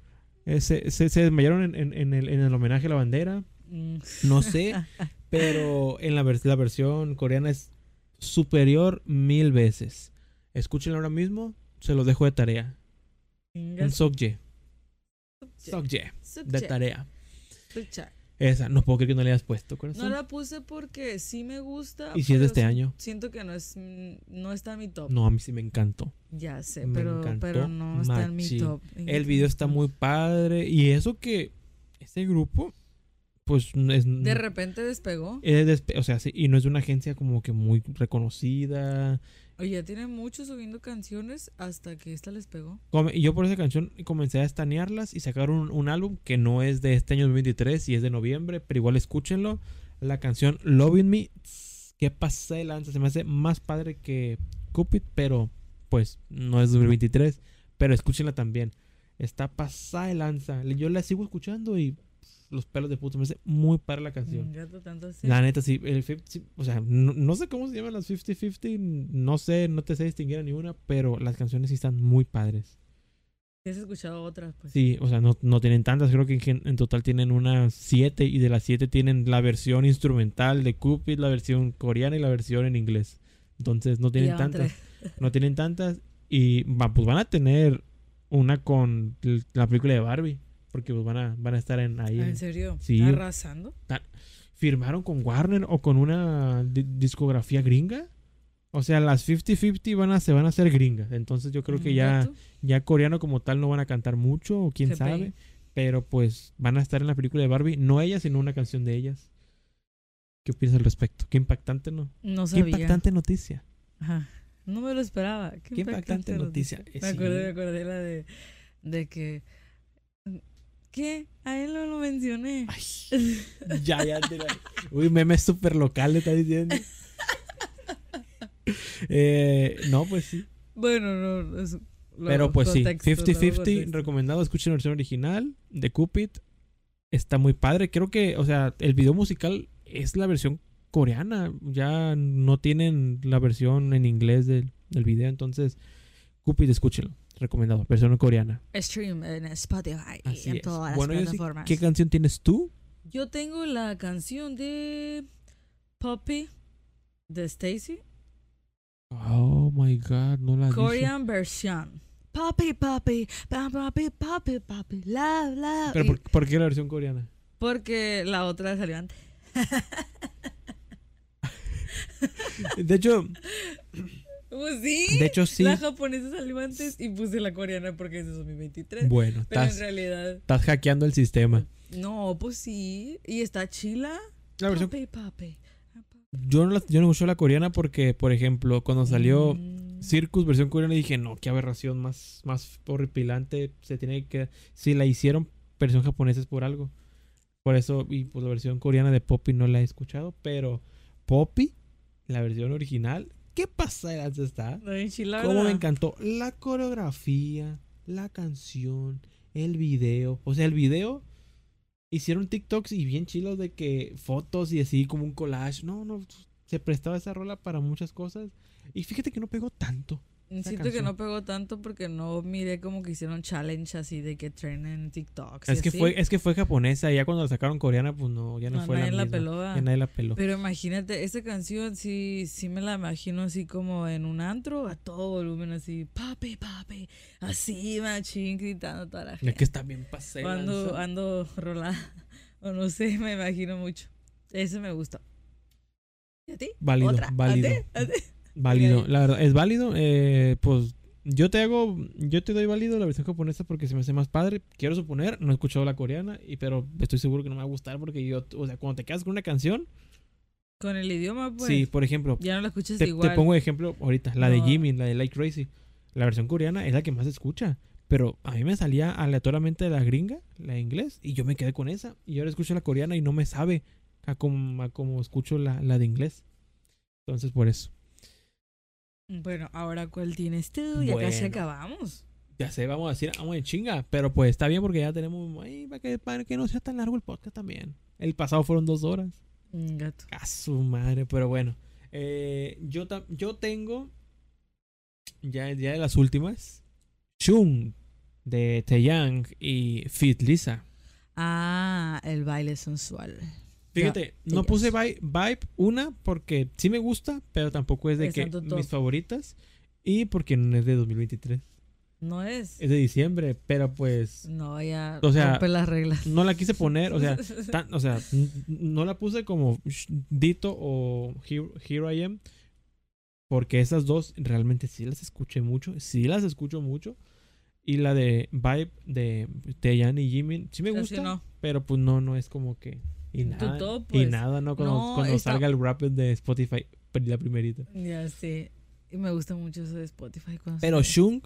Speaker 1: eh, se, se, se, desmayaron en, en, en, el, en, el, homenaje a la bandera.
Speaker 2: Mm,
Speaker 1: No sé, pero en la, vers la versión coreana es superior mil veces. Escúchenlo ahora mismo, se los dejo de tarea. Un Sokje. Sokje. De tarea. Esa, no puedo creer que no le hayas puesto, corazón.
Speaker 2: No la puse porque sí me gusta.
Speaker 1: ¿Y si es de este año?
Speaker 2: Siento que no es no está en mi top.
Speaker 1: No, a mí sí me encantó.
Speaker 2: Ya sé, me pero, pero no está machi. en mi top.
Speaker 1: El video está muy padre. Y eso que este grupo, pues... Es,
Speaker 2: de repente despegó.
Speaker 1: Es despe o sea, sí, y no es una agencia como que muy reconocida.
Speaker 2: Oye, ya tiene mucho subiendo canciones hasta que esta les pegó.
Speaker 1: Y yo por esa canción comencé a estanearlas y sacaron un, un, álbum que no es de este año 2023 y es de noviembre, pero igual escúchenlo. La canción Loving Me, que pasé de lanza, se me hace más padre que Cupid, pero pues no es 2023, pero escúchenla también. Está pasada de lanza. Yo la sigo escuchando y los pelos de puto. Me hace muy para la
Speaker 2: Mm,
Speaker 1: canción.
Speaker 2: Tanto
Speaker 1: la neta, sí. El 50, o sea, no, no, sé cómo se llaman las 50-50. No sé, no te sé distinguir a ninguna, pero las canciones sí están muy padres.
Speaker 2: ¿Has escuchado otras? Pues?
Speaker 1: Sí, o sea, no, no tienen tantas. Creo que en, en total tienen unas 7 y de las 7 tienen la versión instrumental de Cupid, la versión coreana y la versión en inglés. Entonces, no tienen tantas. Tres. No tienen tantas y va, pues van a tener una con la película de Barbie porque pues van a, van a estar en ahí.
Speaker 2: Ah, ¿En serio? Sí. ¿Arrasando?
Speaker 1: ¿Firmaron con Warner o con una di discografía gringa? O sea, las 50-50 van a, se van a hacer gringas. Entonces yo creo que ya, ya coreano como tal no van a cantar mucho, o quién sabe. Pay? Pero pues van a estar en la película de Barbie. No ellas, sino una canción de ellas. ¿Qué opinas al respecto? Qué impactante, ¿no?
Speaker 2: No sabía.
Speaker 1: Qué impactante noticia.
Speaker 2: Ajá. No me lo esperaba.
Speaker 1: Qué, Qué impactante, impactante, noticia. noticia.
Speaker 2: Me acordé, me acordé la de, de que ¿Qué? A él no lo mencioné.
Speaker 1: Ay, ya, ya. Te la... Uy, memes súper local, le está diciendo. Eh, no, pues sí.
Speaker 2: Bueno, no. Es
Speaker 1: lo Pero pues contexto, sí. 50-50, recomendado. Escuchen la versión original de Cupid. Está muy padre. Creo que, o sea, el video musical es la versión coreana. Ya no tienen la versión en inglés del, del video. Entonces, Cupid, escúchenlo recomendado, versión coreana.
Speaker 2: Stream en Spotify y en todas las bueno, plataformas.
Speaker 1: Sí, ¿Qué canción tienes tú?
Speaker 2: Yo tengo la canción de Poppy de Stacy.
Speaker 1: Oh my god, no la
Speaker 2: Korean dije. version. Poppy, Poppy, Poppy, Poppy, Poppy, Love, Love.
Speaker 1: ¿Pero por, por, qué la versión coreana?
Speaker 2: Porque la otra salió antes.
Speaker 1: de hecho,
Speaker 2: Pues sí.
Speaker 1: De hecho, sí.
Speaker 2: La japonesa salió antes y puse la coreana porque es de 2023.
Speaker 1: Bueno,
Speaker 2: pero
Speaker 1: estás,
Speaker 2: en realidad.
Speaker 1: Estás hackeando el sistema.
Speaker 2: No, pues sí. Y está chila.
Speaker 1: La versión.
Speaker 2: Papi, papi.
Speaker 1: Yo no, la, yo no escuché la coreana porque, por ejemplo, cuando salió mm. Circus versión coreana dije, no, qué aberración más, más horripilante. Se tiene que. Si la hicieron versión japonesa es por algo. Por eso, y pues la versión coreana de Poppy no la he escuchado, pero Poppy, la versión original, ¿Qué pasa de lanza está? Cómo me encantó la coreografía, la canción, el video. O sea, el video hicieron TikToks y bien chilos de que fotos y así como un collage. No, no, se prestaba esa rola para muchas cosas. Y fíjate que no pegó tanto.
Speaker 2: Siento canción. que no pegó tanto porque no miré como que hicieron challenge así de que trenen TikToks.
Speaker 1: Es
Speaker 2: y
Speaker 1: que
Speaker 2: así.
Speaker 1: fue, es que fue japonesa, y ya cuando la sacaron coreana, pues no, ya no, no fue
Speaker 2: nadie
Speaker 1: la,
Speaker 2: la peló, ah.
Speaker 1: ya nadie la peló.
Speaker 2: Pero imagínate, esta canción sí, sí me la imagino así como en un antro, a todo volumen, así, papi, papi, así machín, gritando toda la gente.
Speaker 1: Es que está bien pasada.
Speaker 2: Cuando ando rolada, o no sé, me imagino mucho. Ese me gusta. ¿Y a ti?
Speaker 1: Válido,
Speaker 2: ¿Otra?
Speaker 1: válido.
Speaker 2: ¿A ti? ¿A ti?
Speaker 1: Válido, la verdad, es válido. Eh, pues Yo te hago, yo te doy válido la versión japonesa porque se me hace más padre. Quiero suponer, no he escuchado la coreana, y, pero estoy seguro que no me va a gustar porque yo, o sea, cuando te quedas con una canción,
Speaker 2: Con el idioma, pues.
Speaker 1: sí, por ejemplo,
Speaker 2: Ya no la escuchas
Speaker 1: te,
Speaker 2: igual.
Speaker 1: te pongo de ejemplo ahorita, la de
Speaker 2: No.
Speaker 1: Jimmy, la de Like Crazy. La versión coreana es la que más se escucha. Pero a mí me salía aleatoriamente la gringa, la de inglés, y yo me quedé con esa. Y ahora escucho la coreana y no me sabe a como, a como escucho la, la de inglés. Entonces, por eso.
Speaker 2: Bueno, ahora cuál tienes tú. Ya casi
Speaker 1: Bueno.
Speaker 2: acabamos.
Speaker 1: Ya sé, vamos a decir, vamos en chinga. Pero pues está bien porque ya tenemos. Ay, para que, para que no sea tan largo el podcast también. El pasado fueron dos horas.
Speaker 2: Mm, Gato.
Speaker 1: A su madre, pero bueno. Eh, yo, ta- yo tengo. Ya, ya de las últimas. Chung de Taeyang y Fit Lisa.
Speaker 2: Ah, el baile sensual.
Speaker 1: Fíjate, no
Speaker 2: ellas.
Speaker 1: puse vibe, vibe una porque sí me gusta, pero tampoco es de
Speaker 2: Es
Speaker 1: que
Speaker 2: tanto top.
Speaker 1: mis favoritas. Y porque no es de 2023.
Speaker 2: No es.
Speaker 1: Es de diciembre, pero pues
Speaker 2: No, ya.
Speaker 1: O
Speaker 2: O
Speaker 1: sea,
Speaker 2: sea, las reglas.
Speaker 1: no la quise poner. O sea, tan- o sea, n- n- no la puse como sh- Dito o Here, Here I Am. Porque esas dos realmente sí las escuché mucho. Sí las escucho mucho. Y la de Vibe de Teyan y Jimin. Sí me
Speaker 2: Casi
Speaker 1: gusta.
Speaker 2: no.
Speaker 1: Pero pues no, no es como que. Y
Speaker 2: Tu
Speaker 1: nada.
Speaker 2: top,
Speaker 1: Y
Speaker 2: pues.
Speaker 1: nada, ¿no? Cuando,
Speaker 2: No,
Speaker 1: cuando
Speaker 2: está-
Speaker 1: salga el rap de Spotify. La primerita.
Speaker 2: Ya sé. Y me gusta mucho eso de Spotify. cuando
Speaker 1: Pero
Speaker 2: sale.
Speaker 1: Shung.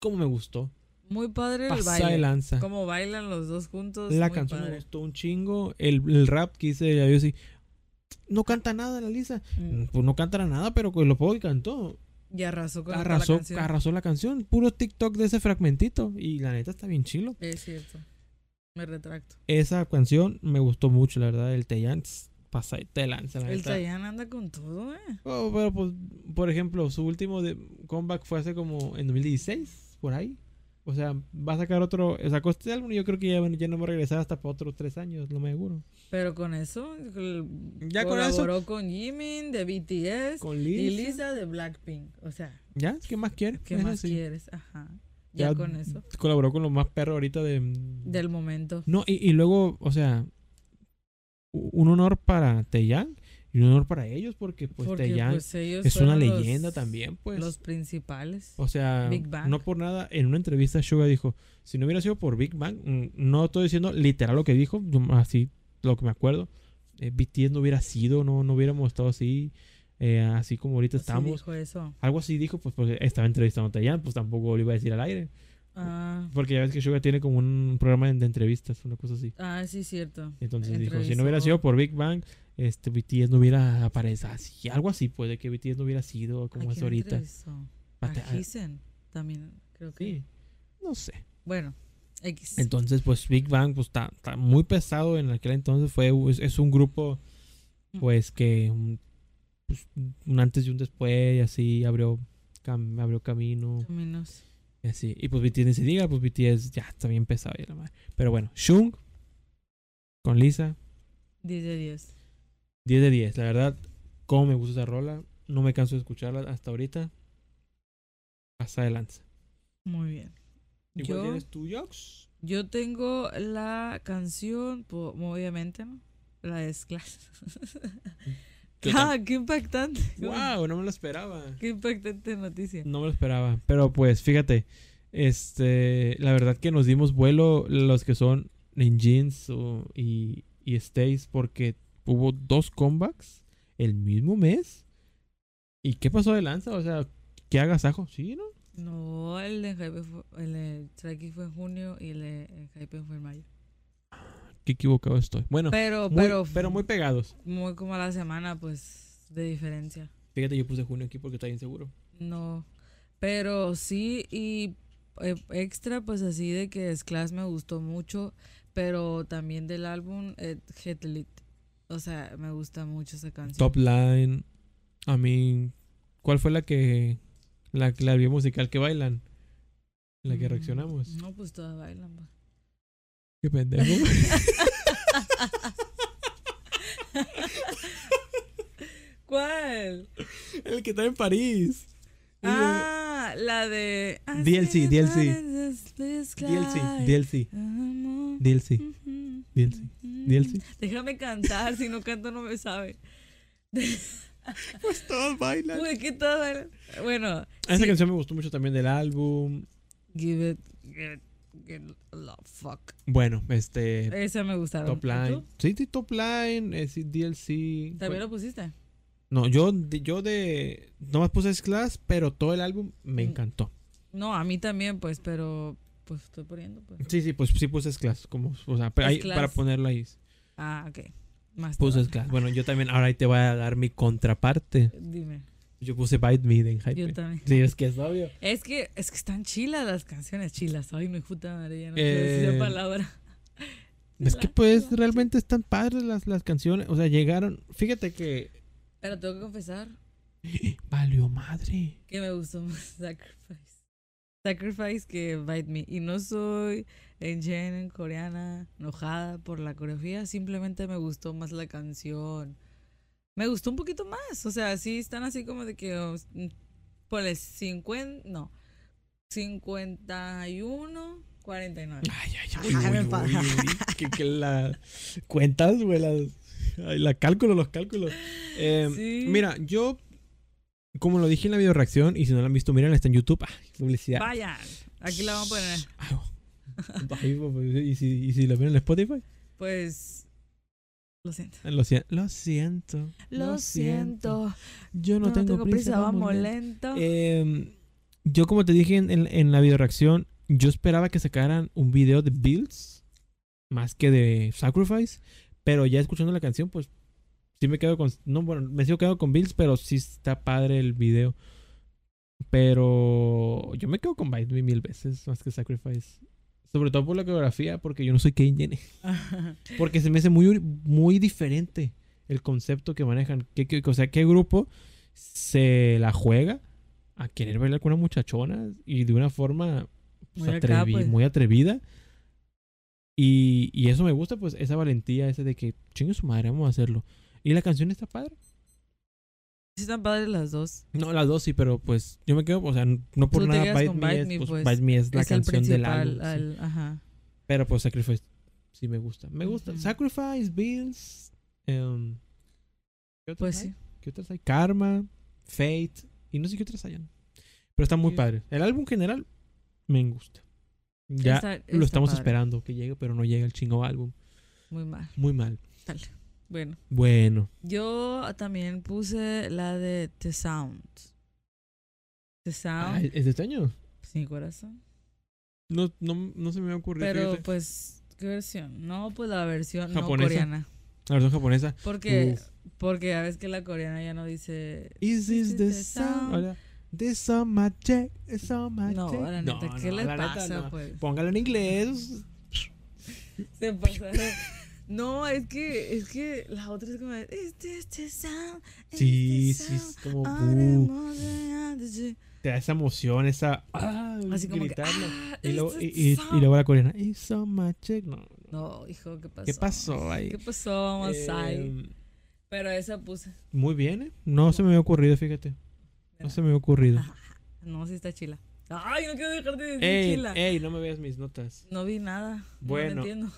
Speaker 1: Como me gustó.
Speaker 2: Muy padre el
Speaker 1: Pasa de
Speaker 2: baile.
Speaker 1: lanza.
Speaker 2: Cómo bailan los dos juntos.
Speaker 1: La
Speaker 2: muy
Speaker 1: canción me
Speaker 2: padre.
Speaker 1: gustó un chingo. El, el rap que hice, yo sí. No canta nada la Lisa.
Speaker 2: Mm.
Speaker 1: Pues no cantará nada, pero con lo poco que cantó,
Speaker 2: Y arrasó con toda
Speaker 1: arrasó
Speaker 2: la
Speaker 1: la,
Speaker 2: canción.
Speaker 1: arrasó la canción. Puro TikTok de ese fragmentito. Y la neta está bien chilo.
Speaker 2: Es cierto. Me retracto.
Speaker 1: Esa canción me gustó mucho, la verdad. El Teyan tss, pasa y te lanza, la
Speaker 2: El
Speaker 1: neta.
Speaker 2: Tayan anda con todo, ¿eh?
Speaker 1: Oh, pero pues, por ejemplo, su último de comeback fue hace como en 2016, por ahí. O sea, va a sacar otro. Sacó este álbum y yo creo que ya, ya no va a regresar hasta para otros tres años, lo me aseguro.
Speaker 2: Pero con eso. el-
Speaker 1: Ya con eso-
Speaker 2: colaboró con Jimin de BTS.
Speaker 1: Con
Speaker 2: Y
Speaker 1: Lisa.
Speaker 2: Lisa de Blackpink. O sea,
Speaker 1: ¿Ya? ¿Qué más quieres?
Speaker 2: ¿qué
Speaker 1: Es
Speaker 2: más
Speaker 1: así.
Speaker 2: quieres? Ajá. Ya,
Speaker 1: Ah, Ya-
Speaker 2: con eso.
Speaker 1: Colaboró con los más perros ahorita de...
Speaker 2: Del momento.
Speaker 1: No, y, y luego, o sea, u- un honor para Teyang y un honor para ellos porque pues
Speaker 2: porque
Speaker 1: Taeyang
Speaker 2: pues ellos
Speaker 1: es una
Speaker 2: fueron los-
Speaker 1: leyenda también, pues.
Speaker 2: Los principales.
Speaker 1: O sea,
Speaker 2: Big Bang.
Speaker 1: no por nada, en una entrevista Suga dijo, si no hubiera sido por Big Bang, mm, no estoy diciendo literal lo que dijo, yo así lo que me acuerdo, eh, BTS no hubiera sido, no, no hubiéramos estado así, eh, así como ahorita
Speaker 2: Sí
Speaker 1: estamos.
Speaker 2: dijo eso.
Speaker 1: Algo así dijo, pues porque estaba entrevistando a Taeyang, pues tampoco lo iba a decir al aire.
Speaker 2: Ah,
Speaker 1: Porque ya ves que Suga tiene como un programa de, de entrevistas, una cosa así.
Speaker 2: ah, sí, cierto.
Speaker 1: Entonces dijo, si no
Speaker 2: Entrevistó-
Speaker 1: hubiera sido por Big Bang, este BTS no hubiera aparecido así. Algo así, pues, de que BTS no hubiera sido
Speaker 2: ¿A
Speaker 1: como es
Speaker 2: quién
Speaker 1: ahorita.
Speaker 2: entrevistó? A
Speaker 1: Pate- ah,
Speaker 2: Hysen, también, creo que.
Speaker 1: Sí, no sé.
Speaker 2: Bueno, X.
Speaker 1: Entonces, pues, Big Bang, pues, está, está muy pesado en aquel entonces. Fue, es, es un grupo, pues, que un, pues, un antes y un después, y así, abrió, cam- abrió camino.
Speaker 2: Menos.
Speaker 1: Y así. Y pues BTS ni se diga, pues BTS ya está bien pesado. ya la madre. Pero bueno, Shung con Lisa,
Speaker 2: 10 de 10.
Speaker 1: 10 de 10. La verdad, cómo me gusta esa rola. No me canso de escucharla hasta ahorita. Hasta adelante.
Speaker 2: Muy bien.
Speaker 1: ¿Y cuál
Speaker 2: Yo,
Speaker 1: tienes tú, Jox?
Speaker 2: yo tengo la canción, po- obviamente, ¿no? La de Clash. ¡Ah, qué impactante!
Speaker 1: ¡Wow! No me lo esperaba.
Speaker 2: ¡Qué impactante noticia!
Speaker 1: No me lo esperaba. Pero pues, fíjate. Este, la verdad que nos dimos vuelo los que son en jeans o- y, y Stays porque hubo dos comebacks el mismo mes. ¿Y qué pasó de lanza? O sea, ¿qué agasajo? Sí, ¿no?
Speaker 2: No, el de Hype fue, el de Traki fue en junio y el de en Hype fue en mayo.
Speaker 1: Qué equivocado estoy. Bueno,
Speaker 2: Pero,
Speaker 1: muy-
Speaker 2: pero,
Speaker 1: pero muy pegados.
Speaker 2: muy como a la semana, pues, de diferencia.
Speaker 1: Fíjate, yo puse junio aquí porque está bien seguro.
Speaker 2: No, pero sí, y eh, extra, pues así de que Class me gustó mucho, pero también del álbum eh, Get Lit. O sea, me gusta mucho esa canción.
Speaker 1: Top Line. A mí. ¿Cuál fue la que. La, la video musical que bailan? La que
Speaker 2: Mm,
Speaker 1: reaccionamos.
Speaker 2: No, pues todas bailan. pues.
Speaker 1: Qué pendejo.
Speaker 2: ¿Cuál?
Speaker 1: El que está en París.
Speaker 2: Ah, la de. I
Speaker 1: DLC,
Speaker 2: see the
Speaker 1: DLC.
Speaker 2: light in this- this
Speaker 1: DLC,
Speaker 2: sky.
Speaker 1: DLC,
Speaker 2: Amor.
Speaker 1: DLC,
Speaker 2: Ujú.
Speaker 1: DLC, DLC.
Speaker 2: Déjame cantar, si no canto no me sabe. pues todos bailan. Pues que todos bailan. Bueno.
Speaker 1: Esa canción me gustó mucho también del álbum.
Speaker 2: Give it, give it, give it a lot, fuck.
Speaker 1: Bueno, este.
Speaker 2: Esa me gustaron.
Speaker 1: Top Line. Sí, sí, Top Line, eh, sí, DLC.
Speaker 2: ¿También
Speaker 1: Bueno,
Speaker 2: lo pusiste?
Speaker 1: No, yo, de- yo de. Nomás puse S-Class, pero todo el álbum me
Speaker 2: Mm.
Speaker 1: encantó.
Speaker 2: No, a mí también, pues, pero pues estoy poniendo, pues.
Speaker 1: Sí, sí, pues sí puse S-Class. Como, o sea, pero ahí-
Speaker 2: S-Class.
Speaker 1: para ponerlo ahí.
Speaker 2: Ah, ok. Más
Speaker 1: Puse
Speaker 2: tarde.
Speaker 1: S-Class. Bueno, yo también. Ahora ahí te voy a dar mi contraparte.
Speaker 2: Dime.
Speaker 1: Yo puse Bite Me de Hype.
Speaker 2: Yo también.
Speaker 1: Sí, es que es obvio.
Speaker 2: Es que, es que están chilas las canciones, chilas. Ay, no puta madre, ya no
Speaker 1: Eh,
Speaker 2: quiero decir la palabra.
Speaker 1: Es que pues realmente están padres las, las canciones. O sea, llegaron. Fíjate que.
Speaker 2: Pero tengo que confesar
Speaker 1: Valió madre.
Speaker 2: que me gustó más Sacrifice. Sacrifice que Bite Me. Y no soy en yen coreana enojada por la coreografía, simplemente me gustó más la canción. Me gustó un poquito más, o sea, sí están así como de que oh, mm, ponle 50, no, 51, 49.
Speaker 1: Ay, ay, ay.
Speaker 2: uy, Ajá, uy, me uy, pasa. uy,
Speaker 1: Que, la. Cuentas, güey. la cálculo, los cálculos. Em,
Speaker 2: Sí.
Speaker 1: Mira, yo. Como lo dije en la video reacción, y si no la han visto, miren, está en YouTube. Ay, publicidad.
Speaker 2: Vayan, aquí la vamos a poner.
Speaker 1: Ay, oh. Ay, oh, y, si, y si la ven en Spotify,
Speaker 2: Pues lo siento.
Speaker 1: lo, sien- lo siento. Yo no, tengo, prisa, vamos
Speaker 2: lento.
Speaker 1: lento. Eh, yo, como te dije en, en- en la video reacción, yo esperaba que sacaran un video de Bills más que de Sacrifice, pero ya escuchando la canción, pues sí me quedo con. No, bueno, me sigo quedando con Bills, pero sí está padre el video. Pero yo me quedo con Bite Me mil veces más que Sacrifice. Sobre todo por la coreografía, porque yo no soy Kane Jenner. Porque se me hace muy, muy diferente el concepto que manejan. ¿Qué, qué- o sea, ¿qué grupo se la juega a querer bailar con una muchachona y de una forma pues,
Speaker 2: Muy acá,
Speaker 1: atrevi-
Speaker 2: pues.
Speaker 1: muy atrevida? Y, y eso me gusta, pues, esa valentía, ese de que chingue su madre, vamos a hacerlo. Y la canción está padre.
Speaker 2: Sí están padres las dos.
Speaker 1: No, las dos sí, pero pues yo me quedo, o sea, no
Speaker 2: Tú
Speaker 1: por
Speaker 2: te
Speaker 1: nada.
Speaker 2: quedas
Speaker 1: Bite,
Speaker 2: con
Speaker 1: me,
Speaker 2: Bite
Speaker 1: es,
Speaker 2: Me,
Speaker 1: pues,
Speaker 2: pues,
Speaker 1: Bite Me es la
Speaker 2: es el
Speaker 1: canción del
Speaker 2: principal.
Speaker 1: álbum. sí.
Speaker 2: al- ajá.
Speaker 1: Pero pues Sacrifice sí me gusta. Me gusta.
Speaker 2: Ujú.
Speaker 1: Sacrifice, Bills. em, ¿qué otras
Speaker 2: Pues
Speaker 1: hay?
Speaker 2: sí.
Speaker 1: ¿Qué otras hay? Karma, Fate. Y no sé qué otras hayan. Pero está muy
Speaker 2: Sí.
Speaker 1: padre. El álbum general me gusta. Ya
Speaker 2: Está-
Speaker 1: lo
Speaker 2: está
Speaker 1: estamos
Speaker 2: padre.
Speaker 1: esperando que llegue, pero no llega el chingo álbum.
Speaker 2: Muy mal.
Speaker 1: Muy mal.
Speaker 2: Bueno,
Speaker 1: Bueno.
Speaker 2: yo también puse la de The Sound. The
Speaker 1: Ah,
Speaker 2: Sound,
Speaker 1: ¿Es de este año?
Speaker 2: sin corazón.
Speaker 1: No, no, no se me ha ocurrido.
Speaker 2: Pero
Speaker 1: fíjate.
Speaker 2: pues, ¿qué versión? No, pues la versión
Speaker 1: Japonesa.
Speaker 2: no coreana.
Speaker 1: La versión japonesa.
Speaker 2: Porque,
Speaker 1: Uf.
Speaker 2: porque a veces que la coreana ya no dice This
Speaker 1: Is this
Speaker 2: is
Speaker 1: the
Speaker 2: the
Speaker 1: sound?
Speaker 2: sound.
Speaker 1: Hola. This on my check. This on my
Speaker 2: No,
Speaker 1: check.
Speaker 2: la neta, ¿qué les
Speaker 1: la neta,
Speaker 2: pasa,
Speaker 1: no.
Speaker 2: pues?
Speaker 1: Póngalo en inglés.
Speaker 2: Se pasaron. No, es que, es que la otra es como, "Is this the sound? Is
Speaker 1: Sí,
Speaker 2: this
Speaker 1: sí,
Speaker 2: sound
Speaker 1: es como
Speaker 2: of
Speaker 1: uh,
Speaker 2: the modern energy?"
Speaker 1: te da esa emoción, esa ah,
Speaker 2: Así como que,
Speaker 1: gritarlo.
Speaker 2: "Ah,
Speaker 1: y, luego,
Speaker 2: is
Speaker 1: y,
Speaker 2: this
Speaker 1: y-
Speaker 2: sound?"
Speaker 1: y luego la coreana, "It's so much it". No,
Speaker 2: No, hijo, ¿qué pasó?
Speaker 1: ¿Qué pasó ahí?
Speaker 2: ¿Qué pasó, vamos
Speaker 1: Eh,
Speaker 2: ahí? Pero esa puse.
Speaker 1: Muy bien, ¿eh? No se me había ocurrido, fíjate. No se me había ocurrido.
Speaker 2: No, sí está chila. Ay, no quiero dejar de decir
Speaker 1: Ey,
Speaker 2: chila.
Speaker 1: ey, no me veas mis notas.
Speaker 2: No vi nada. Bueno. No
Speaker 1: Bueno.
Speaker 2: lo entiendo.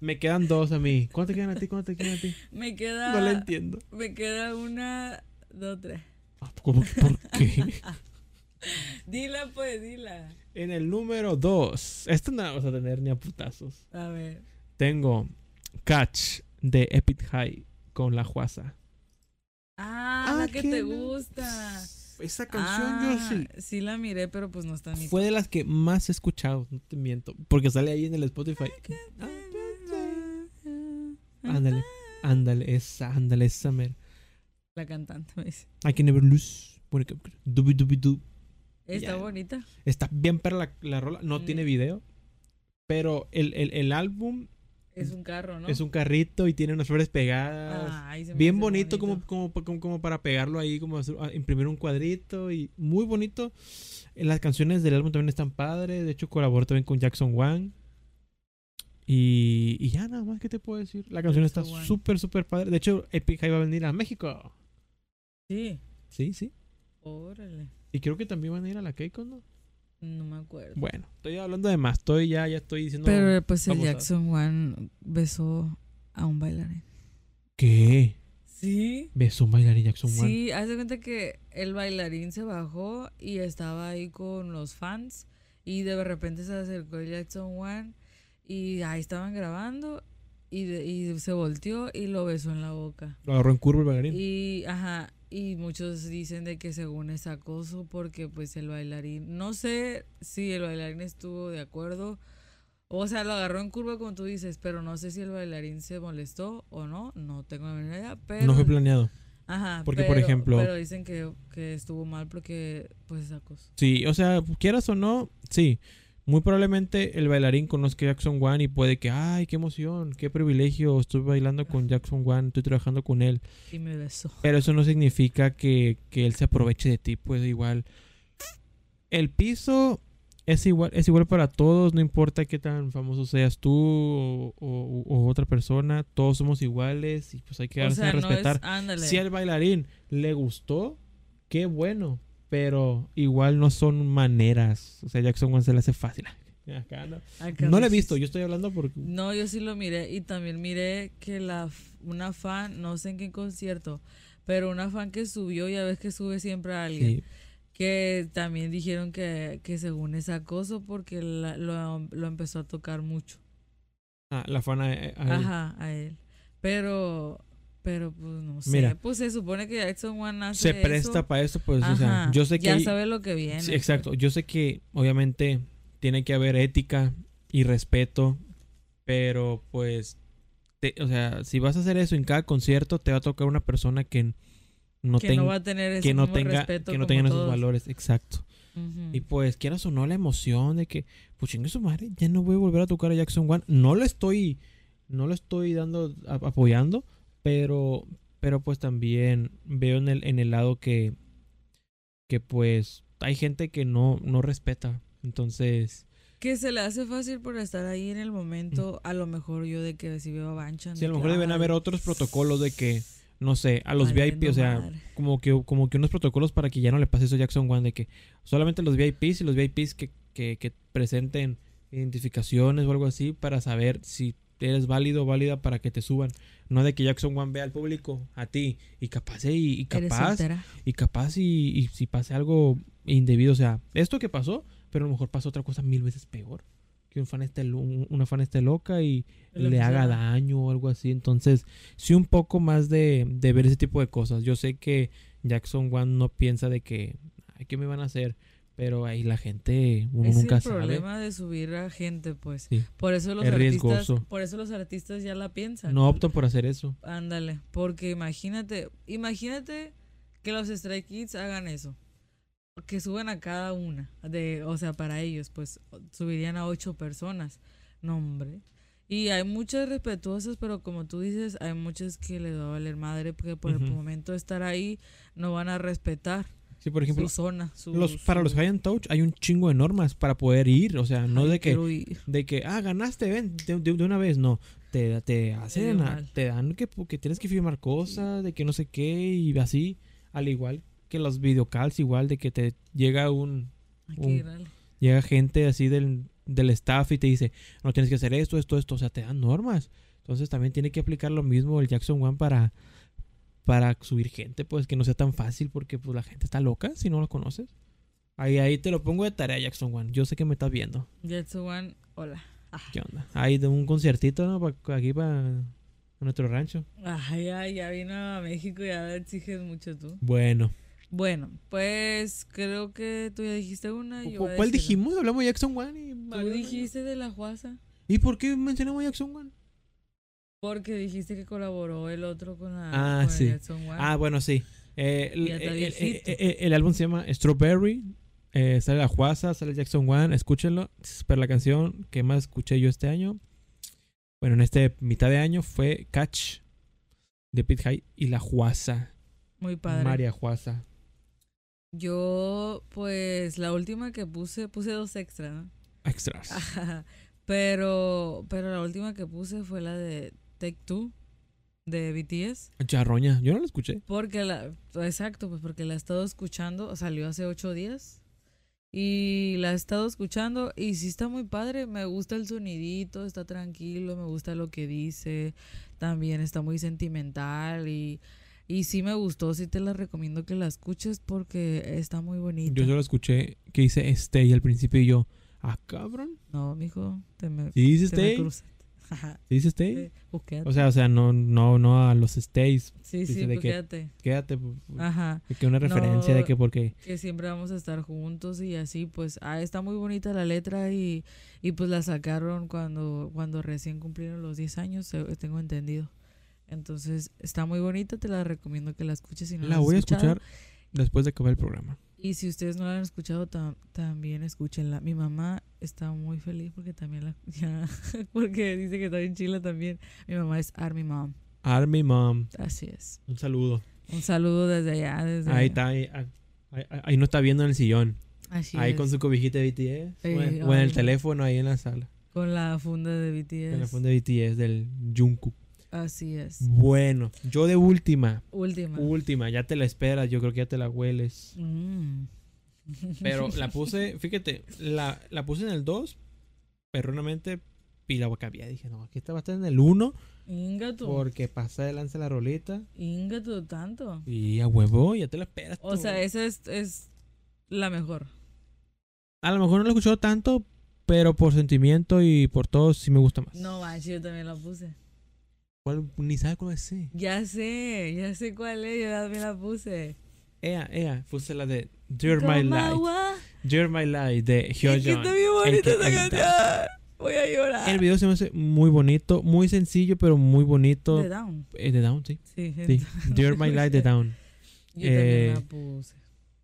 Speaker 1: Me quedan dos a mí. ¿Cuánto te quedan a ti? ¿Cuánto te quedan a ti?
Speaker 2: Me queda,
Speaker 1: No la entiendo.
Speaker 2: me queda una, dos, tres.
Speaker 1: Ah, ¿Cómo? ¿Por qué?
Speaker 2: Dila, pues, dila.
Speaker 1: en el número dos. Esto no la vas a tener ni a putazos.
Speaker 2: A ver.
Speaker 1: Tengo Catch de Epic High con la Juasa.
Speaker 2: Ah,
Speaker 1: Ah,
Speaker 2: la que
Speaker 1: ¿qué
Speaker 2: te
Speaker 1: no?
Speaker 2: gusta.
Speaker 1: Esa canción yo sí.
Speaker 2: Ah, Sí la miré, pero pues no está ni.
Speaker 1: Fue de las que más he escuchado, no te miento. Porque sale ahí en el Spotify.
Speaker 2: Ah,
Speaker 1: Ah, Ándale, ándale, esa, ándale, esa mera.
Speaker 2: La cantante me dice.
Speaker 1: I can never lose. Bueno, que- dubi, dubi, du.
Speaker 2: Está
Speaker 1: Ya.
Speaker 2: bonita.
Speaker 1: Está bien perra la, la rola, no
Speaker 2: Mm.
Speaker 1: tiene video. Pero el, el- el álbum
Speaker 2: Es un carro, ¿no?
Speaker 1: es un carrito y tiene unas flores pegadas.
Speaker 2: Ay, se me
Speaker 1: bien
Speaker 2: hace
Speaker 1: bonito, Como, como, pa- como, como para pegarlo ahí, como hacer- ah, imprimir un cuadrito y muy bonito. Eh, Las canciones del álbum también están padres. De hecho, colaboró también con Jackson Wang. Y, y ya nada más, ¿qué te puedo decir? La canción
Speaker 2: Jackson
Speaker 1: está
Speaker 2: Wang.
Speaker 1: súper, súper padre. De hecho, Epic High va a venir a México.
Speaker 2: Sí.
Speaker 1: Sí, sí.
Speaker 2: Órale.
Speaker 1: Y creo que también van a ir a la Keiko, ¿no?
Speaker 2: No me acuerdo.
Speaker 1: Bueno, estoy hablando de más. Estoy ya, ya estoy diciendo.
Speaker 2: Pero pues el
Speaker 1: vamos a-
Speaker 2: Jackson One besó a un bailarín.
Speaker 1: ¿Qué?
Speaker 2: Sí.
Speaker 1: Besó un bailarín Jackson Wang.
Speaker 2: Sí, haz de cuenta que el bailarín se bajó y estaba ahí con los fans y de repente se acercó el Jackson One y ahí estaban grabando y, de- y se volteó y lo besó en la boca.
Speaker 1: Lo agarró en curva el bailarín.
Speaker 2: Y, ajá, y muchos dicen de que según es acoso porque pues el bailarín, no sé si el bailarín estuvo de acuerdo, o sea, lo agarró en curva como tú dices, pero no sé si el bailarín se molestó o no, no tengo la menor idea, pero...
Speaker 1: no fue planeado.
Speaker 2: Ajá,
Speaker 1: porque, por
Speaker 2: pero-
Speaker 1: ejemplo-
Speaker 2: Pero dicen que, que estuvo mal porque pues es acoso.
Speaker 1: Sí, o sea, quieras o no, sí. Muy probablemente el bailarín conozca a Jackson Wang y puede que, ay, qué emoción, qué privilegio, estoy bailando con Jackson Wang, estoy trabajando con él.
Speaker 2: Y me besó.
Speaker 1: Pero eso no significa que, que él se aproveche de ti, pues igual. El piso es igual, es igual para todos, no importa qué tan famoso seas tú o, o- o otra persona, todos somos iguales y pues hay que
Speaker 2: o
Speaker 1: darse
Speaker 2: sea,
Speaker 1: a respetar.
Speaker 2: no es, ándale.
Speaker 1: Si al bailarín le gustó, qué bueno. Pero igual no son maneras. O sea, Jackson Wang se le hace fácil. Acá no.
Speaker 2: Acá
Speaker 1: No lo he
Speaker 2: dices-
Speaker 1: visto, yo estoy hablando porque.
Speaker 2: No, yo sí lo miré y también miré que la f- una fan, no sé en qué concierto, pero una fan que subió, ya ves que sube siempre a alguien,
Speaker 1: Sí,
Speaker 2: que también dijeron que, que según es acoso porque la- lo, lo empezó a tocar mucho.
Speaker 1: ah, la fana. eh, a él.
Speaker 2: Ajá, a él. Pero, pero pues no sé.
Speaker 1: Mira.
Speaker 2: pues se supone que Jackson One hace
Speaker 1: Se presta
Speaker 2: eso.
Speaker 1: para eso, pues. o sea,
Speaker 2: Ajá,
Speaker 1: yo sé que.
Speaker 2: Ya
Speaker 1: hay-
Speaker 2: sabe lo que viene.
Speaker 1: Sí, exacto. Yo sé que obviamente tiene que haber ética y respeto, pero pues, te- o sea, si vas a hacer eso en cada concierto, te va a tocar una persona que no,
Speaker 2: pues, que
Speaker 1: ten-
Speaker 2: no va a tener ese
Speaker 1: que no
Speaker 2: mismo
Speaker 1: tenga,
Speaker 2: respeto
Speaker 1: que no
Speaker 2: como
Speaker 1: tengan esos
Speaker 2: todos.
Speaker 1: valores. Exacto.
Speaker 2: Ujú.
Speaker 1: Y pues, quieras o no, la emoción de que, pues chingue su madre, ya no voy a volver a tocar a Jackson One. No lo estoy, no lo estoy dando, a- apoyando, pero, pero pues también veo en el, en el lado que, que pues hay gente que no, no respeta. Entonces,
Speaker 2: Que se le hace fácil por estar ahí en el momento. A lo mejor yo de que si veo a Banchan.
Speaker 1: sí, a lo
Speaker 2: de
Speaker 1: mejor
Speaker 2: que,
Speaker 1: deben
Speaker 2: "Ay,
Speaker 1: haber otros protocolos de que, no sé, a los
Speaker 2: valiendo
Speaker 1: VIP, o sea,
Speaker 2: madre".
Speaker 1: como que, como que unos protocolos para que ya no le pase eso a Jackson One, de que solamente los VIPs y los VIPs que, que, que presenten identificaciones o algo así para saber si eres válido o válida para que te suban. No de que Jackson One vea al público, a ti, y capaz, eh, y, y
Speaker 2: Eres
Speaker 1: capaz,
Speaker 2: soltera.
Speaker 1: y capaz, y, y si pase algo indebido, o sea, esto que pasó, pero a lo mejor pasó otra cosa mil veces peor. Que un fan esté, lo- un- una fan esté loca y,
Speaker 2: Lo
Speaker 1: le
Speaker 2: que
Speaker 1: haga
Speaker 2: sea.
Speaker 1: daño o algo así. Entonces, sí un poco más de, de ver ese tipo de cosas. Yo sé que Jackson One no piensa de que, ay, ¿qué me van a hacer? Pero ahí la gente, uno
Speaker 2: Es
Speaker 1: nunca
Speaker 2: el
Speaker 1: sabe.
Speaker 2: problema de subir a gente, pues.
Speaker 1: Sí.
Speaker 2: Por eso los
Speaker 1: Es
Speaker 2: artistas.
Speaker 1: riesgoso.
Speaker 2: Por eso los artistas ya la piensan.
Speaker 1: No optan por hacer eso.
Speaker 2: Ándale, porque imagínate, imagínate que los Stray Kids hagan eso. Que suban a cada una, de, o sea, para ellos, pues subirían a ocho personas. No, hombre. Y hay muchas respetuosas, pero como tú dices, hay muchas que les va a valer madre, porque por el
Speaker 1: Ujú.
Speaker 2: momento de estar ahí no van a respetar
Speaker 1: Sí, por ejemplo,
Speaker 2: su zona. Su,
Speaker 1: los, para los
Speaker 2: su-
Speaker 1: high and touch hay un chingo de normas para poder ir. O sea, no
Speaker 2: Ay,
Speaker 1: de que,
Speaker 2: quiero ir.
Speaker 1: de que, ah, ganaste, ven, de, de- de una vez, no. Te, te hacen, a-
Speaker 2: mal.
Speaker 1: te dan que, que tienes que firmar cosas, de que no sé qué, y así. Al igual que los videocalls, igual de que te llega un,
Speaker 2: Hay
Speaker 1: un-
Speaker 2: que ir al-
Speaker 1: Llega gente así del, del staff y te dice, no tienes que hacer esto, esto, esto. O sea, te dan normas. Entonces también tiene que aplicar lo mismo el Jackson One para, para subir gente, pues que no sea tan fácil porque pues la gente está loca si no lo conoces. Ahí, ahí te lo pongo de tarea, Jackson One. Yo sé que me estás viendo.
Speaker 2: Jetsu One, hola.
Speaker 1: ¿Qué onda? Ahí de un conciertito, ¿no? Pa- aquí para nuestro rancho.
Speaker 2: Ay, ay, ya vino a México, ya exiges mucho tú.
Speaker 1: Bueno.
Speaker 2: Bueno, pues creo que tú ya dijiste una. y yo voy a
Speaker 1: ¿Cuál
Speaker 2: decir
Speaker 1: dijimos? Hablamos de Jackson One y...
Speaker 2: otra. Tú dijiste de la Juaza.
Speaker 1: ¿Y por qué mencionamos a Jackson One?
Speaker 2: Porque dijiste que colaboró el otro con la
Speaker 1: Ah,
Speaker 2: con el
Speaker 1: sí.
Speaker 2: Jackson Wang.
Speaker 1: Ah, bueno, sí. Eh, el,
Speaker 2: Ya está
Speaker 1: el-
Speaker 2: viejito.
Speaker 1: el- el- el álbum se llama Strawberry. eh, sale la Juaza, sale Jackson One. Escúchenlo. Pero la canción que más escuché yo este año, bueno, en este mitad de año, fue Catch de Pit High y la Juaza.
Speaker 2: Muy padre.
Speaker 1: María Juaza.
Speaker 2: Yo, pues, la última que puse, puse dos extra, ¿no?
Speaker 1: Extras.
Speaker 2: Ah. pero, pero la última que puse fue la de Take Two de BTS.
Speaker 1: Charroña. Yo no la escuché.
Speaker 2: Porque la, exacto, pues porque la he estado escuchando, salió hace ocho días y la he estado escuchando y sí está muy padre, me gusta el sonidito, está tranquilo, me gusta lo que dice, también está muy sentimental y, Y sí me gustó, sí te la recomiendo que la escuches porque está muy bonita.
Speaker 1: Yo solo escuché que dice stay al principio y yo, ah, cabrón.
Speaker 2: No, mijo, te me,
Speaker 1: ¿Sí dice
Speaker 2: te me
Speaker 1: stay?
Speaker 2: cruzaste. Ajá,
Speaker 1: ¿Sí dice stay?
Speaker 2: eh, busquéate.
Speaker 1: O sea, o sea, no, no, no a los stays.
Speaker 2: sí,
Speaker 1: dice
Speaker 2: sí,
Speaker 1: Pues de que- pues
Speaker 2: busquéate.
Speaker 1: Quédate. pu- pu-
Speaker 2: Ajá.
Speaker 1: Que una referencia de
Speaker 2: No.
Speaker 1: que porque
Speaker 2: que siempre vamos a estar juntos y así, pues ah, está muy bonita la letra y, y pues la sacaron cuando, cuando recién cumplieron los 10 años, eh, tengo entendido. Entonces está muy bonita, te la recomiendo que la escuches. Si no
Speaker 1: la
Speaker 2: has
Speaker 1: voy a
Speaker 2: escuchado.
Speaker 1: escuchar después de acabar el programa.
Speaker 2: Y si ustedes no la han escuchado, tam- también escúchenla. Mi mamá está muy feliz porque también la... ya, porque dice que está bien chila también. Mi mamá es Army Mom,
Speaker 1: Army Mom,
Speaker 2: así es.
Speaker 1: un saludo.
Speaker 2: Un saludo desde allá, desde...
Speaker 1: Ahí está, ahí, ahí- ahí- ahí no está viendo en el sillón.
Speaker 2: Así
Speaker 1: ahí
Speaker 2: es.
Speaker 1: con su cobijita de BTS.
Speaker 2: Sí,
Speaker 1: o, en, o en
Speaker 2: ay.
Speaker 1: el teléfono ahí en la sala.
Speaker 2: Con la funda de BTS.
Speaker 1: En la Mm. funda de BTS del Jungkook.
Speaker 2: Así es.
Speaker 1: Bueno, yo de última,
Speaker 2: Última.
Speaker 1: última, ya te la esperas, yo creo que ya te la hueles.
Speaker 2: Mm.
Speaker 1: Pero la puse, fíjate, la, la puse en el 2, erróneamente, y la cambié. Dije, no, aquí esta va a estar en el 1
Speaker 2: Ingato.
Speaker 1: porque pasa de lanza la roleta.
Speaker 2: Ingato tanto.
Speaker 1: Y a huevo, ya te la esperas.
Speaker 2: O
Speaker 1: tú.
Speaker 2: sea, esa es, es la mejor.
Speaker 1: A lo mejor no lo he escuchado tanto, pero por sentimiento y por todo sí me gusta más.
Speaker 2: No manches, yo también la puse.
Speaker 1: ¿Cuál? Ni sabe cuál es ese.
Speaker 2: Ya sé, ya sé cuál es, yo también la puse.
Speaker 1: Ea, ea, puse la de Dear
Speaker 2: Como
Speaker 1: My Life.
Speaker 2: agua.
Speaker 1: Dear My Life de
Speaker 2: Es que
Speaker 1: Hyojun.
Speaker 2: está bien bonita
Speaker 1: el que
Speaker 2: esa canción. Voy a
Speaker 1: El
Speaker 2: llorar.
Speaker 1: video se me hace muy bonito, muy sencillo, pero muy bonito.
Speaker 2: De Down.
Speaker 1: Eh, de Down, sí.
Speaker 2: Sí,
Speaker 1: sí.
Speaker 2: gente.
Speaker 1: Dear My Life de Down.
Speaker 2: Yo también
Speaker 1: Eh,
Speaker 2: la puse.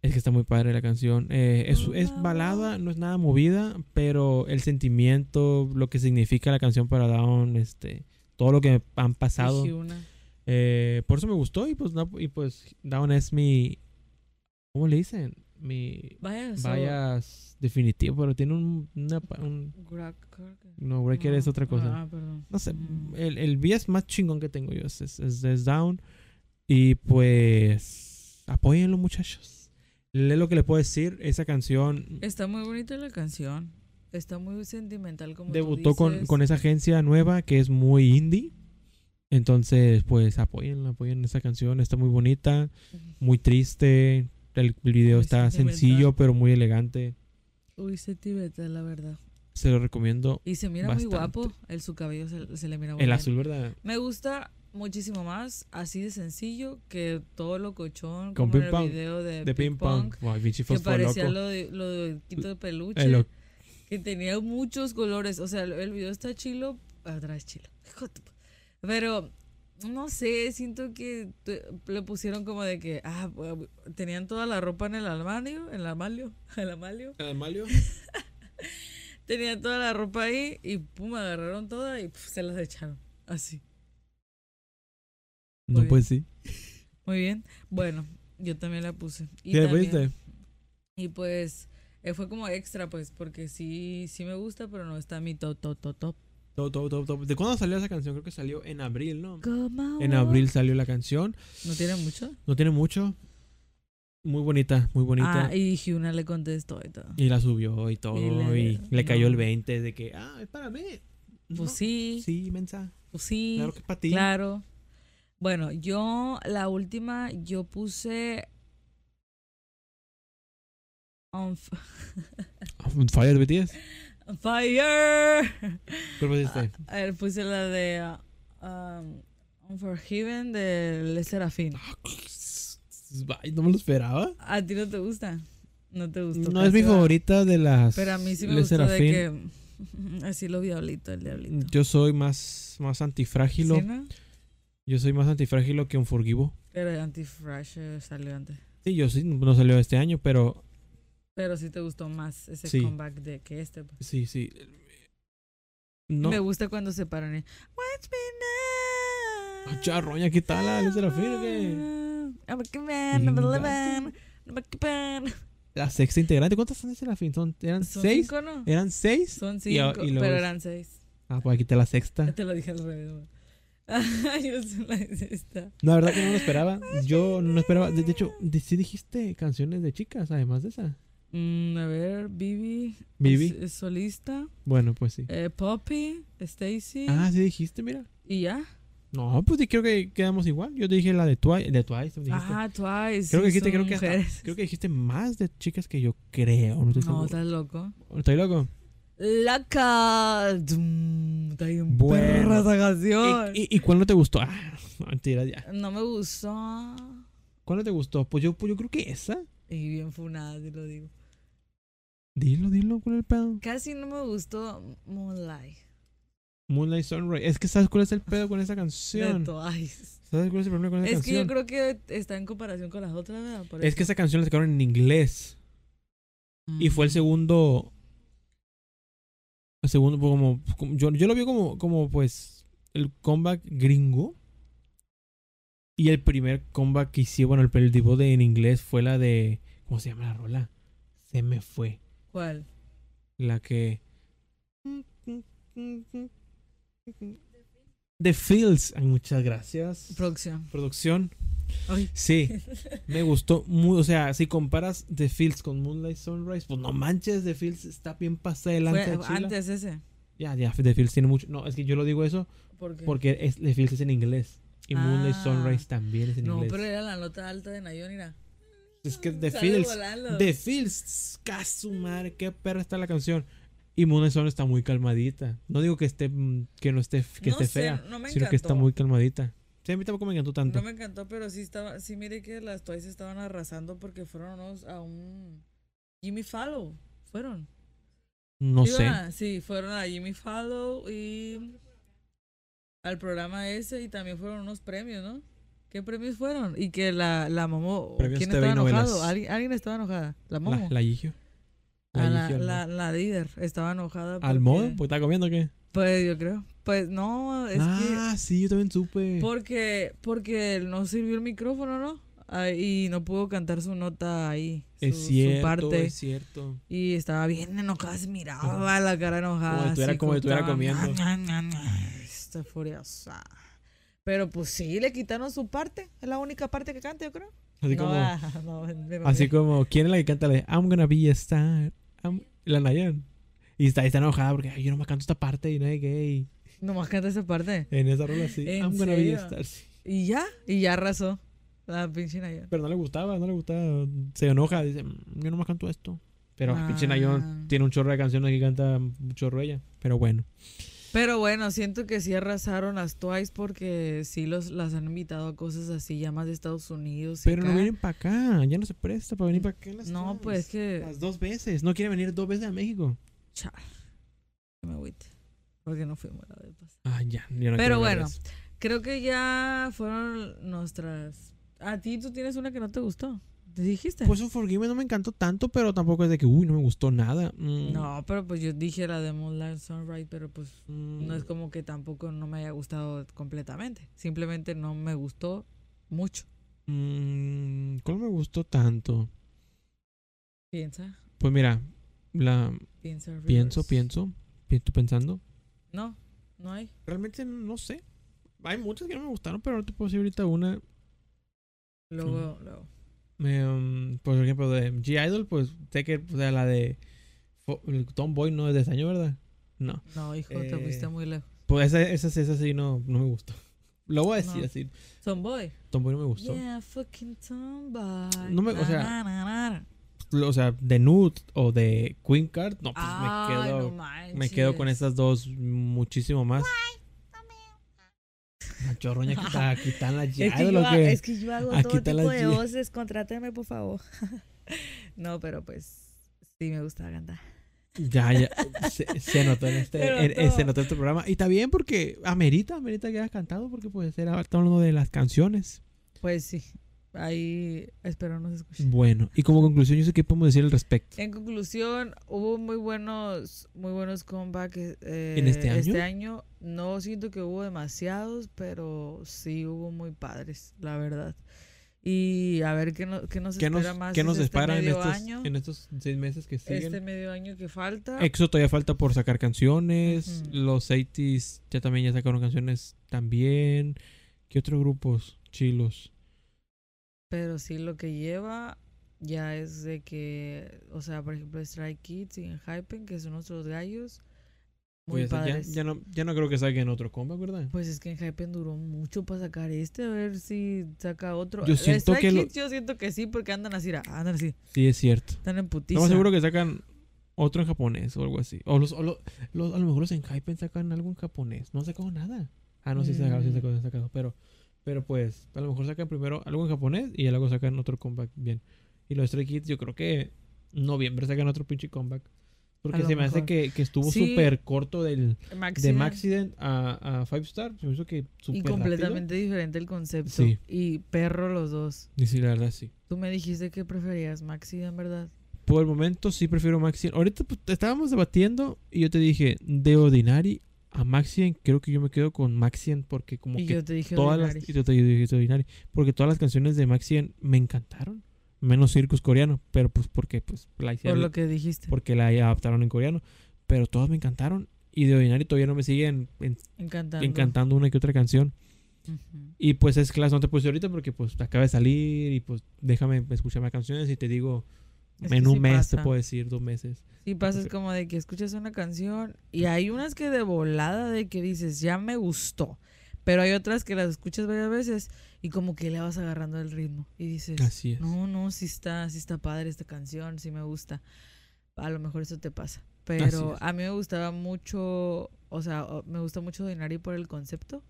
Speaker 1: Es que está muy padre la canción. Eh, es, es balada, no es nada movida, pero el sentimiento, lo que significa la canción para Down, este, todo lo que han pasado.
Speaker 2: Dije una.
Speaker 1: Eh, por eso me gustó y pues, no- y pues Down es mi... ¿Cómo le dicen? Mi
Speaker 2: Vaya, so-
Speaker 1: bias definitivo, pero tiene un... una pa- un-
Speaker 2: Gra- creo que-
Speaker 1: no, Breaker es
Speaker 2: No.
Speaker 1: otra cosa.
Speaker 2: Ah, perdón.
Speaker 1: No sé,
Speaker 2: Mm.
Speaker 1: el, el bias más chingón que tengo yo es, es, es- es Down. Y pues... Apóyenlo muchachos. Es lo que les puedo decir. Esa canción
Speaker 2: Está muy bonita la canción. Está muy sentimental como tú
Speaker 1: debutó con,
Speaker 2: dices.
Speaker 1: con esa agencia nueva que es muy indie. Entonces, pues apóyenla, apoyen esa canción, está muy bonita, muy triste. El el video
Speaker 2: Muy
Speaker 1: está
Speaker 2: sentimental.
Speaker 1: sencillo, pero muy elegante.
Speaker 2: Uy, ese tibeta, la verdad.
Speaker 1: Se lo recomiendo.
Speaker 2: Y se mira muy
Speaker 1: Bastante.
Speaker 2: guapo. El, su cabello se, se le mira muy
Speaker 1: El
Speaker 2: bien.
Speaker 1: azul, ¿verdad?
Speaker 2: Me gusta muchísimo más, así de sencillo, que todo lo cochón.
Speaker 1: Con
Speaker 2: como en
Speaker 1: Ping
Speaker 2: el
Speaker 1: Pong,
Speaker 2: video de,
Speaker 1: De ping pong. Ay, pinche
Speaker 2: Que
Speaker 1: fosfo
Speaker 2: parecía
Speaker 1: loco.
Speaker 2: lo de, lo de Quito de Peluche.
Speaker 1: El lo-
Speaker 2: Que tenía muchos colores. O sea, el- el video está chilo. Atrás chilo. Hijo de tu pa- Pero, no sé, siento que te- le pusieron como de que, ah, bu- tenían toda la ropa en el armario, en el armario, en el armario. Tenían toda la ropa ahí y pum, agarraron toda y puf, se las echaron. Así. Muy
Speaker 1: No, pues sí.
Speaker 2: Muy bien. Bueno, yo también la puse. Y
Speaker 1: ¿Qué
Speaker 2: también-
Speaker 1: pues, viste?
Speaker 2: Y pues eh, fue como extra, pues, porque sí, sí me gusta, pero no está mi top, top, top, top.
Speaker 1: Top, top, top, top. ¿De cuándo salió esa canción? Creo que salió en abril, ¿no?
Speaker 2: Como
Speaker 1: En abril salió la canción.
Speaker 2: ¿No tiene mucho?
Speaker 1: No tiene mucho. Muy bonita, muy bonita.
Speaker 2: Ah, y Hyuna le contestó y todo.
Speaker 1: Y la subió y todo.
Speaker 2: la-
Speaker 1: Y, le cayó el
Speaker 2: no.
Speaker 1: 20 de que, ah, es para mí. No,
Speaker 2: Pues sí,
Speaker 1: Sí, mensa.
Speaker 2: pues sí, claro.
Speaker 1: Claro que es para ti.
Speaker 2: Bueno, yo la última, yo puse... On f-
Speaker 1: On Ah, Fire de BTS.
Speaker 2: on fire.
Speaker 1: ¿Cuál pusiste?
Speaker 2: A ver, puse la de ah, um, Unforgiven de Le Serafín.
Speaker 1: este, Ay, no me lo esperaba.
Speaker 2: ¿A ti no te gusta? No te gustó.
Speaker 1: No es mi
Speaker 2: casi, va.
Speaker 1: favorita de las.
Speaker 2: Pero a mí sí me
Speaker 1: Les
Speaker 2: gustó
Speaker 1: Serafín.
Speaker 2: de que así lo diablito, el diablito.
Speaker 1: Yo soy más, más antifrágilo.
Speaker 2: ¿Sí, no?
Speaker 1: Yo soy más antifrágilo que un furgivo.
Speaker 2: Pero Anti-Fresh eh, salió antes.
Speaker 1: Sí, yo sí, no salió este año, pero
Speaker 2: Pero sí te gustó más ese
Speaker 1: Sí.
Speaker 2: comeback de que este. pues.
Speaker 1: sí, sí. No.
Speaker 2: Me gusta cuando se paran. y, Watch me
Speaker 1: Ah,
Speaker 2: now.
Speaker 1: Charroña, ¿qué tal? La Serafín, ¿o qué?
Speaker 2: I'm a man, I'm a man, I'm a man.
Speaker 1: La sexta integrante. ¿Cuántas son de Serafín? ¿Son, ¿Eran
Speaker 2: Son
Speaker 1: seis?
Speaker 2: cinco, ¿no?
Speaker 1: ¿Eran seis?
Speaker 2: Son
Speaker 1: Y a-
Speaker 2: cinco,
Speaker 1: y luego
Speaker 2: pero
Speaker 1: es-
Speaker 2: eran seis.
Speaker 1: Ah, pues aquí está la sexta.
Speaker 2: Te lo dije al revés. güey. Ah, Yo soy la sexta.
Speaker 1: La verdad que no lo esperaba. Yo no esperaba. De, de hecho, de- sí dijiste canciones de chicas, además de esa.
Speaker 2: Mm, a ver, Bibi. Es,
Speaker 1: Vivi.
Speaker 2: es solista.
Speaker 1: Bueno, pues sí.
Speaker 2: Eh, Poppy, Stacy
Speaker 1: Ah, sí dijiste, mira.
Speaker 2: y ya.
Speaker 1: No, pues di- creo que quedamos igual. Yo te dije la de Twice. De Twice dijiste.
Speaker 2: Ah, Twice.
Speaker 1: creo, que
Speaker 2: sí,
Speaker 1: dijiste,
Speaker 2: son
Speaker 1: creo, que hasta-
Speaker 2: mujeres.
Speaker 1: creo que dijiste más de chicas que yo creo. No, estoy
Speaker 2: No,
Speaker 1: seguro.
Speaker 2: estás loco.
Speaker 1: ¿Estoy loco?
Speaker 2: Laca. Dum, Mm, Está bien
Speaker 1: Bueno.
Speaker 2: perra esa canción.
Speaker 1: ¿Y, y, y cuál no te gustó? Ah, mentira, ya.
Speaker 2: No me gustó.
Speaker 1: ¿Cuál no te gustó? Pues yo, pues yo creo que esa.
Speaker 2: Y bien funada, te lo digo.
Speaker 1: Dilo, dilo, ¿cuál es el pedo?
Speaker 2: Casi no me gustó Moonlight
Speaker 1: Moonlight Sunrise. Es que sabes cuál es el pedo con esa
Speaker 2: de
Speaker 1: canción.
Speaker 2: Twice.
Speaker 1: ¿Sabes cuál es el problema con esa
Speaker 2: Es que yo creo
Speaker 1: canción?
Speaker 2: que está en comparación con las otras, ¿verdad? Por
Speaker 1: Es
Speaker 2: eso.
Speaker 1: que esa canción la sacaron en inglés. Y fue el
Speaker 2: Mm.
Speaker 1: segundo. El segundo, pues, como. como- yo, yo lo vi como, como, pues. El comeback gringo. Y el primer comeback que hicieron, bueno, el, el debut de- en inglés fue la de. ¿Cómo se llama la rola? Se me fue.
Speaker 2: ¿Cuál?
Speaker 1: La que. The Fields. Ay, muchas gracias.
Speaker 2: Producción.
Speaker 1: Producción.
Speaker 2: Ay.
Speaker 1: Sí, me gustó mucho. O sea, si comparas The Fields con Moonlight Sunrise, pues no manches, The Fields está bien pasada
Speaker 2: Fue
Speaker 1: delante de Chila.
Speaker 2: antes ese.
Speaker 1: Ya, ya, The Fields tiene mucho. No, es que yo lo digo eso
Speaker 2: ¿Por qué?
Speaker 1: porque es, The Fields es en inglés. Y Moonlight
Speaker 2: Ah.
Speaker 1: Sunrise también es en
Speaker 2: no,
Speaker 1: inglés.
Speaker 2: pero era la nota alta de Nayon, mira.
Speaker 1: Es que The
Speaker 2: Sale
Speaker 1: Fields.
Speaker 2: volando.
Speaker 1: The Fields, casu madre, qué perra está la canción. Y Moonlight Sunrise está muy calmadita. No digo que esté mm, que no esté que
Speaker 2: No
Speaker 1: esté
Speaker 2: sé,
Speaker 1: fea,
Speaker 2: no me
Speaker 1: sino que está
Speaker 2: encantó.
Speaker 1: muy calmadita. Sí, a mí tampoco me encantó tanto.
Speaker 2: No me encantó, pero sí estaba, sí miré que las Twice estaban arrasando porque fueron unos a un Jimmy Fallow. Fueron.
Speaker 1: no
Speaker 2: Iban
Speaker 1: sé.
Speaker 2: a- sí, fueron a Jimmy Fallow y al programa ese y también fueron unos premios, ¿no? ¿Qué premios fueron? Y que la, la Momo.
Speaker 1: Premios
Speaker 2: ¿Quién
Speaker 1: TV
Speaker 2: estaba
Speaker 1: y novelas.
Speaker 2: enojado? ¿Alguien, alguien estaba enojada? La Momo.
Speaker 1: La,
Speaker 2: Ah,
Speaker 1: la Gigio.
Speaker 2: La,
Speaker 1: La
Speaker 2: la,
Speaker 1: Gigio, ¿no?
Speaker 2: la líder estaba enojada.
Speaker 1: ¿Al
Speaker 2: porque-
Speaker 1: modo? ¿Pues está comiendo o qué?
Speaker 2: Pues yo creo. Pues no, es que.
Speaker 1: ah, sí, yo también supe.
Speaker 2: Porque, porque no sirvió el micrófono, ¿no? Ah, y no pudo cantar su nota ahí, su,
Speaker 1: es
Speaker 2: su
Speaker 1: cierto,
Speaker 2: parte.
Speaker 1: es cierto.
Speaker 2: Y estaba bien enojada, se miraba la cara enojada.
Speaker 1: Como si estuviera-
Speaker 2: así
Speaker 1: como si estuviera
Speaker 2: estaba,
Speaker 1: comiendo.
Speaker 2: "Ña, ña, ña, ña". Está furiosa. Pero pues sí, le quitaron su parte. Es la única parte que canta, yo creo.
Speaker 1: Así
Speaker 2: no,
Speaker 1: como,
Speaker 2: ah, no, me mamé.
Speaker 1: así como, ¿quién es la que canta la de I'm gonna be a star? I'm- La Nayan. Y está, está enojada porque "Ay, yo no me canto esta parte y no hay gay.
Speaker 2: Nomás canta esa parte.
Speaker 1: En esa rola sí.
Speaker 2: ¿En
Speaker 1: I'm gonna be a
Speaker 2: serio?
Speaker 1: star. sí.
Speaker 2: Y ya, y ya arrasó. La pinche Nayon.
Speaker 1: Pero no le gustaba, no le gustaba. Se enoja, dice, "Mm, yo no me canto esto. Pero
Speaker 2: Ah.
Speaker 1: pinche Nayon tiene un chorro de canciones que canta un chorro ella. Pero bueno.
Speaker 2: Pero bueno, siento que sí arrasaron las Twice porque sí los, las han invitado a cosas así, ya más de Estados Unidos. y
Speaker 1: Pero no
Speaker 2: acá.
Speaker 1: vienen para acá, ya no se presta para venir para acá. las
Speaker 2: No,
Speaker 1: chavas.
Speaker 2: pues que.
Speaker 1: Las dos veces, no quiere venir dos veces a México.
Speaker 2: Chale, me agüite. Porque no fuimos la vez pasada.
Speaker 1: Ah, ya, yo
Speaker 2: Pero
Speaker 1: no quiero hablar de
Speaker 2: bueno.
Speaker 1: eso.
Speaker 2: Creo que ya fueron nuestras. A ti tú tienes una que no te gustó. ¿Te dijiste?
Speaker 1: Pues Unforgiven no me encantó tanto, pero tampoco es de que, uy, no me gustó nada. Mm,
Speaker 2: no, pero pues yo dije la de Moonlight Sunrise, pero pues
Speaker 1: mm,
Speaker 2: no es como que tampoco no me haya gustado completamente. Simplemente no me gustó mucho.
Speaker 1: mm, ¿Cuál me gustó tanto?
Speaker 2: Piensa,
Speaker 1: Pues mira, la
Speaker 2: piensa.
Speaker 1: pienso,
Speaker 2: Rivers.
Speaker 1: pienso, pienso pensando.
Speaker 2: No, no hay.
Speaker 1: Realmente no sé. Hay muchas que no me gustaron, pero no te puedo decir ahorita una.
Speaker 2: Luego,
Speaker 1: Mm.
Speaker 2: luego.
Speaker 1: Eh, um, por ejemplo, de G Idol, pues sé que, o sea, la de Fo- Tomboy no es de ese año, ¿verdad? No.
Speaker 2: No, hijo,
Speaker 1: Eh,
Speaker 2: te fuiste muy lejos.
Speaker 1: Pues esa, esa, esa sí no, no me gustó. Lo voy a decir
Speaker 2: No.
Speaker 1: así.
Speaker 2: Tomboy.
Speaker 1: Tomboy no me gustó.
Speaker 2: Yeah, fucking tomboy.
Speaker 1: Pues No me- o
Speaker 2: Na,
Speaker 1: sea,
Speaker 2: na, na, na.
Speaker 1: O sea, de Nude o de Queen Card, no, pues me
Speaker 2: Ay,
Speaker 1: quedo.
Speaker 2: Ah, no manches.
Speaker 1: me quedo con esas dos muchísimo más. La chorroña que está quitan la
Speaker 2: Es que,
Speaker 1: llave,
Speaker 2: yo,
Speaker 1: lo
Speaker 2: ha-
Speaker 1: que.
Speaker 2: es que yo hago
Speaker 1: Aquí
Speaker 2: todo
Speaker 1: está
Speaker 2: tipo
Speaker 1: la
Speaker 2: de
Speaker 1: Gia.
Speaker 2: voces, contráteme por favor. no, pero pues sí me gusta cantar.
Speaker 1: Ya, ya. Se, se notó en este,
Speaker 2: Pero
Speaker 1: en- en-
Speaker 2: no.
Speaker 1: se notó en este programa. Y está bien porque amerita, amerita que hayas cantado, porque pues era estamos hablando de las canciones.
Speaker 2: Pues sí, ahí espero nos escuchen.
Speaker 1: Bueno, y como conclusión, yo sé qué podemos decir al respecto.
Speaker 2: En conclusión, hubo muy buenos, muy buenos comebacks eh,
Speaker 1: ¿En este año?
Speaker 2: año. No siento que hubo demasiados, pero sí hubo muy padres, la verdad. Y a ver qué, no- qué nos
Speaker 1: ¿Qué
Speaker 2: espera
Speaker 1: nos,
Speaker 2: más
Speaker 1: qué nos
Speaker 2: este
Speaker 1: depara en
Speaker 2: medio
Speaker 1: estos,
Speaker 2: año,
Speaker 1: en estos seis meses que siguen?
Speaker 2: este medio año que falta.
Speaker 1: EXO todavía falta por sacar canciones.
Speaker 2: Ujú.
Speaker 1: Los 80s ya también ya sacaron canciones también. ¿Qué otros grupos chilos?
Speaker 2: Pero sí lo que lleva ya es de que, o sea, por ejemplo, Strike Kids y Hypen, que son nuestros gallos, Muy
Speaker 1: Pues, ya,
Speaker 2: padres.
Speaker 1: ya no, ya no creo que saquen otro combat, ¿verdad?
Speaker 2: Pues es que en Hypen duró mucho para sacar este, a ver si saca otro.
Speaker 1: Yo
Speaker 2: El
Speaker 1: siento que
Speaker 2: Strike
Speaker 1: lo-
Speaker 2: Kids yo siento que sí, porque andan así, ah, andan así,
Speaker 1: Sí, es cierto.
Speaker 2: están en putiza.
Speaker 1: Estamos seguro que sacan otro en japonés o algo así. O, los, o lo- los- a lo mejor los en Hypen sacan algo en japonés. No han sacado nada. Ah, no, sí, sacaron, sí
Speaker 2: Mm.
Speaker 1: sacaron, sí sacaron. Pero, pero pues, a lo mejor sacan primero algo en japonés y ya luego sacan otro comeback bien. Y los Stray Kids, yo creo que en noviembre sacan otro pinche comeback. Porque
Speaker 2: lo
Speaker 1: se me hace
Speaker 2: mejor.
Speaker 1: que, que estuvo
Speaker 2: Sí.
Speaker 1: súper corto del, de
Speaker 2: Maxident.
Speaker 1: Maxident a, a Five Star. Se me hizo que
Speaker 2: Y
Speaker 1: súper
Speaker 2: completamente diferente el concepto.
Speaker 1: Sí.
Speaker 2: Y perro los dos.
Speaker 1: rápido. Y sí, la verdad, sí.
Speaker 2: Tú me dijiste que preferías Maxi, en verdad.
Speaker 1: Por el momento sí prefiero Maxien. Ahorita pues, estábamos debatiendo y yo te dije, de Ordinary a Maxien, creo que yo me quedo con Maxien porque como
Speaker 2: Y
Speaker 1: que
Speaker 2: yo te dije
Speaker 1: todas
Speaker 2: Ordinary.
Speaker 1: las y yo te dije de Ordinary, porque todas las canciones de Maxien me encantaron, menos Circus coreano, pero pues porque pues la
Speaker 2: Por
Speaker 1: hicieron
Speaker 2: lo que dijiste.
Speaker 1: porque la adaptaron en coreano, pero todas me encantaron y de Ordinary todavía no me siguen en-
Speaker 2: Encantando.
Speaker 1: encantando una que otra canción.
Speaker 2: Ujú.
Speaker 1: Y pues es clase, no te puse ahorita porque pues acaba de salir y pues déjame escuchar más canciones y te digo
Speaker 2: Es que
Speaker 1: en un
Speaker 2: sí
Speaker 1: mes te
Speaker 2: pasa.
Speaker 1: puedo decir, dos meses.
Speaker 2: Sí, pasa es
Speaker 1: Ok.
Speaker 2: como de que escuchas una canción y hay unas que de volada de que dices, ya me gustó. Pero hay otras que las escuchas varias veces y como que le vas agarrando el ritmo y dices,
Speaker 1: Así es.
Speaker 2: no, no, sí está, sí está padre esta canción, sí me gusta. A lo mejor eso te pasa. Pero
Speaker 1: es.
Speaker 2: a mí me gustaba mucho, o sea, o- me gusta mucho Dinari por el concepto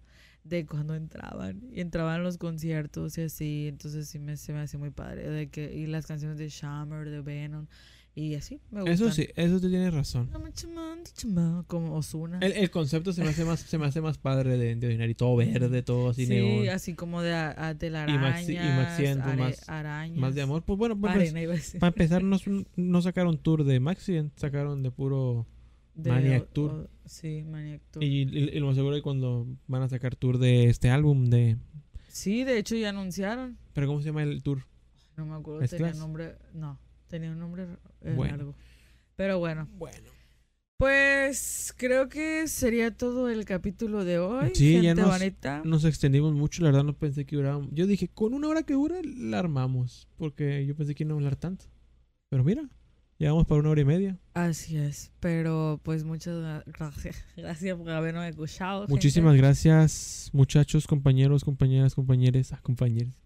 Speaker 2: de cuando entraban y entraban los conciertos y así, entonces sí me, se me hace muy padre. De que, y las canciones de Shammer, de Venom y así, me gustan.
Speaker 1: Eso sí, eso tú tienes razón.
Speaker 2: No me chaman, te chaman, Como Osuna.
Speaker 1: El, el concepto se me hace más, se me hace más padre de, de Ordinary, todo verde, todo así
Speaker 2: Mm. Sí,
Speaker 1: neón.
Speaker 2: así como de a, a
Speaker 1: y
Speaker 2: telarañas,
Speaker 1: Maxien, tú
Speaker 2: are-
Speaker 1: más-
Speaker 2: arañas.
Speaker 1: Más de amor. Pues bueno, pues, pues,
Speaker 2: Arena, iba a decir.
Speaker 1: para empezar, no, es un- no sacaron tour de Maxident, sacaron de puro.
Speaker 2: De-
Speaker 1: Maniac
Speaker 2: o-
Speaker 1: Tour.
Speaker 2: o- sí, Maniac Tour.
Speaker 1: Y, y- y lo más seguro es cuando van a sacar tour de este álbum de.
Speaker 2: Sí, de hecho ya anunciaron.
Speaker 1: ¿Pero cómo se llama el tour?
Speaker 2: No me acuerdo,
Speaker 1: ¿Es
Speaker 2: tenía
Speaker 1: Clash?
Speaker 2: nombre. No, tenía un nombre eh,
Speaker 1: Bueno.
Speaker 2: largo. Pero bueno,
Speaker 1: Bueno.
Speaker 2: pues creo que sería todo el capítulo de hoy.
Speaker 1: Sí, ya
Speaker 2: gente
Speaker 1: nos-
Speaker 2: bonita.
Speaker 1: Nos extendimos mucho, la verdad no pensé que durara. Yo dije, con una hora que dura, la armamos. Porque yo pensé que no iba a hablar tanto. Pero mira, llevamos para una hora y media.
Speaker 2: Así es. Pero pues muchas gra- gracias. Gracias por habernos escuchado. gente.
Speaker 1: Muchísimas gracias, muchachos, compañeros, compañeras, compañeres, ah, compañeros.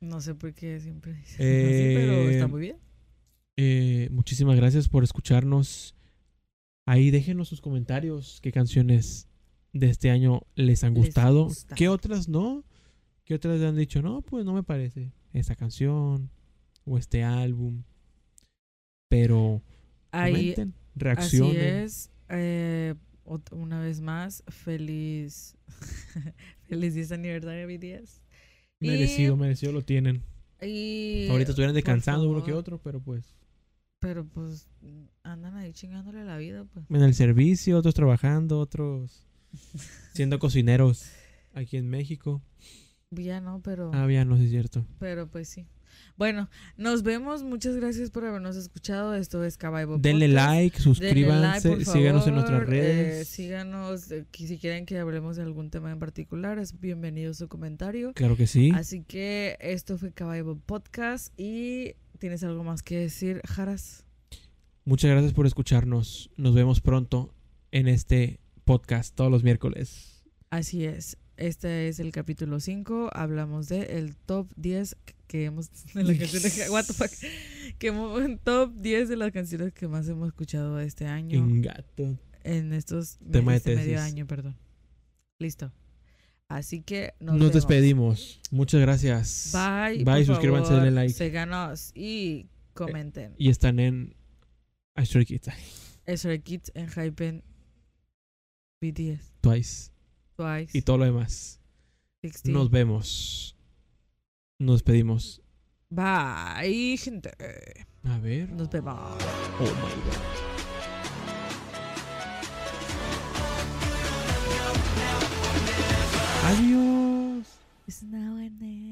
Speaker 2: No sé por qué siempre dicen así, pero está
Speaker 1: Eh,
Speaker 2: muy bien.
Speaker 1: Eh, muchísimas gracias por escucharnos. Ahí déjenos sus comentarios, qué canciones de este año les han
Speaker 2: Les
Speaker 1: gustado,
Speaker 2: gusta.
Speaker 1: qué otras no, qué otras le han dicho, no, pues no me parece esta canción o este álbum. Pero
Speaker 2: Ahí,
Speaker 1: comenten,
Speaker 2: así
Speaker 1: reaccionen.
Speaker 2: es. Eh, ot- una vez más, feliz. feliz 10 aniversario de BTS. Y-
Speaker 1: Merecido, merecido lo tienen.
Speaker 2: Y
Speaker 1: Ahorita estuvieran descansando uno que
Speaker 2: favor.
Speaker 1: otro, pero pues
Speaker 2: Pero pues mm, andan ahí chingándole la vida, pues.
Speaker 1: en el servicio, otros trabajando, otros siendo cocineros aquí en México.
Speaker 2: Ya no, pero,
Speaker 1: Ah, ya no sí es cierto.
Speaker 2: pero pues sí. Bueno, nos vemos. Muchas gracias por habernos escuchado. Esto es Caballo
Speaker 1: Denle like, suscríbanse, síganos en nuestras redes.
Speaker 2: Eh, síganos. eh, que si quieren que hablemos de algún tema en particular, es bienvenido su comentario.
Speaker 1: Claro que sí.
Speaker 2: Así que esto fue Caballo Podcast. Y tienes algo más que decir, Jaras.
Speaker 1: Muchas gracias por escucharnos. Nos vemos pronto en este podcast todos los miércoles.
Speaker 2: Así es. Este es el capítulo 5. Hablamos de el top 10 que hemos de la canción de What the fuck, que hemos- top 10 de las canciones que más hemos escuchado este año
Speaker 1: Ingato.
Speaker 2: en estos
Speaker 1: Tema de
Speaker 2: este medio
Speaker 1: tesis.
Speaker 2: año, perdón. Listo. Así que nos,
Speaker 1: Nos,
Speaker 2: vemos.
Speaker 1: despedimos. Muchas gracias.
Speaker 2: Bye.
Speaker 1: Bye,
Speaker 2: por
Speaker 1: suscríbanse,
Speaker 2: favor,
Speaker 1: denle like. Eh,
Speaker 2: Síganos y comenten.
Speaker 1: Y están en I Stray Kids
Speaker 2: SR Kids en Hypen BTS
Speaker 1: Twice
Speaker 2: Twice
Speaker 1: y todo lo demás.
Speaker 2: 16.
Speaker 1: Nos vemos. Nos despedimos.
Speaker 2: Bye, gente.
Speaker 1: A ver.
Speaker 2: Nos vemos.
Speaker 1: Oh my God. Adiós.
Speaker 2: It's now and then.